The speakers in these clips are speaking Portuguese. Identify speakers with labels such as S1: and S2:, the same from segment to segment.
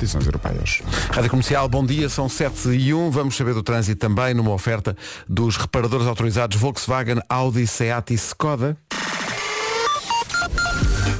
S1: competições europeias.
S2: Rádio Comercial, bom dia, são 7 e 1. Vamos saber do trânsito também numa oferta dos reparadores autorizados Volkswagen, Audi, Seat e Skoda.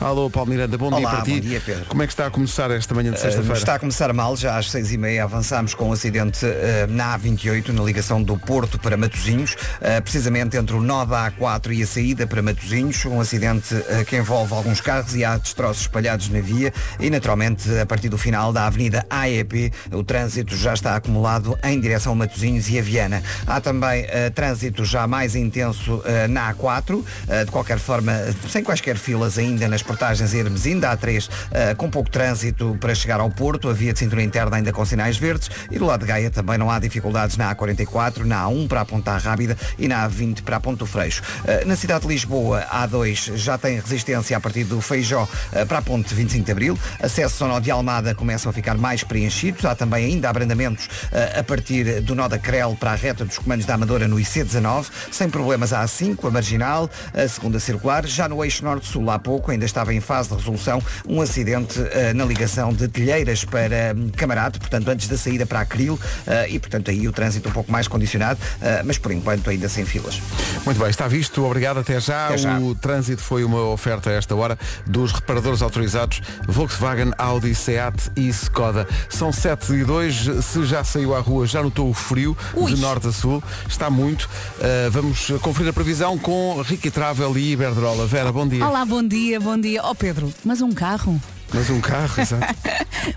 S2: Alô, Paulo Miranda, bom dia
S3: Olá,
S2: para ti.
S3: bom dia, Pedro.
S2: Como é que está a começar esta manhã de
S3: Uh,
S2: sexta-feira?
S3: Está a começar mal, já às seis e meia avançámos com um acidente uh, na A28, na ligação do Porto para Matosinhos, uh, precisamente entre o nó da A4 e a saída para Matosinhos, um acidente uh, que envolve alguns carros e há destroços espalhados na via e, naturalmente, a partir do final da Avenida AEP, o trânsito já está acumulado em direção a Matosinhos e a Viana. Há também uh, trânsito já mais intenso uh, na A4, uh, de qualquer forma, sem quaisquer filas ainda nas portagens Hermes, ainda há três uh, com pouco trânsito para chegar ao Porto, a via de cintura interna ainda com sinais verdes e do lado de Gaia também não há dificuldades na A44, na A1 para a Ponta Rábida e na A20 para a Ponto Freixo. Uh, na cidade de Lisboa, a A2 já tem resistência a partir do Feijó uh, para a Ponte 25 de Abril, acessos ao nó de Almada começam a ficar mais preenchidos, há também ainda abrandamentos uh, a partir do nó da Crel para a reta dos comandos da Amadora no IC19, sem problemas a A5, a Marginal, a segunda circular, já no eixo norte-sul há pouco, ainda estava em fase de resolução um acidente eh, na ligação de Telheiras para hum, Camarado, portanto antes da saída para Acril eh, e portanto aí o trânsito um pouco mais condicionado, eh, mas por enquanto ainda sem filas.
S2: Muito bem, está visto, obrigado, até já.
S3: Até já.
S2: O trânsito foi uma oferta a esta hora dos reparadores autorizados Volkswagen, Audi, Seat e Skoda. São 7 e 2, se já saiu à rua, já notou o frio,
S4: Ui.
S2: de norte a sul, está muito. Uh, vamos conferir a previsão com Ricky Travel e Iberdrola. Vera, bom dia.
S4: Olá, bom dia, bom dia. Ó Pedro, mas um carro?
S2: Mas um carro, exato.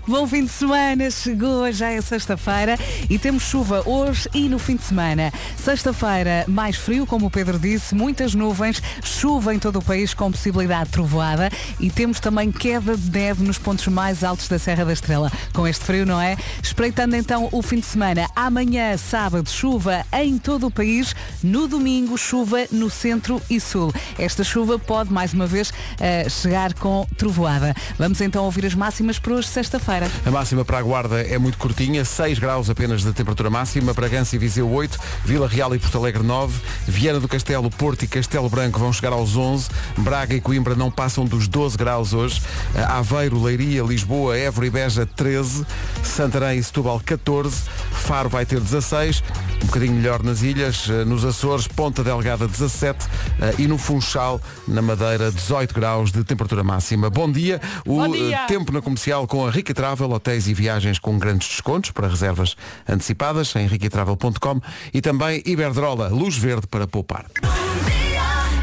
S4: Bom fim de semana, chegou, já é sexta-feira e temos chuva hoje e no fim de semana. Sexta-feira, mais frio, como o Pedro disse, muitas nuvens, chuva em todo o país com possibilidade de trovoada e temos também queda de neve nos pontos mais altos da Serra da Estrela. Com este frio, não é? Espreitando então o fim de semana, amanhã, sábado, chuva em todo o país, no domingo, chuva no centro e sul. Esta chuva pode, mais uma vez, eh, chegar com trovoada. Vamos então ouvir as máximas para hoje, sexta-feira.
S2: A máxima para a Guarda é muito curtinha, 6 graus apenas de temperatura máxima, Bragança e Viseu 8, Vila Real e Porto Alegre 9, Viana do Castelo, Porto e Castelo Branco vão chegar aos 11, Braga e Coimbra não passam dos 12 graus hoje, Eh, Aveiro, Leiria, Lisboa, Évora e Beja 13, Santarém e Setúbal 14, Faro vai ter 16, um bocadinho melhor nas ilhas, eh, nos Açores, Ponta Delgada 17 eh, e no Funchal, na Madeira, 18 graus de temperatura máxima. Bom dia, o
S5: Bom
S2: eh,
S5: dia.
S2: tempo na comercial com a Rica Travel, hotéis e viagens com grandes descontos para reservas antecipadas em riquitravel.com e também Iberdrola, luz verde para poupar.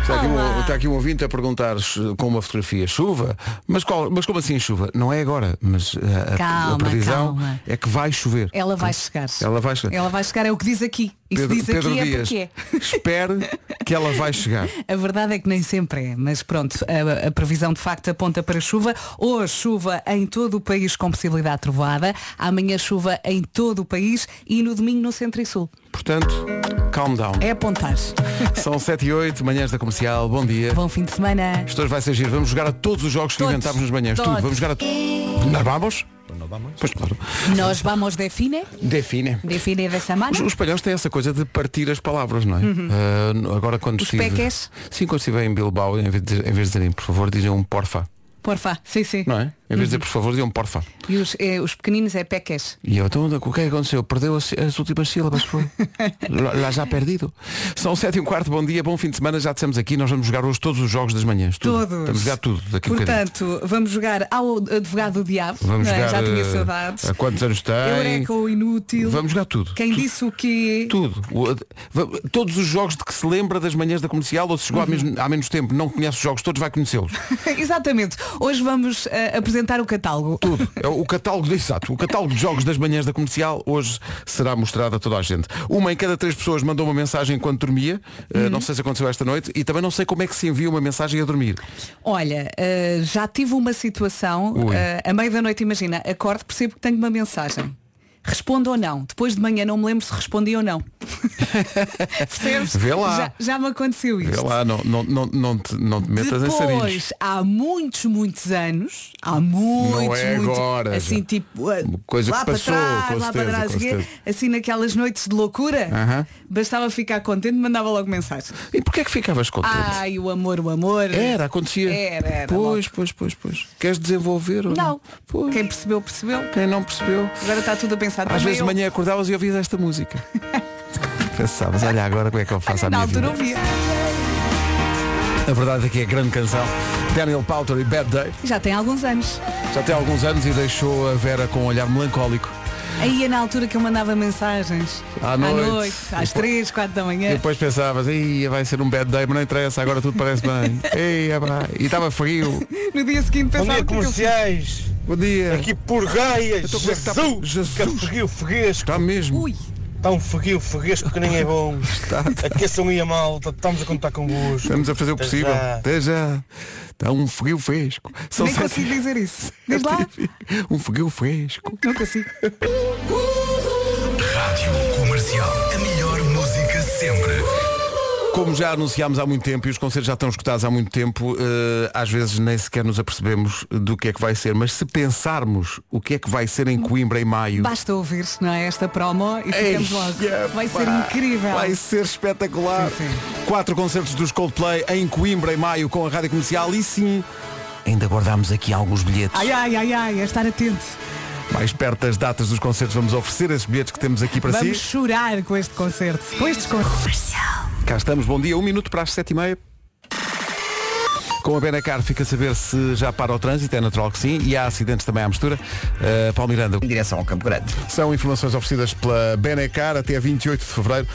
S2: Está aqui, um, está aqui um ouvinte a perguntar chu- com uma fotografia chuva, mas, qual, mas como assim chuva? Não é agora, mas uh, a- a,
S4: Calma,
S2: previsão
S4: calma.
S2: é que vai chover.
S4: Ela vai chegar.
S2: Ela vai chegar.
S4: Ela vai chegar, é o que diz aqui. E se
S2: Pedro,
S4: diz
S2: Pedro
S4: aqui
S2: Dias,
S4: é porque é.
S2: espere que ela vai chegar.
S4: A verdade é que nem sempre é, mas pronto, a, a previsão de facto aponta para chuva. Hoje chuva em todo o país com possibilidade de trovoada, amanhã chuva em todo o país e no domingo no centro e sul.
S2: Portanto, calm down.
S4: É apontar.
S2: São 7 e 8, manhãs da comercial, bom dia.
S4: Bom fim de semana.
S2: Isto hoje vai ser giro. Vamos jogar a todos os jogos
S4: Todos.
S2: que inventámos nas manhãs. Tudo.
S4: Todos.
S2: Vamos jogar a tudo. Nós vamos? Pois claro.
S4: Nós vamos define,
S2: Define.
S4: define de semana.
S2: Os, os espanhóis têm essa coisa de partir as palavras, não é? Ah, agora quando
S4: Uhum. Os
S2: estive...
S4: peques?
S2: Sim, quando estive em Bilbao, em vez de, em vez de dizerem por favor, dizem um porfa.
S4: Porfa, sim, sim.
S2: Não é? Em vez de dizer
S4: Uhum.
S2: por favor, dizem um porfa.
S4: E os, eh, os pequeninos é peques.
S2: E eu, então, o que é que aconteceu? Perdeu as, as últimas sílabas, foi? Lá- Lá já perdido. São sete e um quarto, bom dia, bom fim de semana, já dissemos aqui, nós vamos jogar hoje todos os jogos das manhãs. tudo.
S4: Todos.
S2: Vamos jogar tudo daqui a bocadinho.
S4: Portanto, vamos jogar ao advogado do diabo.
S2: Vamos
S4: não é?
S2: jogar
S4: Já tinha
S2: eh,
S4: saudades.
S2: a quantos anos tem?
S4: Eureka ou inútil.
S2: Vamos jogar tudo.
S4: Quem disse o quê?
S2: Tudo. O- va- Todos os jogos de que se lembra das manhãs da comercial ou se chegou há,
S4: Uhum.
S2: mesmo- há menos tempo, não conhece os jogos todos, vai conhecê-los.
S4: Exatamente. Hoje vamos eh, apresentar o catálogo.
S2: Tudo. É o catálogo, exato. O catálogo de jogos das manhãs da comercial hoje será mostrado a toda a gente. Uma em cada três pessoas mandou uma mensagem enquanto dormia. Uh,
S4: Uhum.
S2: não sei se aconteceu esta noite e também não sei como é que se envia uma mensagem a dormir.
S4: Olha, eh, já tive uma situação,
S2: Ui.
S4: eh, a meio da noite, imagina, acordo, percebo que tenho uma mensagem. Respondo ou não. Depois de manhã não me lembro se respondi ou não. Percebes?
S2: Vê lá.
S4: Já, já me aconteceu
S2: Vê
S4: isto.
S2: lá, não, não, não, não, te, não te metas em sarilhos.
S4: Depois, há muitos, muitos anos, há muitos,
S2: é
S4: muitos,
S2: agora,
S4: assim
S2: já.
S4: tipo, ah,
S2: Coisa que
S4: lá
S2: passou,
S4: para trás,
S2: com
S4: lá
S2: certeza,
S4: para trás,
S2: com
S4: o quê?
S2: certeza.
S4: assim naquelas noites de loucura,
S2: Aham.
S4: bastava ficar contente, mandava logo mensagem.
S2: E porquê é que ficavas contente?
S4: Ai, o amor, o amor.
S2: Era, acontecia.
S4: Era, era,
S2: Pois, pois, pois, pois. Queres desenvolver? ou
S4: Não.
S2: Pois.
S4: Quem
S2: Quem...
S4: percebeu, percebeu.
S2: não percebeu?
S4: Agora está tudo a pensar
S2: Às
S4: também
S2: vezes de
S4: eu.
S2: manhã acordavas e ouvias esta música. Pensavas, olha agora como é que eu faço a
S4: Na
S2: minha
S4: altura
S2: vida.
S4: ouvia.
S2: A verdade é que é grande canção. Daniel Powter e Bad Day.
S4: Já tem alguns anos.
S2: Já tem alguns anos e deixou a Vera com um olhar melancólico.
S4: Aí é na altura que eu mandava mensagens.
S2: À noite.
S4: às
S2: E depois-
S4: 3, 4 da
S2: E
S4: manhã.
S2: depois pensavas, Ih, vai ser um bad day, mas não interessa, agora tudo parece bem. Ei, epá. e estava frio.
S4: No dia seguinte
S1: Bom
S4: pensava
S1: dia
S4: o que é que eu fiz.
S1: comerciais,
S2: Bom dia.
S1: aqui por Gaia,
S2: Então como é que
S1: Jesus,
S2: está- Jesus. Tá,
S1: que frio foguesco,
S2: Está mesmo.
S4: Ui,
S1: está um frio foguesco que nem é bom, aqueçam aí a malta, estamos a contar convosco.
S2: Estamos a fazer o
S1: Até
S2: possível.
S1: já.
S2: Até já. Está um frio fresco. São
S4: nem
S2: sete-
S4: consigo dizer isso. Diz lá.
S2: Um frio fresco.
S4: Não consigo.
S2: Como já anunciámos há muito tempo e os concertos já estão escutados há muito tempo, eh, às vezes nem sequer nos apercebemos do que é que vai ser. Mas se pensarmos o que é que vai ser em Coimbra em maio.
S4: Basta ouvir-se, não é? Esta promo e ficamos
S2: Ei,
S4: logo. Vai ser
S2: epá,
S4: incrível.
S2: Vai ser espetacular.
S4: Sim, sim.
S2: Quatro concertos dos Coldplay em Coimbra em maio com a Rádio Comercial e sim, ainda guardámos aqui alguns bilhetes.
S4: Ai, ai, ai, ai, é estar atento.
S2: Mais perto das datas dos concertos vamos oferecer esses bilhetes que temos aqui para
S4: Vamos
S2: si.
S4: chorar com este concerto. Com estes concertos.
S2: Cá estamos, bom dia, um minuto para as sete e meia. Com a Benacar fica a saber se já para o trânsito, é natural que sim, e há acidentes também à mistura. Uh, Paulo Miranda,
S3: Em direção ao Campo Grande.
S2: são informações oferecidas pela Benacar até 28 de Fevereiro.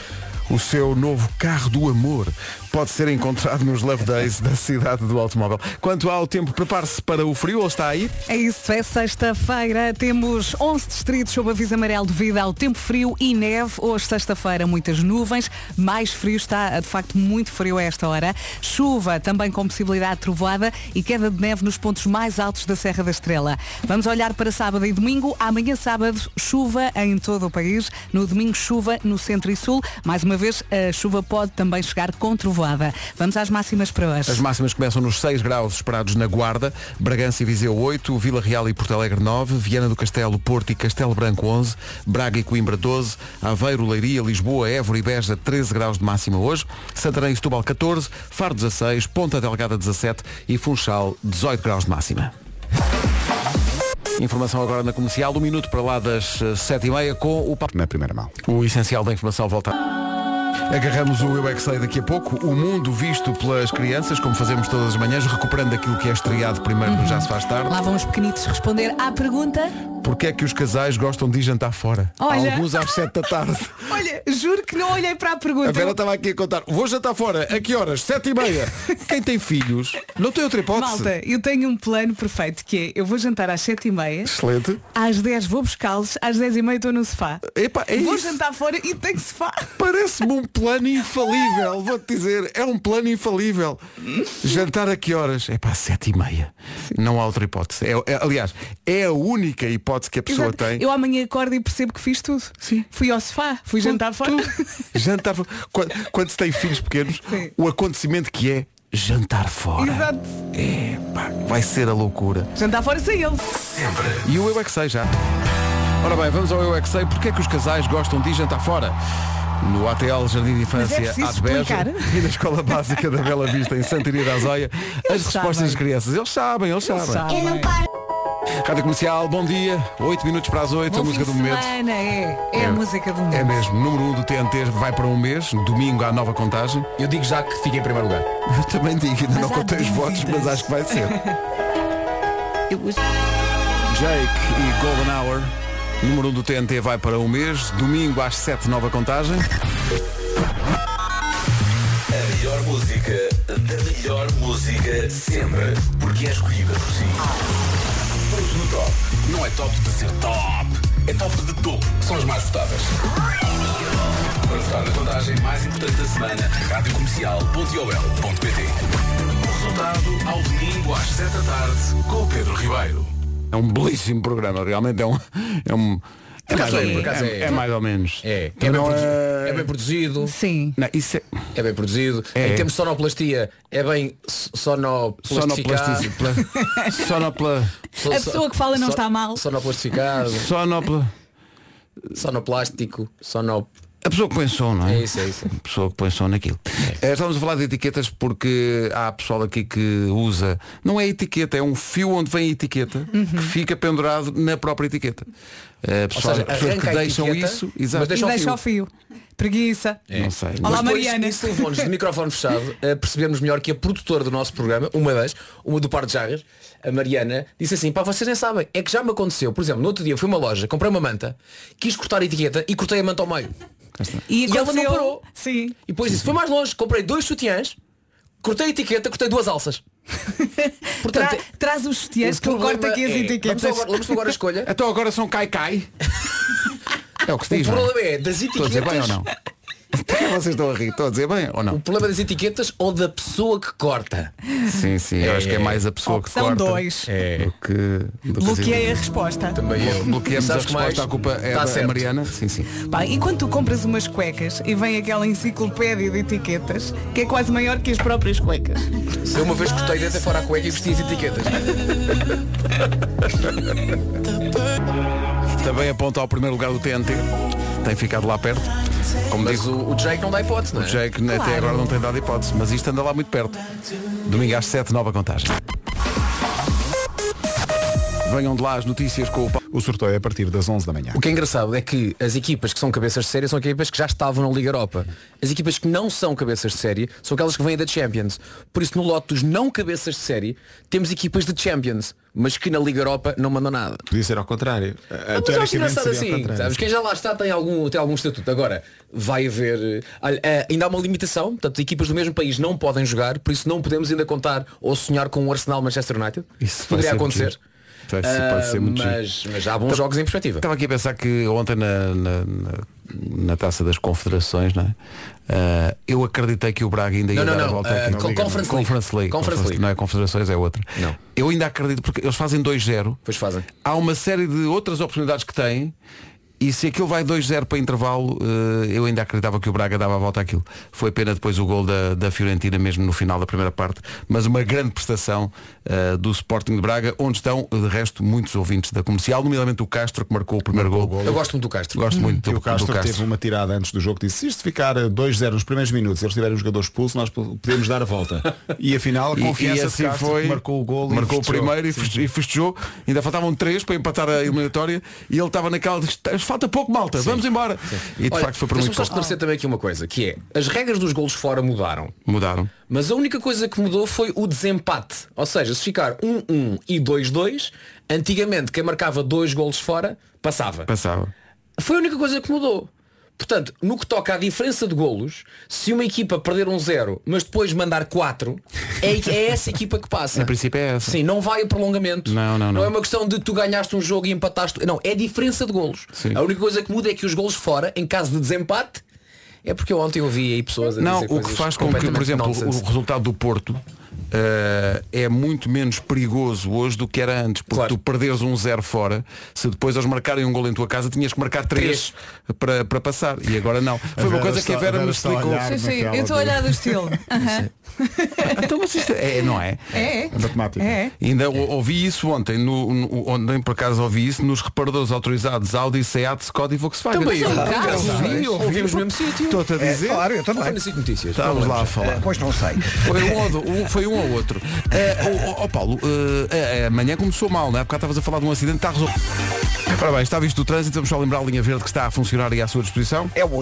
S2: O seu novo carro do amor pode ser encontrado nos Love Days da cidade do automóvel. Quanto ao tempo, prepare-se para o frio, ou está aí?
S4: É isso, é sexta-feira. Temos 11 distritos sob aviso amarelo devido ao tempo frio e neve. Hoje, sexta-feira, muitas nuvens. Mais frio está, de facto, muito frio a esta hora. Chuva também com possibilidade de trovoada e queda de neve nos pontos mais altos da Serra da Estrela. Vamos olhar para sábado e domingo. Amanhã, sábado, chuva em todo o país. No domingo, chuva no centro e sul. Mais uma vez, a chuva pode também chegar com trovoada. Vamos às máximas para hoje.
S2: As máximas começam nos 6 graus esperados na Guarda, Bragança e Viseu 8, Vila Real e Porto Alegre 9, Viana do Castelo, Porto e Castelo Branco 11, Braga e Coimbra 12, Aveiro, Leiria, Lisboa, Évora e Beja 13 graus de máxima hoje, Santarém e Setúbal 14, Faro 16, Ponta Delgada 17 e Funchal 18 graus de máxima. Informação agora na comercial, um minuto para lá das eh, 7h30 com o papo. Na primeira mão. O essencial da informação volta. Agarramos o Eu é Que Sei daqui a pouco, o mundo visto pelas crianças, como fazemos todas as manhãs, recuperando aquilo que é estreado primeiro no Já Se Faz Tarde.
S4: Uhum. Lá vão os pequenitos responder à pergunta.
S2: Porquê é que os casais gostam de ir jantar fora?
S4: Olha.
S2: Alguns às 7 da tarde.
S4: Olha, juro que não olhei para a pergunta.
S2: A Vera tá estava aqui a contar, vou jantar fora, a que horas? 7 e meia. Quem tem filhos? Não tem outra hipótese.
S4: Malta, eu tenho um plano perfeito que é, eu vou jantar às 7h30,
S2: Excelente.
S4: às 10 vou buscá-los, às 10h30 estou no sofá.
S2: Epá, é
S4: vou
S2: isso.
S4: jantar fora e tenho sofá.
S2: Parece-me um plano infalível, vou-te dizer, é um plano infalível. Jantar a que horas? É para sete e meia. Não há outra hipótese. É- é- aliás, é a única hipótese que a pessoa
S4: Exato.
S2: tem.
S4: Eu amanhã acordo e percebo que fiz tudo.
S2: Sim.
S4: Fui ao sofá, fui jantar fora.
S2: Jantar fora. Quando, quando se tem filhos pequenos,
S4: Sim.
S2: o acontecimento que é jantar fora.
S4: Exato.
S2: É, pá, vai ser a loucura.
S4: Jantar fora sem eles.
S2: E o Eu É Que Sei já. Ora bem, vamos ao Eu É Que Sei. Porquê é que os casais gostam de ir jantar fora? No ATL Jardim de Infância
S4: é preciso
S2: à de Beja
S4: explicar.
S2: e na Escola Básica da Bela Vista em Santiria da Azóia, as
S4: Eles
S2: respostas
S4: sabem.
S2: das crianças. Eles sabem, eles, sabem.
S4: Sabem.
S2: Rádio Comercial, bom dia. 8 minutos para as 8, É a
S4: Bom
S2: música
S4: fim
S2: do
S4: de
S2: momento.
S4: semana, é. É, a música do momento.
S2: É mesmo, número 1 um do TNT vai para um mês, domingo há nova contagem.
S5: Eu digo já que fica em primeiro lugar.
S2: Eu também digo, ainda
S4: Mas
S2: não
S4: há
S2: contei os votos,
S4: dúvidas.
S2: mas acho que vai ser. Jake e Golden Hour, número 1 um do TNT vai para um mês, domingo às 7, nova contagem.
S6: A melhor música, da melhor música sempre, porque é escolhida por si. Todos no top. Não é top de ser top, é top de topo. São as mais votadas. Para votar na contagem mais importante da semana, radiocomercial.ol.pt O resultado ao domingo às 7 da tarde com o Pedro Ribeiro.
S2: É um belíssimo programa, realmente é um. É um É mais,
S4: Porquê?
S2: ou menos.
S5: acaso
S2: É-
S5: é.
S2: é mais ou menos.
S5: É, é,
S2: Também
S5: bem,
S2: não
S5: produzi-
S2: é-
S5: é bem produzido.
S4: Sim.
S2: Não, isso é...
S5: É bem produzido.
S2: É.
S5: Em termos de sonoplastia, é bem s- sonoplastificado.
S2: Sonoplastici... pla- Sonopla...
S5: So-
S4: A
S5: so-
S4: pessoa que fala não está mal.
S5: Sonoplastificado,
S2: Sonopla...
S5: sonoplástico, sonop...
S2: A pessoa que põe som, não é?
S5: É isso, é isso. É.
S2: A pessoa que põe som naquilo. Eh, Estamos a falar de etiquetas porque há pessoal aqui que usa. Não é etiqueta, é um fio onde vem a etiqueta
S4: Uhum.
S2: que fica pendurado na própria etiqueta. Eh,
S5: Ou
S2: pessoal,
S5: seja,
S2: pessoas que
S5: arranca a
S2: deixam
S5: etiqueta,
S2: isso.
S5: mas
S4: E
S5: Deixa É. o
S4: deixa o fio. Preguiça.
S2: Não sei.
S4: Olá,
S5: Mas depois,
S4: Mariana.
S5: Isso levou-nos de microfone fechado a percebermos melhor que a produtora do nosso programa, uma das, uma do par de jarras, a Mariana, disse assim, pá, vocês nem sabem, é que já me aconteceu, por exemplo, no outro dia fui a uma loja, comprei uma manta, quis cortar a etiqueta e cortei a manta ao meio.
S4: E,
S5: E ela não
S4: aconteceu-
S5: parou.
S4: Sim.
S5: E depois disse, foi mais longe, comprei dois sutiãs, cortei a etiqueta, cortei duas alças. Portanto, é-
S4: Tra- traz os sutiãs
S5: o
S4: que eu
S5: problema
S4: corto aqui as
S5: é-
S4: etiquetas.
S5: Vamos agora, vamos agora à escolha.
S2: Então agora são cai-cai. é o que se
S5: O
S2: diz. não é?
S5: problema é das
S2: Estou a dizer bem ou
S5: etiquetas.
S2: não? Vocês estão a rir, estou a dizer bem ou
S5: O
S2: não?
S5: problema das etiquetas ou da pessoa que corta.
S2: Sim, sim, eu acho que é mais a pessoa que
S4: Opção
S2: corta
S4: dois.
S5: É.
S2: do que do que as
S4: Bloqueei a resposta.
S5: Também eu.
S2: Bloqueamos a
S5: Sabes que mais?
S2: resposta à culpa é
S5: Tá
S2: da
S5: certo.
S2: Mariana. Sim, sim.
S4: Pá, e quando tu compras umas cuecas e vem aquela enciclopédia de etiquetas, que é quase maior que as próprias cuecas.
S5: Eu uma vez cortei dentro e fora a cueca e vesti as etiquetas.
S2: Também aponta ao primeiro lugar do TNT. Tem ficado lá perto. Como
S5: Mas
S2: diz o
S5: o, o Jake não dá hipótese, não é?
S2: Jake, até agora não tem dado hipótese, mas isto anda lá muito perto. Domingo às 7, nova contagem. Venham de lá as notícias com o Paulo.
S7: O sorteio é a partir das 11 da manhã.
S5: O que é engraçado é que as equipas que são cabeças de série são equipas que já estavam na Liga Europa. As equipas que não são cabeças de série são aquelas que vêm da Champions. Por isso, no lote dos não cabeças de série, temos equipas de Champions, mas que na Liga Europa não mandam nada.
S7: Podia ser ao contrário. Ah,
S2: então
S5: Ah, mas eu acho
S7: teoricamente
S5: engraçado
S7: seria ao
S5: assim,
S7: contrário.
S5: sabes? Quem já lá está tem algum, tem algum estatuto. Agora, vai haver. eh, olha, eh, ainda há uma limitação, portanto, equipas do mesmo país não podem jogar, por isso não podemos ainda contar ou sonhar com o Arsenal Manchester United.
S2: Isso vai
S5: poderia
S2: ser
S5: acontecer.
S2: muito Vai ser-
S5: Ah,
S2: pode ser muito Então,
S5: mas, mas há bons jogos em perspectiva.
S2: Estava aqui a pensar que ontem na, na, na- na taça das confederações, não é? Ah, eu acreditei que o Braga ainda ia
S5: Não, não,
S2: dar a
S5: não.
S2: volta
S5: Ah,
S2: aqui.
S5: co- Conference League.
S2: Conference League.
S5: Conference
S2: Conference-
S5: League.
S2: Não é confederações, é outra.
S5: Não.
S2: Eu ainda acredito porque eles fazem 2-0.
S5: Pois fazem.
S2: Há uma série de outras oportunidades que têm. E se aquilo vai 2-0 para intervalo, eh, eu ainda acreditava que o Braga dava a volta àquilo. Foi pena depois o gol da, da Fiorentina mesmo no final da primeira parte, mas uma grande prestação eh, do Sporting de Braga, onde estão, de resto, muitos ouvintes da comercial, nomeadamente o Castro, que marcou o primeiro gol.
S5: Eu gosto muito do Castro.
S2: Gosto muito
S7: E
S2: do,
S7: o Castro,
S2: do
S7: teve uma tirada antes do jogo que disse, se isto ficar eh, 2-0 nos primeiros minutos, eles tiverem um jogador expulso, nós podemos dar a volta. E afinal, a
S2: E-
S7: confiança
S2: e
S7: de
S2: assim
S7: Castro,
S2: foi,
S7: que marcou o gol
S2: marcou
S7: e
S2: o
S7: festejou.
S2: primeiro e feste- e festejou. Ainda faltavam três para empatar a eliminatória e ele estava naquela, de, "Está- falta pouco malta, vamos embora. E de
S5: Olha,
S2: facto foi um para
S5: deixa-me
S2: muito
S5: só
S2: pouco.
S5: esclarecer também aqui uma coisa, que é, as regras dos golos fora mudaram.
S2: Mudaram.
S5: Mas a única coisa que mudou foi o desempate. Ou seja, se ficar 1-1 e 2-2, antigamente quem marcava dois golos fora passava.
S2: Passava.
S5: Foi a única coisa que mudou. Portanto, no que toca à diferença de golos, se uma equipa perder um zero, mas depois mandar quatro, é, é essa equipa que passa.
S2: Em princípio é essa.
S5: Sim, não vai a prolongamento.
S2: Não, não, não.
S5: é uma questão de tu ganhaste um jogo e empataste. Não, é a diferença de golos.
S2: Sim.
S5: A única coisa que muda é que os golos fora, em caso de desempate, é porque eu ontem ouvi aí pessoas a
S2: Não,
S5: dizer
S2: o que
S5: coisas
S2: faz com que, por
S5: completamente
S2: exemplo,
S5: nonsense.
S2: o resultado do Porto eh, é muito menos perigoso hoje do que era antes, porque
S5: Claro.
S2: tu perderes um zero fora, se depois eles marcarem um gol em tua casa, tinhas que marcar três, para, para passar. E agora não. Foi uma
S7: Vera
S2: coisa que a
S7: está-
S2: Vera
S7: Vera
S2: me
S7: está a
S2: explicou.
S7: olhar.
S4: Sim, sim,
S7: naquela
S4: eu estou a
S7: de-
S4: olhar do estilo.
S5: é-
S4: Aham.
S2: Então, mas isto é, não é?
S4: É, é.
S7: A matemática.
S4: É.
S2: Ainda o- ouvi isso ontem, no, no- ontem por acaso ouvi isso nos reparadores autorizados Audi, Seat, Skoda e Volkswagen.
S5: Também eu.
S4: Mas é um caso,
S5: não é? Ouvimos no mesmo sítio.
S2: Estou-te a
S3: É,
S2: dizer.
S3: claro, eu
S5: Ou foi
S3: também.
S5: no Cinco Notícias?
S2: Estávamos lá a falar.
S3: Eh, Pois não sei.
S2: Foi um, ou do- um- foi um ou outro. Ó Paulo, eh, eh, amanhã começou mal, não é? Porque estavas a falar de um acidente, está resolvido. Ora bem, está visto o trânsito, vamos só lembrar a linha verde que está a funcionar e à sua disposição.
S3: É o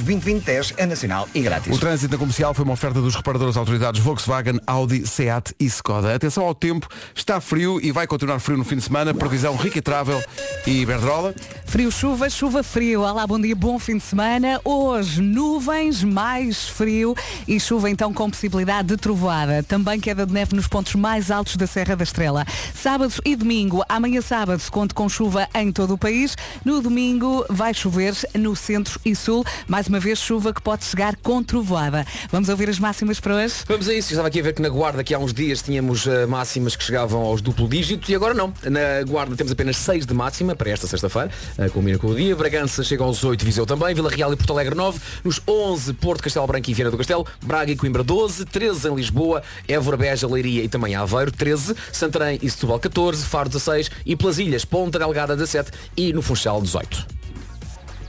S3: 820-2010, é nacional e grátis.
S2: O trânsito na comercial foi uma oferta dos reparadores autoridades Volkswagen, Audi, Seat e Skoda. Atenção ao tempo, está frio e vai continuar frio no fim de semana. Previsão Rica Travel e Iberdrola.
S4: Frio, chuva, chuva, frio. Olá, bom dia, bom fim de semana. Hoje, nuvens, mais frio e chuva então com possibilidade de trovoada. Também também queda de neve nos pontos mais altos da Serra da Estrela. Sábado e domingo, amanhã sábado, conto com chuva em todo o país. No domingo vai chover no centro e sul. Mais uma vez, chuva que pode chegar com trovoada. Vamos ouvir as máximas para hoje?
S5: Vamos a isso, Eu estava aqui a ver que na Guarda que há uns dias tínhamos eh, máximas que chegavam aos duplo dígito e agora não. Na Guarda temos apenas 6 de máxima para esta sexta-feira, eh, combina com o dia. Bragança chega aos 8, Viseu também, Vila Real e Porto Alegre 9, nos 11 Porto, Castelo Branco e Viana do Castelo, Braga e Coimbra 12, 13 em Lisboa, Évora, Beja, Leiria e também Aveiro 13, Santarém e Setúbal 14, Faro 16 e pelas Ilhas Ponta Delgada 17 e no Funchal 18.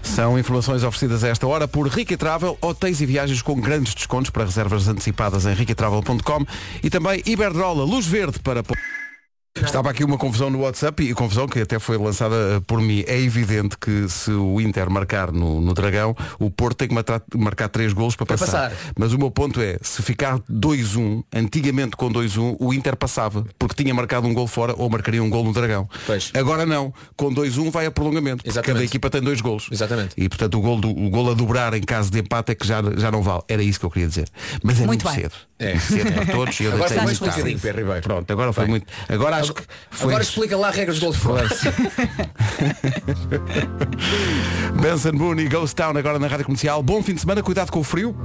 S2: São informações oferecidas a esta hora por Rica Travel, hotéis e viagens com grandes descontos para reservas antecipadas em ricatravel.com e também Iberdrola, luz verde para... po- Estava aqui uma confusão no WhatsApp e confusão que até foi lançada eh, por mim. É evidente que se o Inter marcar no, no Dragão, o Porto tem que matar- marcar três golos para passar.
S5: passar.
S2: Mas o meu ponto é, se ficar 2-1, antigamente com 2-1, o Inter passava, porque tinha marcado um gol fora ou marcaria um gol no Dragão.
S5: Pois.
S2: Agora não, com 2-1 vai a prolongamento. porque
S5: Exatamente.
S2: Cada equipa tem dois golos.
S5: Exatamente.
S2: E portanto o gol, do- o gol a dobrar em caso de empate é que já, já não vale. Era isso que eu queria dizer. Mas é muito,
S4: Muito bem.
S2: cedo. Muito cedo para todos. e Eu
S5: Agora
S2: deixei
S5: foi
S2: muito
S5: muito
S2: tarde.
S5: cedo, Pedro Ribeiro.
S2: Pronto, agora foi
S5: Bem.
S2: muito. Agora acho que foi.
S5: Agora explica lá regras do gol de fora.
S2: Benson Boone e Ghost Town agora na Rádio Comercial. Bom fim de semana, cuidado com o frio.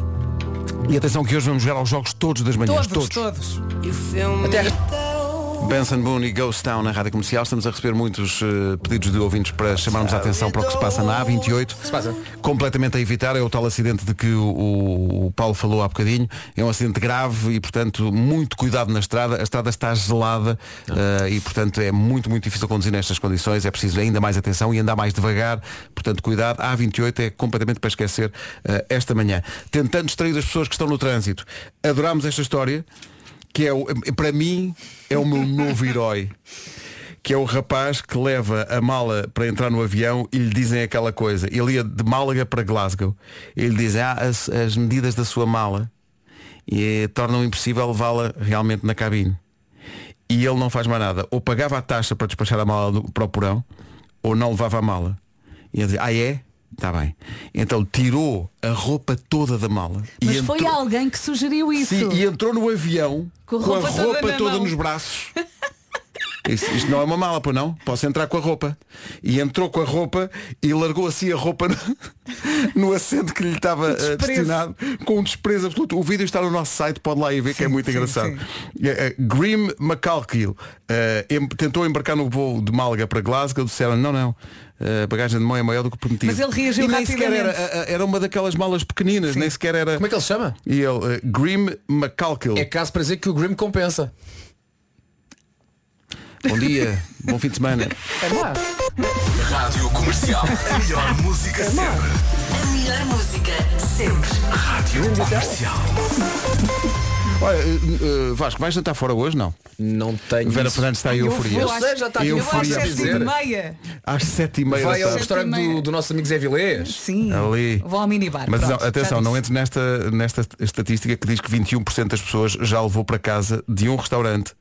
S2: E atenção que hoje vamos jogar aos jogos todos das manhãs.
S4: todos. todos.
S2: Benson Boone e Ghost Town na Rádio Comercial. Estamos a receber muitos eh, pedidos de ouvintes para chamarmos a atenção para o que se passa na A28.
S5: se passa?
S2: Completamente a evitar. É o tal acidente de que o, o Paulo falou há bocadinho. É um acidente grave e, portanto, muito cuidado na estrada. A estrada está gelada eh, e, portanto, é muito, muito difícil conduzir nestas condições. É preciso ainda mais atenção e andar mais devagar. Portanto, cuidado. A A28 é completamente para esquecer eh, esta manhã. Tentando distrair as pessoas que estão no trânsito. Adorámos esta história que é o- para mim é o meu novo herói que é o rapaz que leva a mala para entrar no avião e lhe dizem aquela coisa ele ia de Málaga para Glasgow e lhe dizem ah, as, as medidas da sua mala e, eh, tornam impossível levá-la realmente na cabine e ele não faz mais nada ou pagava a taxa para despachar a mala do- para o porão ou não levava a mala e ele dizia ah é? Está bem. Então tirou a roupa toda da mala.
S4: Mas
S2: e
S4: foi
S2: entrou-
S4: alguém que sugeriu isso.
S2: Sim, e entrou no avião com a roupa, toda,
S4: na mão.
S2: nos braços. Isto, isto não é uma mala, pois não? Posso entrar com a roupa. E entrou com a roupa e largou assim a roupa no, no assento que lhe estava eh,
S4: Desprezo.
S2: destinado com um desprezo absoluto. O vídeo está no nosso site, pode lá ir ver que é muito
S4: sim,
S2: engraçado.
S4: sim.
S2: Eh, eh, Grim McCalkill eh, em- tentou embarcar no voo de Málaga para Glasgow, disseram não, não. eh, A bagagem de mão é maior do que prometido.
S4: Mas ele reagiu
S2: e nem sequer era,
S4: rapidamente.
S2: eh, eh, era uma daquelas malas pequeninas, nem sequer era.
S5: Como é que ele se chama?
S2: E ele, eh, Grim McCalkill.
S5: É caso para dizer que o Grim compensa.
S2: Bom dia, bom fim de semana.
S5: É lá.
S6: Rádio Comercial. A melhor música sempre.
S8: A melhor música sempre.
S6: Rádio
S5: então?
S6: Comercial.
S2: Olha, eh, eh, Vasco, vais jantar fora hoje? Não.
S5: Não tenho.
S2: Vera
S5: isso.
S2: Fernandes está aí euforia.
S5: vou, sei, já está aqui,
S4: Eu
S5: eu
S4: vou às
S5: fui a
S4: sete e
S5: dizer.
S4: meia.
S2: Às sete e meia
S5: Vai
S2: da
S5: ao
S2: tarde.
S5: restaurante do, do nosso amigo Zé É Vilés.
S4: Sim.
S2: Ali.
S4: Vou ao minibar.
S2: Mas
S4: Pronto,
S2: não, atenção,
S4: já
S2: não
S4: disse.
S2: entre nesta, nesta estatística que diz que 21% das pessoas já levou para casa de um restaurante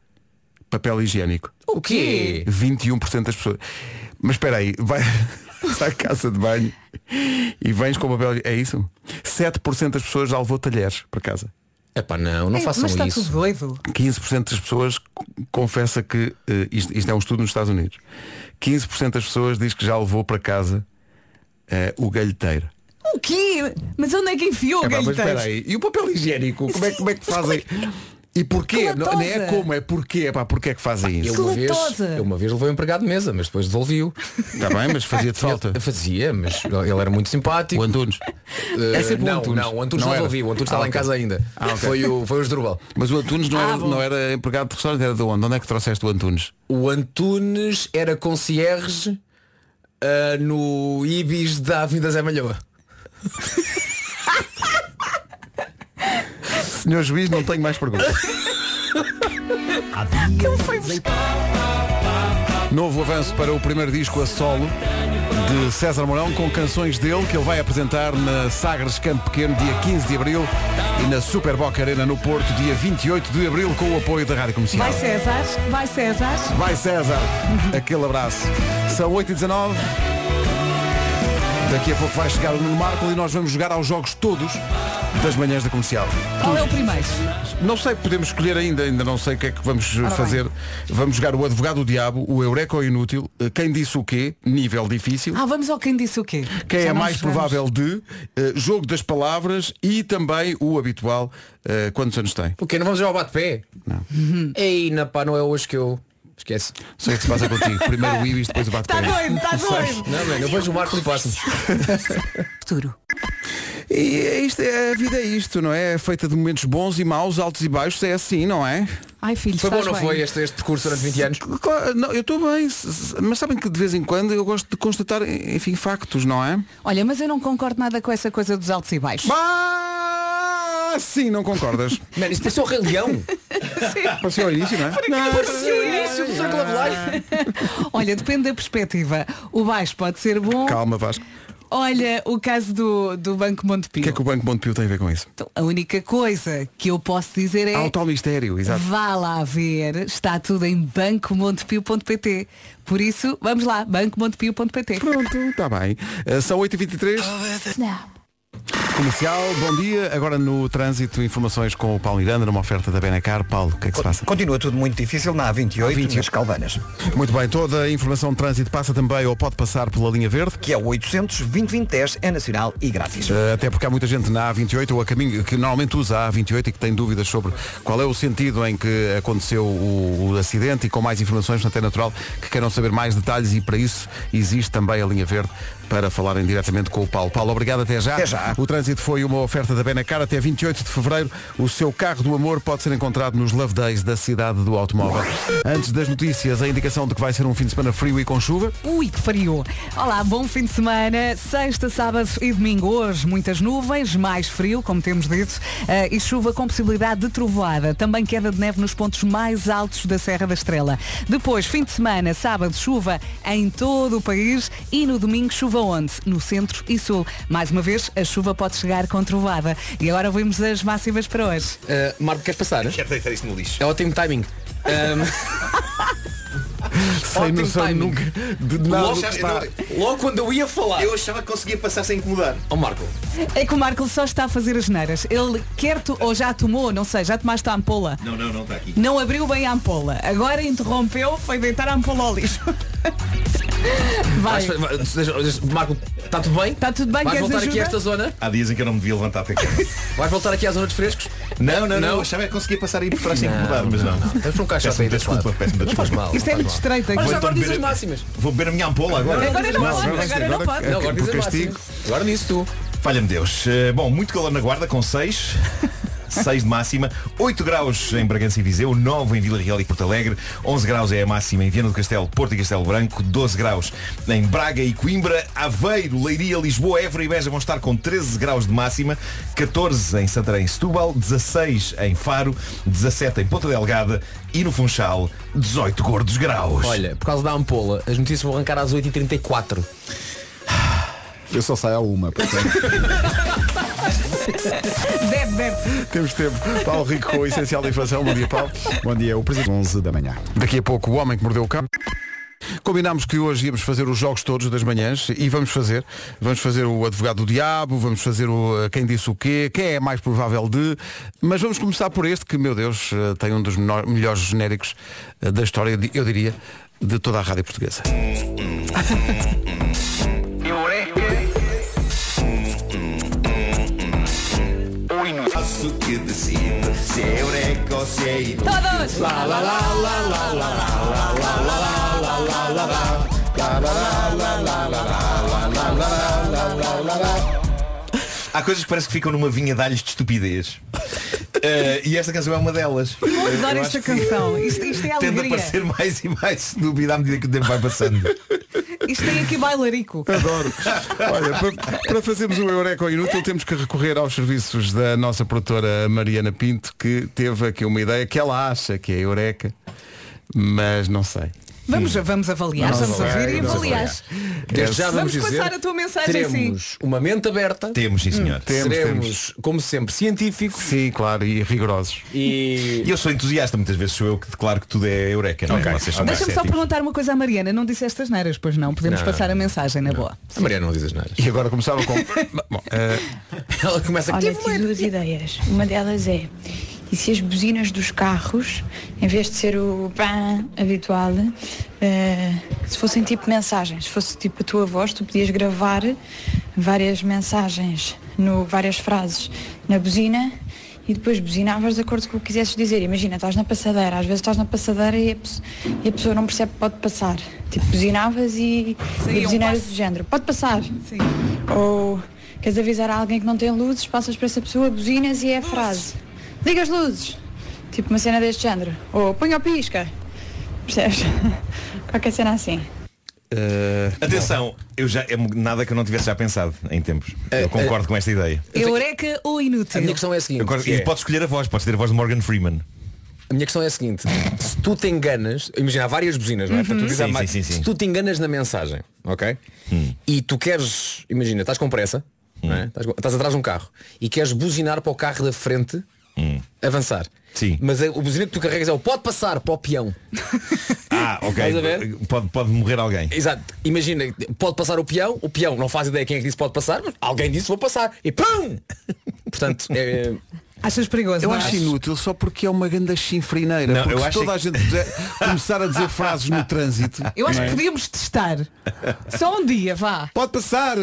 S2: papel higiênico.
S5: O quê?
S2: 21% das pessoas. Mas espera aí, vai vais à casa de banho e vens com papel. É isso? 7% das pessoas já levou talheres para casa.
S5: É pá, não, não
S4: Ei,
S5: façam
S4: Mas está
S5: isso.
S4: tudo doido.
S2: 15% das pessoas confessa que, eh, isto, isto é um estudo nos Estados Unidos, 15% das pessoas diz que já levou para casa eh, o galheteiro.
S4: O quê? Mas onde é que enfiou o
S2: Epá, mas espera
S4: galheteiro?
S2: aí, e o papel higiênico, como é, como é que
S4: Mas
S2: fazem? E porquê?
S4: Que
S2: Não, não é
S4: latosa.
S2: como, é porquê, epá, porquê é que fazem
S5: Eu
S2: isso?
S5: uma, vez,
S4: Latosa.
S5: eu uma vez levei um empregado de mesa, mas depois devolvi-o.
S2: Está Tá bem, é, mas fazia-te falta.
S5: Eu Fazia, mas ele era muito simpático.
S2: O Antunes.
S5: Eh,
S2: é sempre o
S5: não,
S2: Antunes.
S5: não, o Antunes
S2: Não
S5: não,
S2: era.
S5: devolvi, o Antunes está
S2: Ah,
S5: lá em
S2: ok.
S5: casa ainda. Foi o, foi o Asdrúbal.
S2: Mas o Antunes não,
S4: Ah,
S2: era,
S4: bom.
S2: não era empregado de restaurante, era de onde? Onde é que trouxeste o Antunes?
S5: O Antunes era concierge ah, no Ibis da Avenida Zé Malhoa.
S2: Senhor juiz, não tenho mais perguntas. Novo avanço para o primeiro disco a solo de César Mourão com canções dele que ele vai apresentar na Sagres Campo Pequeno dia 15 de Abril e na Super Boca Arena no Porto dia 28 de Abril com o apoio da Rádio Comercial.
S4: Vai César, vai César.
S2: Vai César, aquele abraço. São 8h19. Daqui a pouco vai chegar o Nuno Marco e nós vamos jogar aos jogos todos das manhãs da comercial.
S4: Qual é o primeiro?
S2: Não sei, podemos escolher ainda, ainda não sei o que é que vamos eh,
S4: Ora bem.
S2: fazer. Vamos jogar o advogado do diabo, o Eureka ou Inútil, eh, quem disse o quê, nível difícil,
S4: Ah, vamos ao quem disse o quê?
S2: quem
S4: Já
S2: é
S4: não
S2: mais
S4: chegamos.
S2: provável de, eh, jogo das palavras e também o habitual, eh, quantos anos tem?
S5: Porquê? Não vamos jogar ao bate-pé? Não. Ei, na pá, não é hoje que eu... Esquece.
S2: Sei o que se passa contigo. Primeiro o Ibis, depois o bate
S4: Está Tá doido, está doido.
S5: Não, mano, eu vejo o Marco e passo-me.
S4: Futuro.
S2: E é isto é, a vida é isto, não é? É feita de momentos bons e maus, altos e baixos, é assim, não é?
S4: Ai filho,
S5: Foi bom,
S4: estás
S5: não
S4: bem.
S5: foi este, este percurso durante 20 anos?
S2: Claro, não, eu estou bem, s- s- mas sabem que de vez em quando eu gosto de constatar, enfim, factos, não é?
S4: Olha, mas eu não concordo nada com essa coisa dos altos e baixos.
S2: Ah, sim, não concordas.
S5: Mano, isso pareceu o Rei Leão.
S2: Pareceu ao início, não é? Não,
S4: o início do Circle of Life. Olha, depende da perspectiva. O baixo pode ser bom.
S2: Calma, Vasco.
S4: Olha, o caso do, do Banco
S2: O
S4: Montepio.
S2: que é que o Banco Montepio tem a ver com isso?
S4: Então, A única coisa que eu posso dizer é
S2: Há o tal mistério, exato.
S4: vá lá ver, está tudo em bancomontepio.pt. Por isso, vamos lá, bancomontepio.pt.
S2: Pronto, está bem. Eh, São 8h23. Comercial, bom dia. Agora no trânsito, informações com o Paulo Miranda, numa oferta da Benacar. Paulo, o que é que se passa?
S3: Continua tudo muito difícil na A28 nas Calvanas,
S2: Muito bem, toda a informação de trânsito passa também ou pode passar pela linha verde.
S3: que é o 800 2010 é nacional e grátis.
S2: Eh, Até porque há muita gente na A28 ou a caminho que normalmente usa a A28 e que tem dúvidas sobre qual é o sentido em que aconteceu o, o acidente e com mais informações, portanto é natural que queiram saber mais detalhes e para isso existe também a linha verde para falarem diretamente com o Paulo. Paulo, obrigado até É já.
S3: Até já.
S2: O trânsito foi uma oferta da Benacar até 28 de fevereiro. O seu carro do amor pode ser encontrado nos Love Days da cidade do automóvel. Antes das notícias, a indicação de que vai ser um fim de semana frio e com chuva.
S4: Ui, que frio! Olá, bom fim de semana. Sexta, sábado e domingo hoje, muitas nuvens, mais frio, como temos dito, eh, e chuva com possibilidade de trovoada. Também queda de neve nos pontos mais altos da Serra da Estrela. Depois, fim de semana, sábado, chuva em todo o país e no domingo, chuva onde? No centro e sul. Mais uma vez, a chuva pode chegar com trovoada. E agora vimos as máximas para hoje.
S5: Ah, Marco, queres passar?
S9: Quero deitar isto no lixo.
S5: É ótimo timing. Um,
S2: Sem
S5: Ótimo
S2: noção
S5: timing.
S2: nunca de nada
S5: Logo,
S2: do que está.
S5: logo quando eu ia falar.
S9: Eu achava que conseguia passar sem incomodar.
S5: Oh Marco,
S4: É que o Marco só está a fazer as neiras. Ele quer tu ou já tomou, não sei, já tomaste a ampola.
S9: Não, não, não está aqui.
S4: Não abriu bem a ampola. Agora interrompeu, foi deitar a ampola ao lixo. Vai.
S5: vais- vai- deixa- deixa- Marco, está tudo bem?
S4: Está tudo bem?
S5: Vais
S4: Queres
S5: voltar aqui
S4: ajuda?
S5: a esta zona?
S9: Há dias em que eu não me devia levantar até cá.
S5: Vais voltar aqui à zona dos frescos?
S9: Não, não, não,
S5: Não.
S9: Eu achava que conseguia passar aí por trás sem incomodar, mas não.
S5: Estamos para um caixote
S9: Peço-me
S5: aí deste lado.
S9: desculpa, peço-me
S5: Não faz
S9: desculpa.
S5: mal.
S4: Isto é muito estreito.
S5: Mas
S9: Vou
S5: agora
S9: então
S5: diz as
S9: beber-
S5: máximas.
S9: Vou beber a minha ampola agora. é
S4: Agora não pode, agora não pode.
S5: Não, agora diz
S2: Por
S5: as
S2: castigo.
S5: máximas. Agora nisso tu.
S9: Falha-me Deus. Eh, Bom, muito calor na guarda com 6. 6 de máxima, 8 graus em Bragança e Viseu, 9 em Vila Real e Porto Alegre, 11 graus é a máxima em Viana do Castelo, Porto e Castelo Branco, 12 graus em Braga e Coimbra, Aveiro, Leiria, Lisboa, Évora e Beja vão estar com 13 graus de máxima, 14 em Santarém e Setúbal, 16 em Faro, 17 em Ponta Delgada e no Funchal, 18 gordos graus.
S5: Olha, por causa da ampola, as notícias vão arrancar às 8h34.
S7: Eu só saio a uma. portanto. é
S4: Deve, deve.
S2: Temos tempo. Paulo Rico com o Essencial da Inflação. Bom dia, Paulo.
S7: Bom dia, o presidente 11 da manhã.
S2: Daqui a pouco, o homem que mordeu o cão. Combinámos que hoje íamos fazer os jogos todos das manhãs e vamos fazer. Vamos fazer o advogado do diabo, vamos fazer o eh, quem disse o quê, quem é mais provável de. Mas vamos começar por este que, meu Deus, eh, tem um dos menor- melhores genéricos eh, da história, eu di- eu diria, de toda a rádio portuguesa.
S9: Faço que decida se é eureka ou se é ilusão.
S4: Todos!
S9: Há coisas que parece que ficam numa vinha de alhos de estupidez. Eh, e esta canção é uma delas. Eu
S4: Adoro
S9: acho
S4: esta
S9: que
S4: canção. Isto, isto é
S9: Tende a
S4: alegria.
S9: parecer mais e mais estúpida à medida que o tempo vai passando.
S4: Isto tem aqui bailarico.
S2: Adoro. Olha, para, para fazermos o Eureka ao Inútil temos que recorrer aos serviços da nossa produtora Mariana Pinto, que teve aqui uma ideia que ela acha que é Eureka, mas não sei.
S4: Vamos, vamos avaliar,
S7: Vamos
S4: vamos ouvir e
S7: avaliar, vamos
S4: avaliar.
S5: Desde já vamos,
S4: Vamos
S5: dizer,
S4: passar a tua mensagem
S5: teremos uma mente aberta,
S9: Temos, sim senhor.
S5: seremos, como sempre, científicos
S2: Sim, claro, e rigorosos.
S5: e
S9: E eu sou entusiasta, muitas vezes sou eu que declaro que tudo é eureka, não é? Vocês são mais
S4: Deixa-me só
S9: céticos.
S4: perguntar uma coisa à Mariana. Não disseste as neiras, pois não? Podemos passar a mensagem, na boa.
S5: A Maria não diz as neiras.
S2: E agora começava com. Bom, eh,
S5: Ela começa a
S10: Olha, tive duas ideias. Uma delas é, e se as buzinas dos carros, em vez de ser o pã habitual, eh, se fossem tipo mensagens, se fosse tipo a tua voz, tu podias gravar várias mensagens, no, várias frases na buzina e depois buzinavas de acordo com o que quisesses dizer. Imagina, estás na passadeira, às vezes estás na passadeira e a, pes- e a pessoa não percebe que pode passar. Tipo, buzinavas e,
S4: Sim,
S10: e
S4: um
S10: buzinavas
S4: passo.
S10: do género. Pode passar. Ou queres avisar a alguém que não tem luzes, passas para essa pessoa, buzinas e é a frase. Liga as luzes. Tipo uma cena deste género. Ou põe ou pisca. Percebes? Qualquer cena assim.
S9: Eh, Atenção, eu já, é nada que eu não tivesse já pensado em tempos. Eu concordo com esta ideia.
S4: Eureka ou
S5: Eh, A
S4: inútil?
S5: minha questão é a seguinte.
S9: Eu concordo-
S5: que é-
S9: E podes escolher a voz, podes ter a voz de Morgan Freeman.
S5: A minha questão é a seguinte, se tu te enganas, imagina, há várias buzinas, não é? Portanto, tu dizes,
S9: Uhum. Sim,
S5: ah, mas-
S9: sim, Hum. sim, sim.
S5: Se tu te enganas na mensagem, ok? E tu queres, imagina, estás com pressa, não
S9: Hum.
S5: é? estás, com- estás atrás de um carro e queres buzinar para o carro da frente avançar.
S9: Hum. Sim.
S5: Mas é- o buzina que tu carregas é o pode passar para o peão.
S9: Ah,
S5: Estás a ver?
S9: ok. Pode, pode morrer alguém.
S5: Exato. Imagina, pode passar o peão, o peão não faz ideia quem é que disse pode passar, mas alguém disse vou passar. E pum! Portanto, é,
S4: Achas perigoso?
S2: eu
S4: não
S2: acho
S4: achas?
S2: inútil só porque é uma grande chinfrineira.
S9: Não,
S2: porque
S9: eu
S2: se
S9: acho é
S2: toda a
S9: que-
S2: gente puder começar a dizer frases no trânsito.
S4: Eu
S9: é?
S4: acho que podíamos testar. Só um dia, vá.
S2: Pode passar!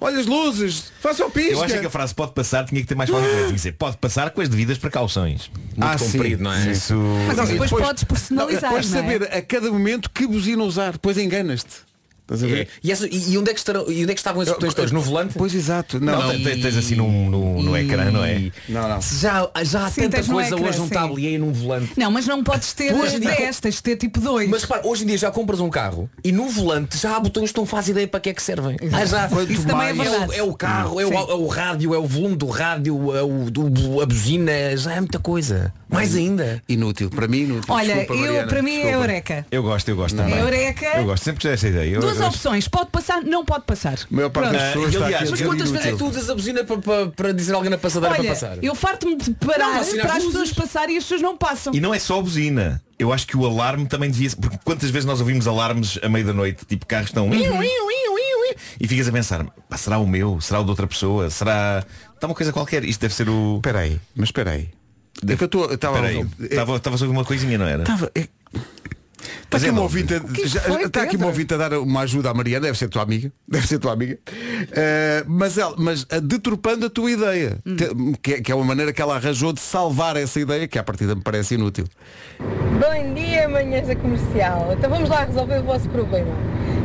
S2: Olha as luzes! Faça o pisca!
S9: Eu acho é que a frase pode passar tinha que ter mais qualquer coisa. Tinha que dizer pode passar com as devidas precauções.
S5: muito
S2: Ah, sim.
S5: comprido, não é?
S9: Isso.
S4: Mas
S2: Não,
S4: ó,
S2: e
S4: depois, podes personalizar.
S2: não, depois
S4: não é?
S2: saber a cada momento que buzina usar. Depois enganas-te. Estás a
S5: É.
S2: ver? Oh,
S5: E, essa- e- e onde é que estarão, e onde é que estavam esses botões todos? No volante?
S2: Pois exato. Não,
S9: Não,
S2: não.
S9: tens- tens assim num- no- no ecrã, não é?
S2: Não, não.
S5: Já, já há
S4: Sim,
S5: tanta
S4: tens no
S5: coisa
S4: ecrã,
S5: hoje num
S4: sim.
S5: tablier e num volante.
S4: Não, mas não podes ter
S5: Hoje em dia-
S4: 10, tens de ter tipo 2.
S5: Mas repara, hoje em dia já compras um carro e no volante já há botões que não faz ideia para que é que servem. Ah, já.
S2: Quanto
S4: Isso também é
S2: mais-
S5: É o,
S4: verdade.
S5: é o carro, é o,
S4: Sim.
S5: é o rádio, é o volume do rádio, é o, do- a buzina, já é muita coisa. Mais ainda.
S2: Inútil. Para mim, inútil.
S4: Olha,
S2: Desculpa,
S4: eu,
S2: Mariana.
S4: para mim é
S2: Desculpa.
S4: eureka.
S9: Eu gosto, eu gosto também.
S4: Eureka.
S9: Eu gosto, sempre gostei dessa ideia. Eu-
S4: Duas
S9: eu-
S4: opções, pode passar, não pode passar.
S2: A maior parte
S4: Pronto.
S2: das pessoas está aqui a
S9: aliás,
S5: Mas
S2: dizer
S5: quantas vezes é que
S2: inútil.
S5: tu usas a buzina para, para- para dizer alguém na passadeira para
S4: Olha,
S5: passar?
S4: eu farto-me de parar
S5: Não, assim,
S4: para as
S5: luzes.
S4: pessoas passarem e as pessoas não passam.
S9: E não é só a buzina. Eu acho que o alarme também devia ser. Porque quantas vezes nós ouvimos alarmes à meia da noite, tipo carros estão. "Iu, iu, iu, iu, iu", E ficas a pensar, "Pá, será o meu? Será o de outra pessoa? Será. Está uma coisa qualquer. Isto deve ser o.
S2: Espera aí, mas espera aí. É que eu estou- eu é- estava
S9: Espera aí.
S2: eu-
S9: Estava estava a ouvir uma coisinha, não era?
S2: Estava. é- Está
S9: Mas
S2: aqui,
S9: é
S2: uma
S9: novo.
S2: ouvinte, a-
S4: que
S2: já-
S4: foi,
S2: está aqui uma
S4: Pedro?
S2: ouvinte a dar uma ajuda à Mariana, deve ser tua amiga, deve ser tua amiga, Eh, mas, ela, mas a deturpando a tua ideia,
S4: Hum.
S2: te- que, é- que é uma maneira que ela arranjou de salvar essa ideia, que à partida me parece inútil.
S10: Bom dia, manhãs da comercial. Então vamos lá resolver o vosso problema.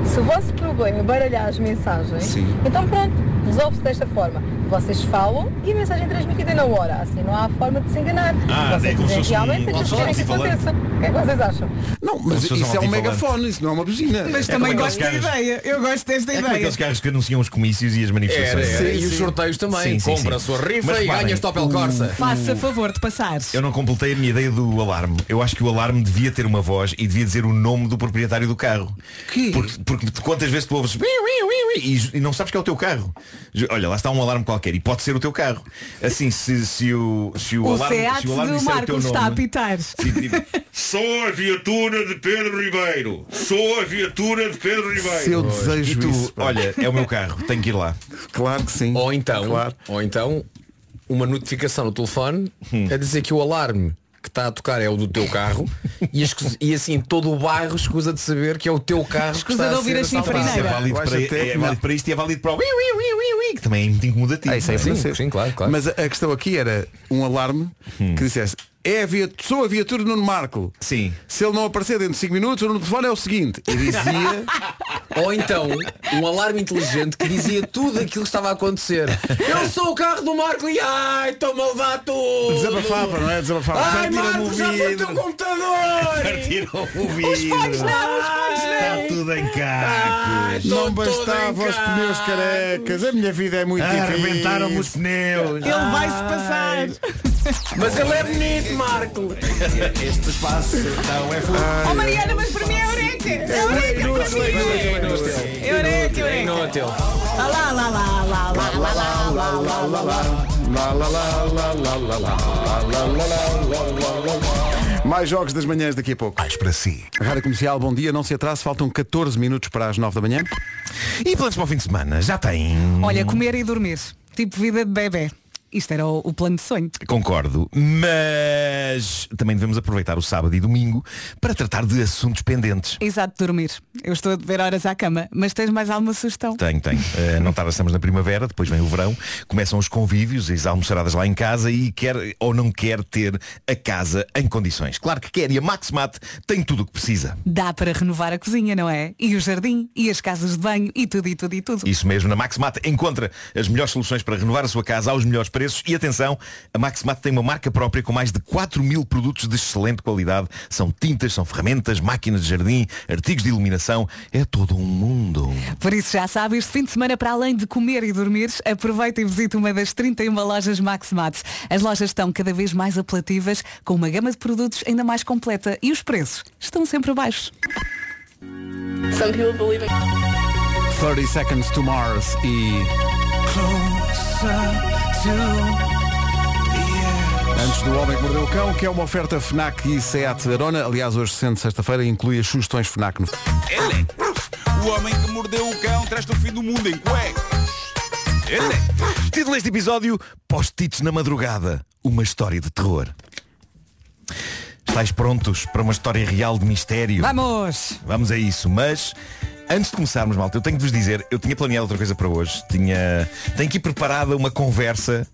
S10: Se o vosso problema baralhar as mensagens,
S2: Sim.
S10: então pronto, resolve-se desta forma. Vocês falam e a mensagem é transmitida na hora. Assim não há forma de se enganar.
S9: Ah, é
S10: vocês dizem
S9: como se fosse um
S10: realmente aquilo que querem que
S9: alto-falante.
S10: aconteça. O que é que vocês acham?
S2: Não, mas
S9: se fosse
S2: isso
S9: um
S2: é um
S9: altifalante.
S2: megafone, isso não é uma buzina.
S4: Mas
S9: É
S4: também
S9: como
S4: gosto da
S9: aqueles carros-
S4: ideia. Eu gosto desta
S9: É como
S4: ideia.
S9: aqueles carros que anunciam os comícios e as manifestações.
S2: era.
S5: e os sorteios também.
S9: Sim, sim,
S5: Compra a
S9: sim.
S5: sua rifa
S9: Mas
S5: e
S9: reparem,
S5: ganhas Topel Corsa.
S4: Uh, Faça favor de passar.
S9: Eu não completei a minha ideia do alarme. Eu acho que o alarme devia ter uma voz e devia dizer o nome do proprietário do carro.
S2: Que?
S9: Porque, porque tu- quantas vezes tu ouves "Iu, iu, iu, iu", e, e não sabes que é o teu carro. Ju- Olha, lá está um alarme qualquer e pode ser o teu carro. Assim, se, se o, se o,
S4: O
S9: alarme,
S4: SEAT
S9: se o alarme
S4: do
S9: disser o
S4: Marco
S9: teu
S4: está a
S9: nome.
S4: apitar.
S9: Sim, tipo, Sou a viatura de Pedro Ribeiro. Sou a viatura de Pedro Ribeiro.
S2: Se eu desejo
S9: e tu,
S2: isso, pá.
S9: olha, é o meu carro, tenho que ir lá.
S2: Claro que sim.
S5: Ou então,
S2: Claro.
S5: ou então uma notificação no telefone
S9: Hum.
S5: a dizer que o alarme que está a tocar é o do teu carro e, escu- e assim todo o bairro escusa de saber que é o teu carro que
S4: Escusa
S5: está
S4: de
S5: a
S4: ouvir
S5: ser
S4: a
S5: assaltado.
S9: Isso é
S4: Primeira.
S9: válido,
S2: Eu acho
S9: para,
S2: até
S9: é
S2: que
S9: válido
S2: não.
S9: para isto e é válido para o iu, iu, iu, iu, iu, que também é muito incomodativo.
S2: Ah, isso é
S9: não é?
S5: Sim,
S2: inaceitável.
S5: sim, claro, claro. Hum.
S2: Mas a, a questão aqui era um alarme que dissesse é a via, sou a viatura do Nuno Marco.
S9: Sim.
S2: Se ele não aparecer dentro de 5 minutos, o número de telefone é o seguinte. E dizia
S5: Ou então um alarme inteligente que dizia tudo aquilo que estava a acontecer. Eu sou o carro do Marco e ai, toma levar tudo.
S2: Desabafava, não é? Desabafava.
S5: Ai,
S2: Partiram-me
S5: Marco,
S2: o
S5: já foi o teu
S2: vidro.
S5: computador.
S9: Partiram o vidro.
S2: Ah,
S9: Está tudo em cacos.
S2: Não
S5: Tô todo
S2: bastava
S5: Ah, em
S2: os pneus
S5: casa.
S2: carecas. A minha vida é muito
S9: Ah,
S2: difícil.
S9: Arrebentaram-me os pneus.
S4: Ele vai-se passar.
S5: Mas ele é bonito, Marco.
S6: Este espaço não é futuro.
S11: Oh Mariana, mas para mim é Eureka! É Eureka para mim! Eureka, Eureka!
S5: Inútil.
S11: Lá,
S4: Ah,
S11: lá, lá, lá, lá, lá, lá, lá, lá, lá, lá, lá.
S2: Mais jogos das manhãs daqui a pouco. Mais para si. Rádio Comercial, bom dia. Não se atrase, faltam 14 minutos para as 9 da manhã.
S9: E planos para o fim de semana? Já tem.
S4: Olha, comer e dormir. Tipo vida de bebê. Isto era o, o plano de sonho.
S9: Concordo, mas também devemos aproveitar o sábado e domingo para tratar de assuntos pendentes.
S4: Exato, dormir. Eu estou a beber horas à cama, mas tens mais alguma sugestão?
S9: Tenho, tenho. Eh, não tarda, estamos na primavera, depois vem o verão, começam os convívios, as almoçaradas lá em casa e quer ou não quer ter a casa em condições. Claro que quer e a Maxmat tem tudo o que precisa.
S4: Dá para renovar a cozinha, não é? E o jardim, e as casas de banho, e tudo, e tudo, e tudo.
S9: Isso mesmo, na Maxmat encontra as melhores soluções para renovar a sua casa aos melhores preços e atenção, a Maxmat tem uma marca própria com mais de 4 mil produtos de excelente qualidade. São tintas, são ferramentas, máquinas de jardim, artigos de iluminação, é todo um mundo.
S4: Por isso já sabe, este fim de semana, para além de comer e dormir, aproveita e visita uma das 31 lojas Maximat. As lojas estão cada vez mais apelativas, com uma gama de produtos ainda mais completa e os preços estão sempre baixos.
S11: Some people believe in
S2: 30 Seconds to Mars e Antes do Homem que Mordeu o Cão, que é uma oferta FNAC e SEAT Arona. Aliás, hoje, sendo sexta-feira, inclui as sugestões FNAC. No...
S6: Ele, o homem que mordeu o cão traz-te o fim do mundo em cuecas. Ele.
S9: Título deste episódio, Post-its na madrugada, uma história de terror. Estais prontos para uma história real de mistério?
S4: Vamos!
S9: Vamos a isso, mas antes de começarmos, malta, eu tenho de vos dizer, eu tinha planeado outra coisa para hoje, tinha, tenho aqui preparada uma conversa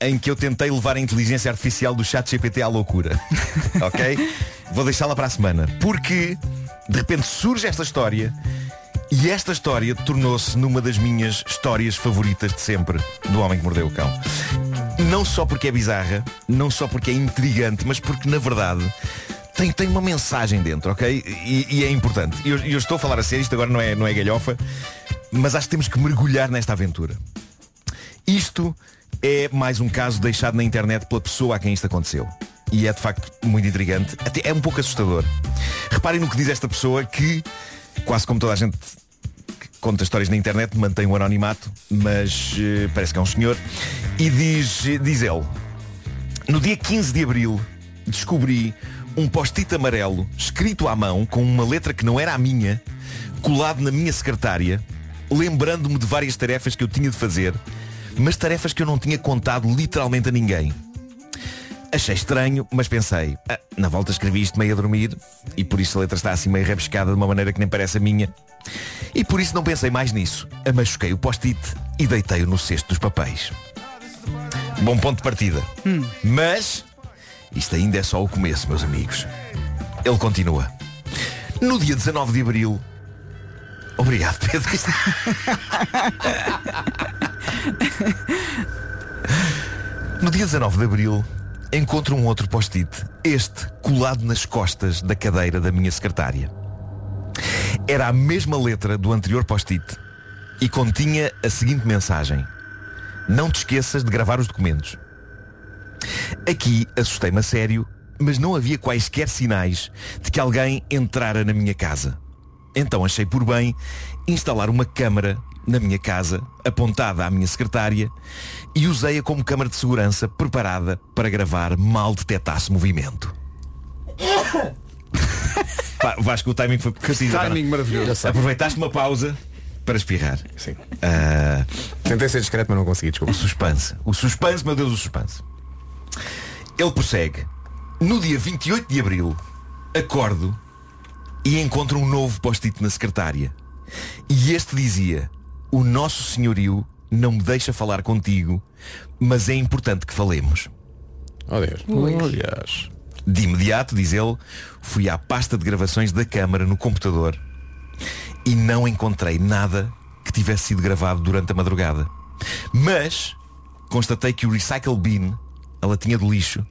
S9: em que eu tentei levar a inteligência artificial do chat GPT à loucura. ok? Vou deixá-la para a semana. Porque, de repente, surge esta história e esta história tornou-se numa das minhas histórias favoritas de sempre do Homem que Mordeu o Cão. Não só porque é bizarra, não só porque é intrigante, mas porque, na verdade, tem, tem uma mensagem dentro, ok? E, e é importante. E eu, e eu estou a falar a sério, isto agora não é, não é galhofa, mas acho que temos que mergulhar nesta aventura. Isto é mais um caso deixado na internet pela pessoa a quem isto aconteceu. E é de facto muito intrigante, até é um pouco assustador. Reparem no que diz esta pessoa que, quase como toda a gente que conta histórias na internet, mantém o anonimato, mas eh, parece que é um senhor, e diz, diz ele, no dia 15 de abril descobri um post-it amarelo escrito à mão com uma letra que não era a minha, colado na minha secretária, lembrando-me de várias tarefas que eu tinha de fazer, mas tarefas que eu não tinha contado literalmente a ninguém. Achei estranho, mas pensei, "Ah, na volta escrevi isto meio a dormir e por isso a letra está assim meio rabiscada de uma maneira que nem parece a minha. E por isso não pensei mais nisso. Amasquei o post-it e deitei-o no cesto dos papéis. Bom ponto de partida.
S2: Hum.
S9: Mas isto ainda é só o começo, meus amigos. Ele continua. No dia 19 de Abril. Obrigado, Pedro. que isto- no dia 19 de Abril, encontro um outro post-it. Este colado nas costas da cadeira da minha secretária. Era a mesma letra do anterior post-it e continha a seguinte mensagem. Não te esqueças de gravar os documentos. Aqui assustei-me a sério, mas não havia quaisquer sinais de que alguém entrara na minha casa. Então achei por bem instalar uma câmara na minha casa, apontada à minha secretária, e usei-a como câmara de segurança preparada para gravar mal detectasse movimento. Pá, Vasco, o timing foi preciso.
S2: timing maravilhoso.
S9: Aproveitaste uma pausa para espirrar.
S5: Sim.
S9: Ah,
S5: Tentei ser discreto, mas não consegui,
S9: o
S5: desculpa.
S9: suspense. O suspense, meu Deus, o suspense. Ele prossegue. No dia 28 de abril, acordo e encontro um novo post-it na secretária. E este dizia: O nosso senhorio não me deixa falar contigo, mas é importante que falemos.
S5: Oh Deus.
S2: Aliás.
S9: De imediato, diz ele, fui à pasta de gravações da câmara no computador e não encontrei nada que tivesse sido gravado durante a madrugada. Mas constatei que o recycle bin, a latinha de lixo,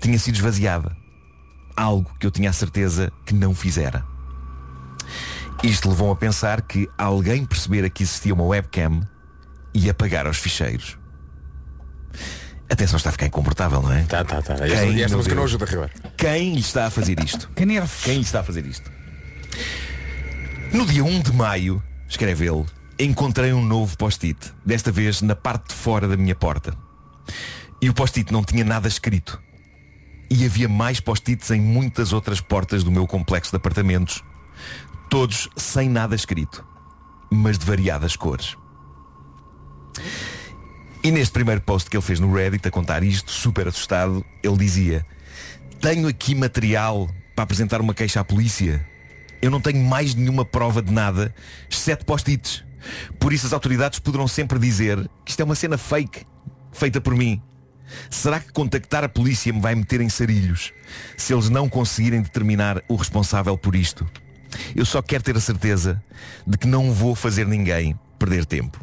S9: tinha sido esvaziada. Algo que eu tinha a certeza que não fizera. Isto levou a pensar que alguém percebera que existia uma webcam e apagara os ficheiros. Atenção, está a ficar incomportável, não é? Tá, tá, tá.
S12: Esta- esta música não ajuda, Ribeiro.
S9: Quem lhe está a fazer isto? que Quem lhe está a fazer isto? No dia 1 de maio, escreve ele, encontrei um novo post-it. Desta vez na parte de fora da minha porta. E o post-it não tinha nada escrito. E havia mais post-its em muitas outras portas do meu complexo de apartamentos. Todos sem nada escrito. Mas de variadas cores. E neste primeiro post que ele fez no Reddit a contar isto, super assustado, ele dizia Tenho aqui material para apresentar uma queixa à polícia. Eu não tenho mais nenhuma prova de nada, exceto post-its. Por isso as autoridades poderão sempre dizer que isto é uma cena fake, feita por mim. Será que contactar a polícia me vai meter em sarilhos se eles não conseguirem determinar o responsável por isto? Eu só quero ter a certeza de que não vou fazer ninguém perder tempo.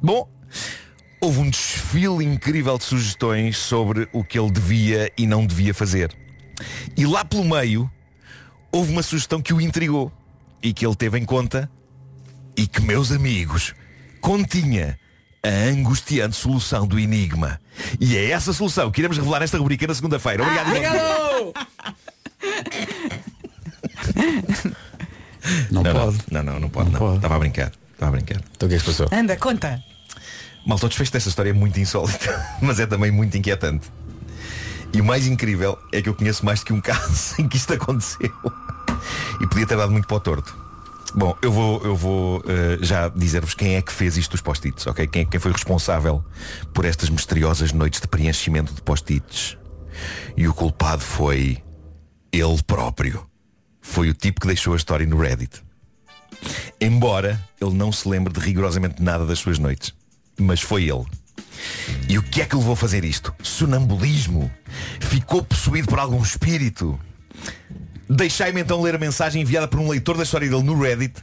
S9: Bom, houve um desfile incrível de sugestões sobre o que ele devia e não devia fazer. E lá pelo meio, houve uma sugestão que o intrigou e que ele teve em conta e que, meus amigos, continha a angustiante solução do enigma. E é essa solução que iremos revelar nesta rubrica na segunda-feira. Ah, Obrigado. Miguel.
S12: Ah,
S2: Não,
S9: pode. Não, não, não pode. Não Estava a brincar. Estava a brincar. Então o que é que passou?
S11: Anda, conta.
S9: Malta, o desfecho desta história é muito insólita, mas é também muito inquietante. E o mais incrível é que eu conheço mais do que um caso em que isto aconteceu. E podia ter dado muito para o torto. Bom, eu vou, eu vou eh, já dizer-vos quem é que fez isto dos post-its, ok? Quem, quem foi responsável por estas misteriosas noites de preenchimento de post-its. E o culpado foi ele próprio. Foi o tipo que deixou a história no Reddit. Embora ele não se lembre de rigorosamente nada das suas noites. Mas foi ele. E o que é que levou a fazer isto? Sonambulismo? Ficou possuído por algum espírito? Deixai-me então ler a mensagem enviada por um leitor da história dele no Reddit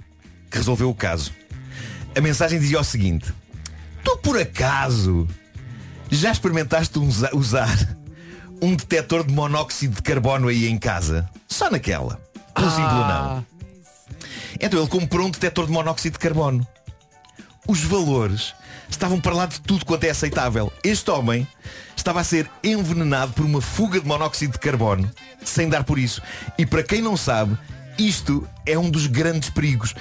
S9: que resolveu o caso. A mensagem dizia o seguinte: Tu por acaso já experimentaste uns- usar um detector de monóxido de carbono aí em casa? Só naquela. Pelo simples não. Então ele comprou um detector de monóxido de carbono. Os valores estavam para lá de tudo quanto é aceitável. Este homem estava a ser envenenado por uma fuga de monóxido de carbono, sem dar por isso. E para quem não sabe, isto é um dos grandes perigos.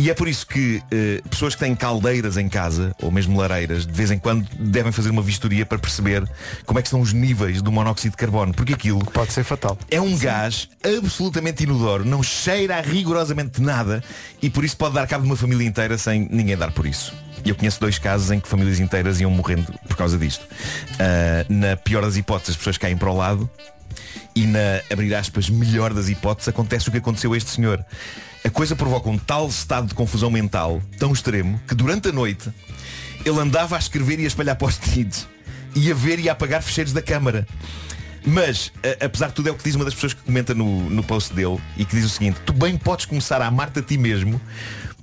S9: E é por isso que eh, pessoas que têm caldeiras em casa, ou mesmo lareiras, de vez em quando devem fazer uma vistoria para perceber como é que são os níveis do monóxido de carbono. Porque aquilo pode ser fatal. É um gás absolutamente inodoro, não cheira a rigorosamente nada e por isso pode dar cabo de uma família inteira sem ninguém dar por isso. E eu conheço dois casos em que famílias inteiras iam morrendo por causa disto. Ah, na pior das hipóteses, as pessoas caem para o lado e na, abrir aspas, melhor das hipóteses, acontece o que aconteceu a este senhor. A coisa provoca um tal estado de confusão mental, tão extremo, que durante a noite ele andava a escrever e a espalhar post-its e a ver e a apagar fecheiros da câmara. Mas, a- apesar de tudo, é o que diz uma das pessoas que comenta no, no post dele e que diz o seguinte, tu bem podes começar a amar-te a ti mesmo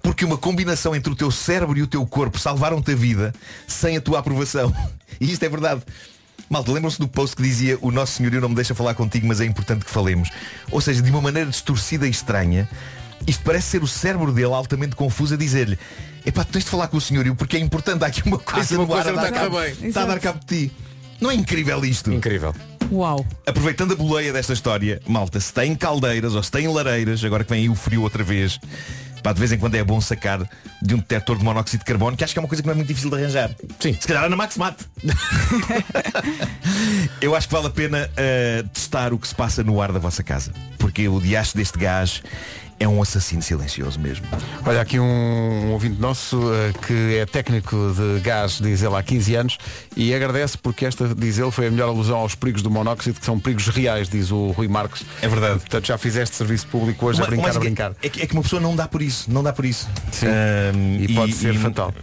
S9: porque uma combinação entre o teu cérebro e o teu corpo salvaram-te a vida sem a tua aprovação. E isto é verdade. Malta, lembram-se do post que dizia o nosso senhorio não me deixa falar contigo, mas é importante que falemos. Ou seja, de uma maneira distorcida e estranha, isto parece ser o cérebro dele altamente confuso a dizer-lhe Epá, tu tens de falar com o senhorio porque é importante, há aqui uma coisa,
S12: aqui uma
S9: no ar
S12: coisa
S9: a
S12: não
S9: dar
S12: está a
S9: cabo-
S12: correr bem."
S9: está a dar cabo de ti. Não é incrível isto? Incrível.
S4: Uau.
S9: Aproveitando a boleia desta história, malta, se tem caldeiras ou se tem lareiras, agora que vem aí o frio outra vez, pá, de vez em quando é bom sacar de um detector de monóxido de carbono, que acho que é uma coisa que não é muito difícil de arranjar. Sim. Se calhar a Ana Max mate. Eu acho que vale a pena uh, testar o que se passa no ar da vossa casa. Porque o diacho deste gás é um assassino silencioso mesmo.
S2: Olha, aqui um ouvinte nosso eh, que é técnico de gás, diz ele, há 15 anos e agradece porque esta, diz ele, foi a melhor alusão aos perigos do monóxido, que são perigos reais, diz o Rui Marques. É
S9: verdade.
S2: Portanto, já fizeste serviço público hoje
S9: Uma-
S2: a
S9: o
S2: brincar, a
S9: mais inque-
S2: brincar.
S9: É que, é que uma pessoa não dá por isso, não dá por isso.
S2: Sim.
S9: Ahm,
S2: E pode ser
S9: fatal.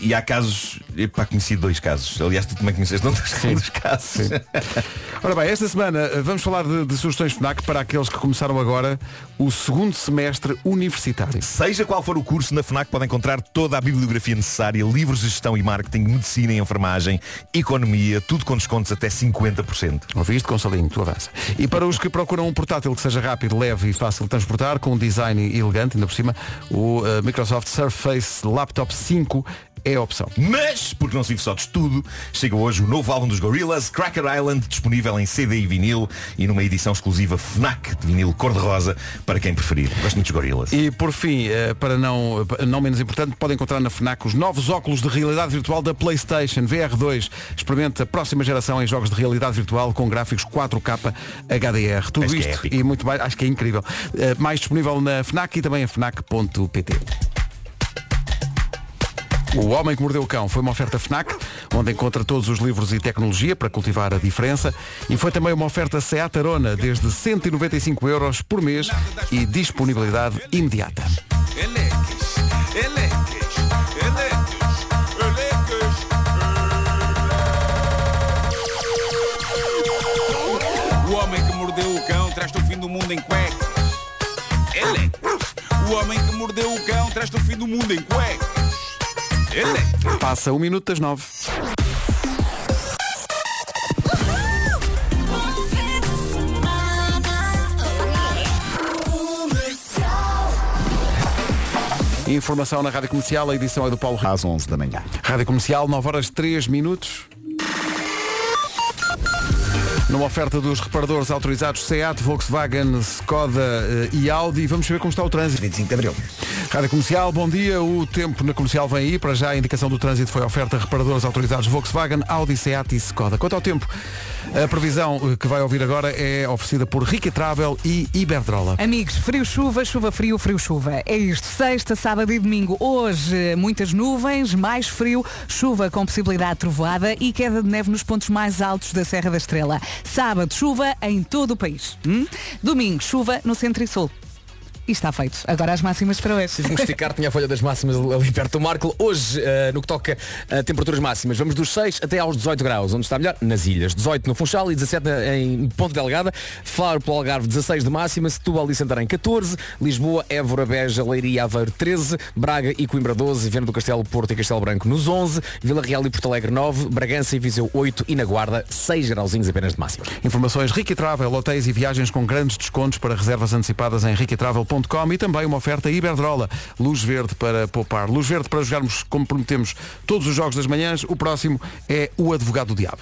S9: E há casos, epá, conheci dois casos. Aliás, tu também conheces um dos, um dos casos.
S2: Ora bem, esta semana eh, vamos falar de, de sugestões FNAC para aqueles que começaram agora o segundo semestre universitário.
S9: Seja qual for o curso, na FNAC pode encontrar toda a bibliografia necessária, livros de gestão e marketing, medicina e enfermagem, economia, tudo com descontos até 50%.
S2: Ouviste, Consolinho? Tu avança. E para os que procuram um portátil que seja rápido, leve e fácil de transportar, com um design elegante, ainda por cima, o eh, Microsoft Surface Laptop 5 é a opção.
S9: Mas, porque não se vive só de estudo, chega hoje o novo álbum dos Gorillaz, Cracker Island, disponível em CD e vinil e numa edição exclusiva FNAC de vinil cor-de-rosa para quem preferir. Gosto muito dos Gorillaz.
S2: E por fim, eh, para não, eh, não menos importante, podem encontrar na FNAC os novos óculos de realidade virtual da PlayStation VR2. Experimente a próxima geração em jogos de realidade virtual com gráficos 4K HDR. Tudo
S9: Acho que é
S2: isto e muito mais, acho que é incrível. Eh, Mais disponível na FNAC e também em FNAC.pt. O Homem que Mordeu o Cão foi uma oferta FNAC, onde encontra todos os livros e tecnologia para cultivar a diferença. E foi também uma oferta Seat Arona, desde 195 euros por mês e disponibilidade imediata.
S12: Eleques, eleques, eleques, eleques. O homem que mordeu o cão traz-te o fim do mundo em cuecas. Eleques. O homem que mordeu o cão traz-te o fim do mundo em cuecas. é. Eleques.
S2: Passa um minuto das nove. Informação na Rádio Comercial, a edição é do Paulo Às 11 da manhã. Rádio Comercial, 9 horas 3 minutos. Numa oferta dos reparadores autorizados SEAT, Volkswagen, Skoda eh, e Audi, vamos ver como está o trânsito.
S3: 25 de Abril.
S2: Rádio Comercial, bom dia. O tempo na comercial vem aí. Para já a indicação do trânsito foi a oferta a reparadores autorizados Volkswagen, Audi, SEAT e Skoda. Quanto ao tempo, a previsão eh, que vai ouvir agora é oferecida por Rica Travel e Iberdrola.
S4: Amigos, frio chuva, chuva frio, frio chuva. É isto. Sexta, sábado e domingo. Hoje, muitas nuvens, mais frio, chuva com possibilidade de trovoada e queda de neve nos pontos mais altos da Serra da Estrela. Sábado, chuva em todo o país. Hum? Domingo, chuva no centro e sul. E está feito. Agora as máximas para hoje.
S5: Vamos esticar, tinha a folha das máximas ali perto do Marco. Hoje, eh, no que toca a temperaturas máximas, vamos dos 6 até aos 18 graus. Onde está melhor? Nas ilhas. 18 no Funchal e 17 na- em Ponte Delgada. Faro pelo Algarve, 16 de máxima. Setúbal e Santarém, 14. Lisboa, Évora, Beja, Leiria e Aveiro, 13. Braga e Coimbra, 12. Viana do Castelo, Porto e Castelo Branco, nos 11. Vila Real e Porto Alegre, 9. Bragança e Viseu, 8. E na Guarda, 6 grauzinhos apenas de máxima.
S2: Informações Rica Travel, hotéis e viagens com grandes descontos para reservas antecipadas em ricatravel.com e também uma oferta Iberdrola, luz verde para poupar. Luz verde para jogarmos, como prometemos, todos os jogos das manhãs. O próximo é o Advogado do Diabo.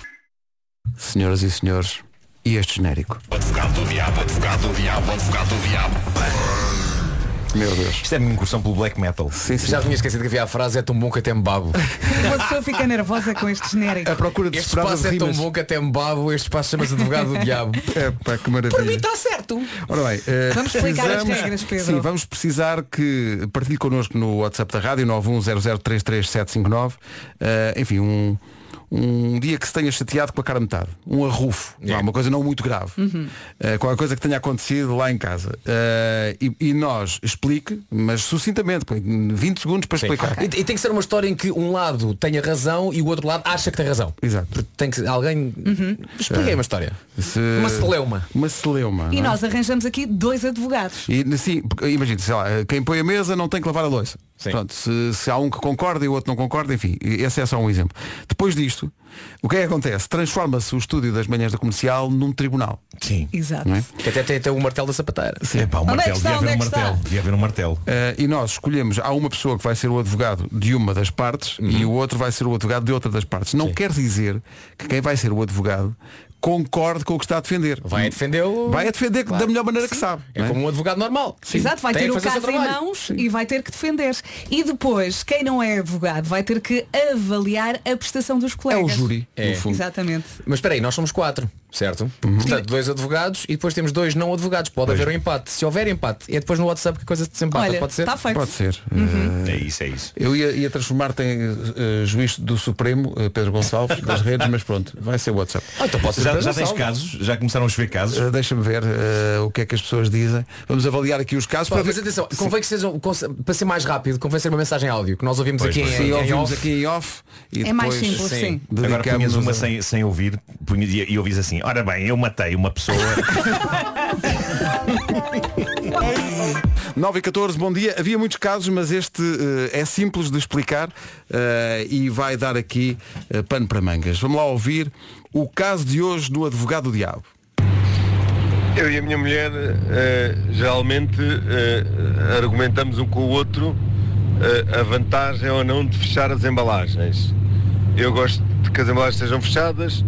S2: Senhoras e senhores, e este genérico.
S6: Advogado do diabo, advogado do diabo, advogado do diabo.
S2: Meu Deus.
S9: Isto é a minha incursão pelo black metal.
S2: Sim,
S5: Já tinha esquecido que havia a frase, é tão bom que até me babo.
S4: Uma pessoa fica nervosa com este genérico.
S5: Este espaço é tão bom que até me babo, este espaço chama-se advogado do diabo.
S2: É pá, que maravilha.
S4: está tá certo.
S2: Ora bem, eh,
S4: Vamos explicar as
S2: precisamos-
S4: regras, Pedro.
S2: Sim, vamos precisar que partilhe connosco no WhatsApp da rádio 910033759. eh, enfim, um, um dia que se tenha chateado com a cara a metade. Um arrufo. Vá, uma coisa não muito grave.
S12: Uhum.
S2: Uh, qualquer coisa que tenha acontecido lá em casa. Uh, e, e nós explique, mas sucintamente, com 20 segundos para explicar.
S5: E, e tem que ser uma história em que um lado tenha razão e o outro lado acha que tem razão.
S2: Exato. É.
S5: Porque tem que alguém.
S4: Uhum.
S5: Expliquei uma história.
S2: Se-
S5: Uma celeuma.
S2: Uma celeuma.
S4: E
S2: não é?
S4: nós arranjamos aqui dois advogados.
S2: E, sim, porque, imagina, sei lá, quem põe a mesa não tem que lavar a louça. Pronto, se, se há um que concorda e o outro não concorda, enfim, esse é só um exemplo. Depois disto, o que é que acontece? Transforma-se o estúdio das manhãs da comercial num tribunal.
S9: Sim.
S4: Exato.
S2: é?
S5: Que até tem até o martelo da sapateira.
S2: Sim.
S9: Epá, um
S2: Onde é que está? Onde
S9: martelo, devia haver um
S2: é que
S9: martelo.
S2: está?
S9: Devia haver um martelo.
S2: Eh, e nós escolhemos, há uma pessoa que vai ser o advogado de uma das partes e o
S5: Uhum.
S2: outro vai ser o advogado de outra das partes. Não quer dizer que quem vai ser o advogado concorde com o que está a defender. Vai
S5: defender o...
S2: Vai a defender da melhor maneira que sabe.
S5: É
S2: não
S5: como um advogado normal.
S4: Exato, vai
S5: Tem
S4: ter
S5: que
S4: o
S5: fazer seu
S4: caso em
S5: trabalho.
S4: mãos e vai ter que defender. E depois, quem não é advogado vai ter que avaliar a prestação dos colegas.
S5: júri, É. no fundo.
S4: Exatamente.
S5: Mas espera aí, nós somos quatro, certo?
S2: Uhum.
S5: Portanto, dois advogados e depois temos dois não advogados. Pode haver um empate. Se houver empate, é depois no WhatsApp que a coisa se desempata.
S4: Olha,
S5: Pode ser?
S4: tá feito. Uhum.
S2: Pode ser.
S9: É isso, é isso.
S2: Eu ia, ia transformar-te em eh, juiz do Supremo, eh, Pedro Gonçalves, das redes, mas pronto, vai ser WhatsApp.
S5: Ah, então
S9: já, já tens casos? Já começaram a chover casos?
S2: Eh, Deixa-me ver eh, o que é que as pessoas dizem. Vamos avaliar aqui os casos
S5: Pá,
S2: para
S5: mas
S2: ver-
S5: atenção,
S2: Sim.
S5: convém que sejam, conse- para ser mais rápido, convém ser uma mensagem áudio, que nós ouvimos
S9: Pois,
S5: aqui
S9: pois.
S5: em,
S9: Sim,
S5: em
S9: ouvimos
S5: off.
S2: aqui em off
S9: e
S4: É mais depois- simples, sim.
S9: Agora punhas
S2: Dedicámos-nos
S9: uma
S2: a-
S9: sem, sem ouvir punhas, e, e ouvis assim, ora bem, eu matei uma pessoa.
S2: 9 e 14, bom dia. Havia muitos casos, mas este eh, é simples de explicar eh, e vai dar aqui eh, pano para mangas. Vamos lá ouvir o caso de hoje do advogado do diabo.
S13: Eu e a minha mulher eh, geralmente eh, argumentamos um com o outro eh, a vantagem ou não de fechar as embalagens. Eu gosto de que as embalagens sejam fechadas.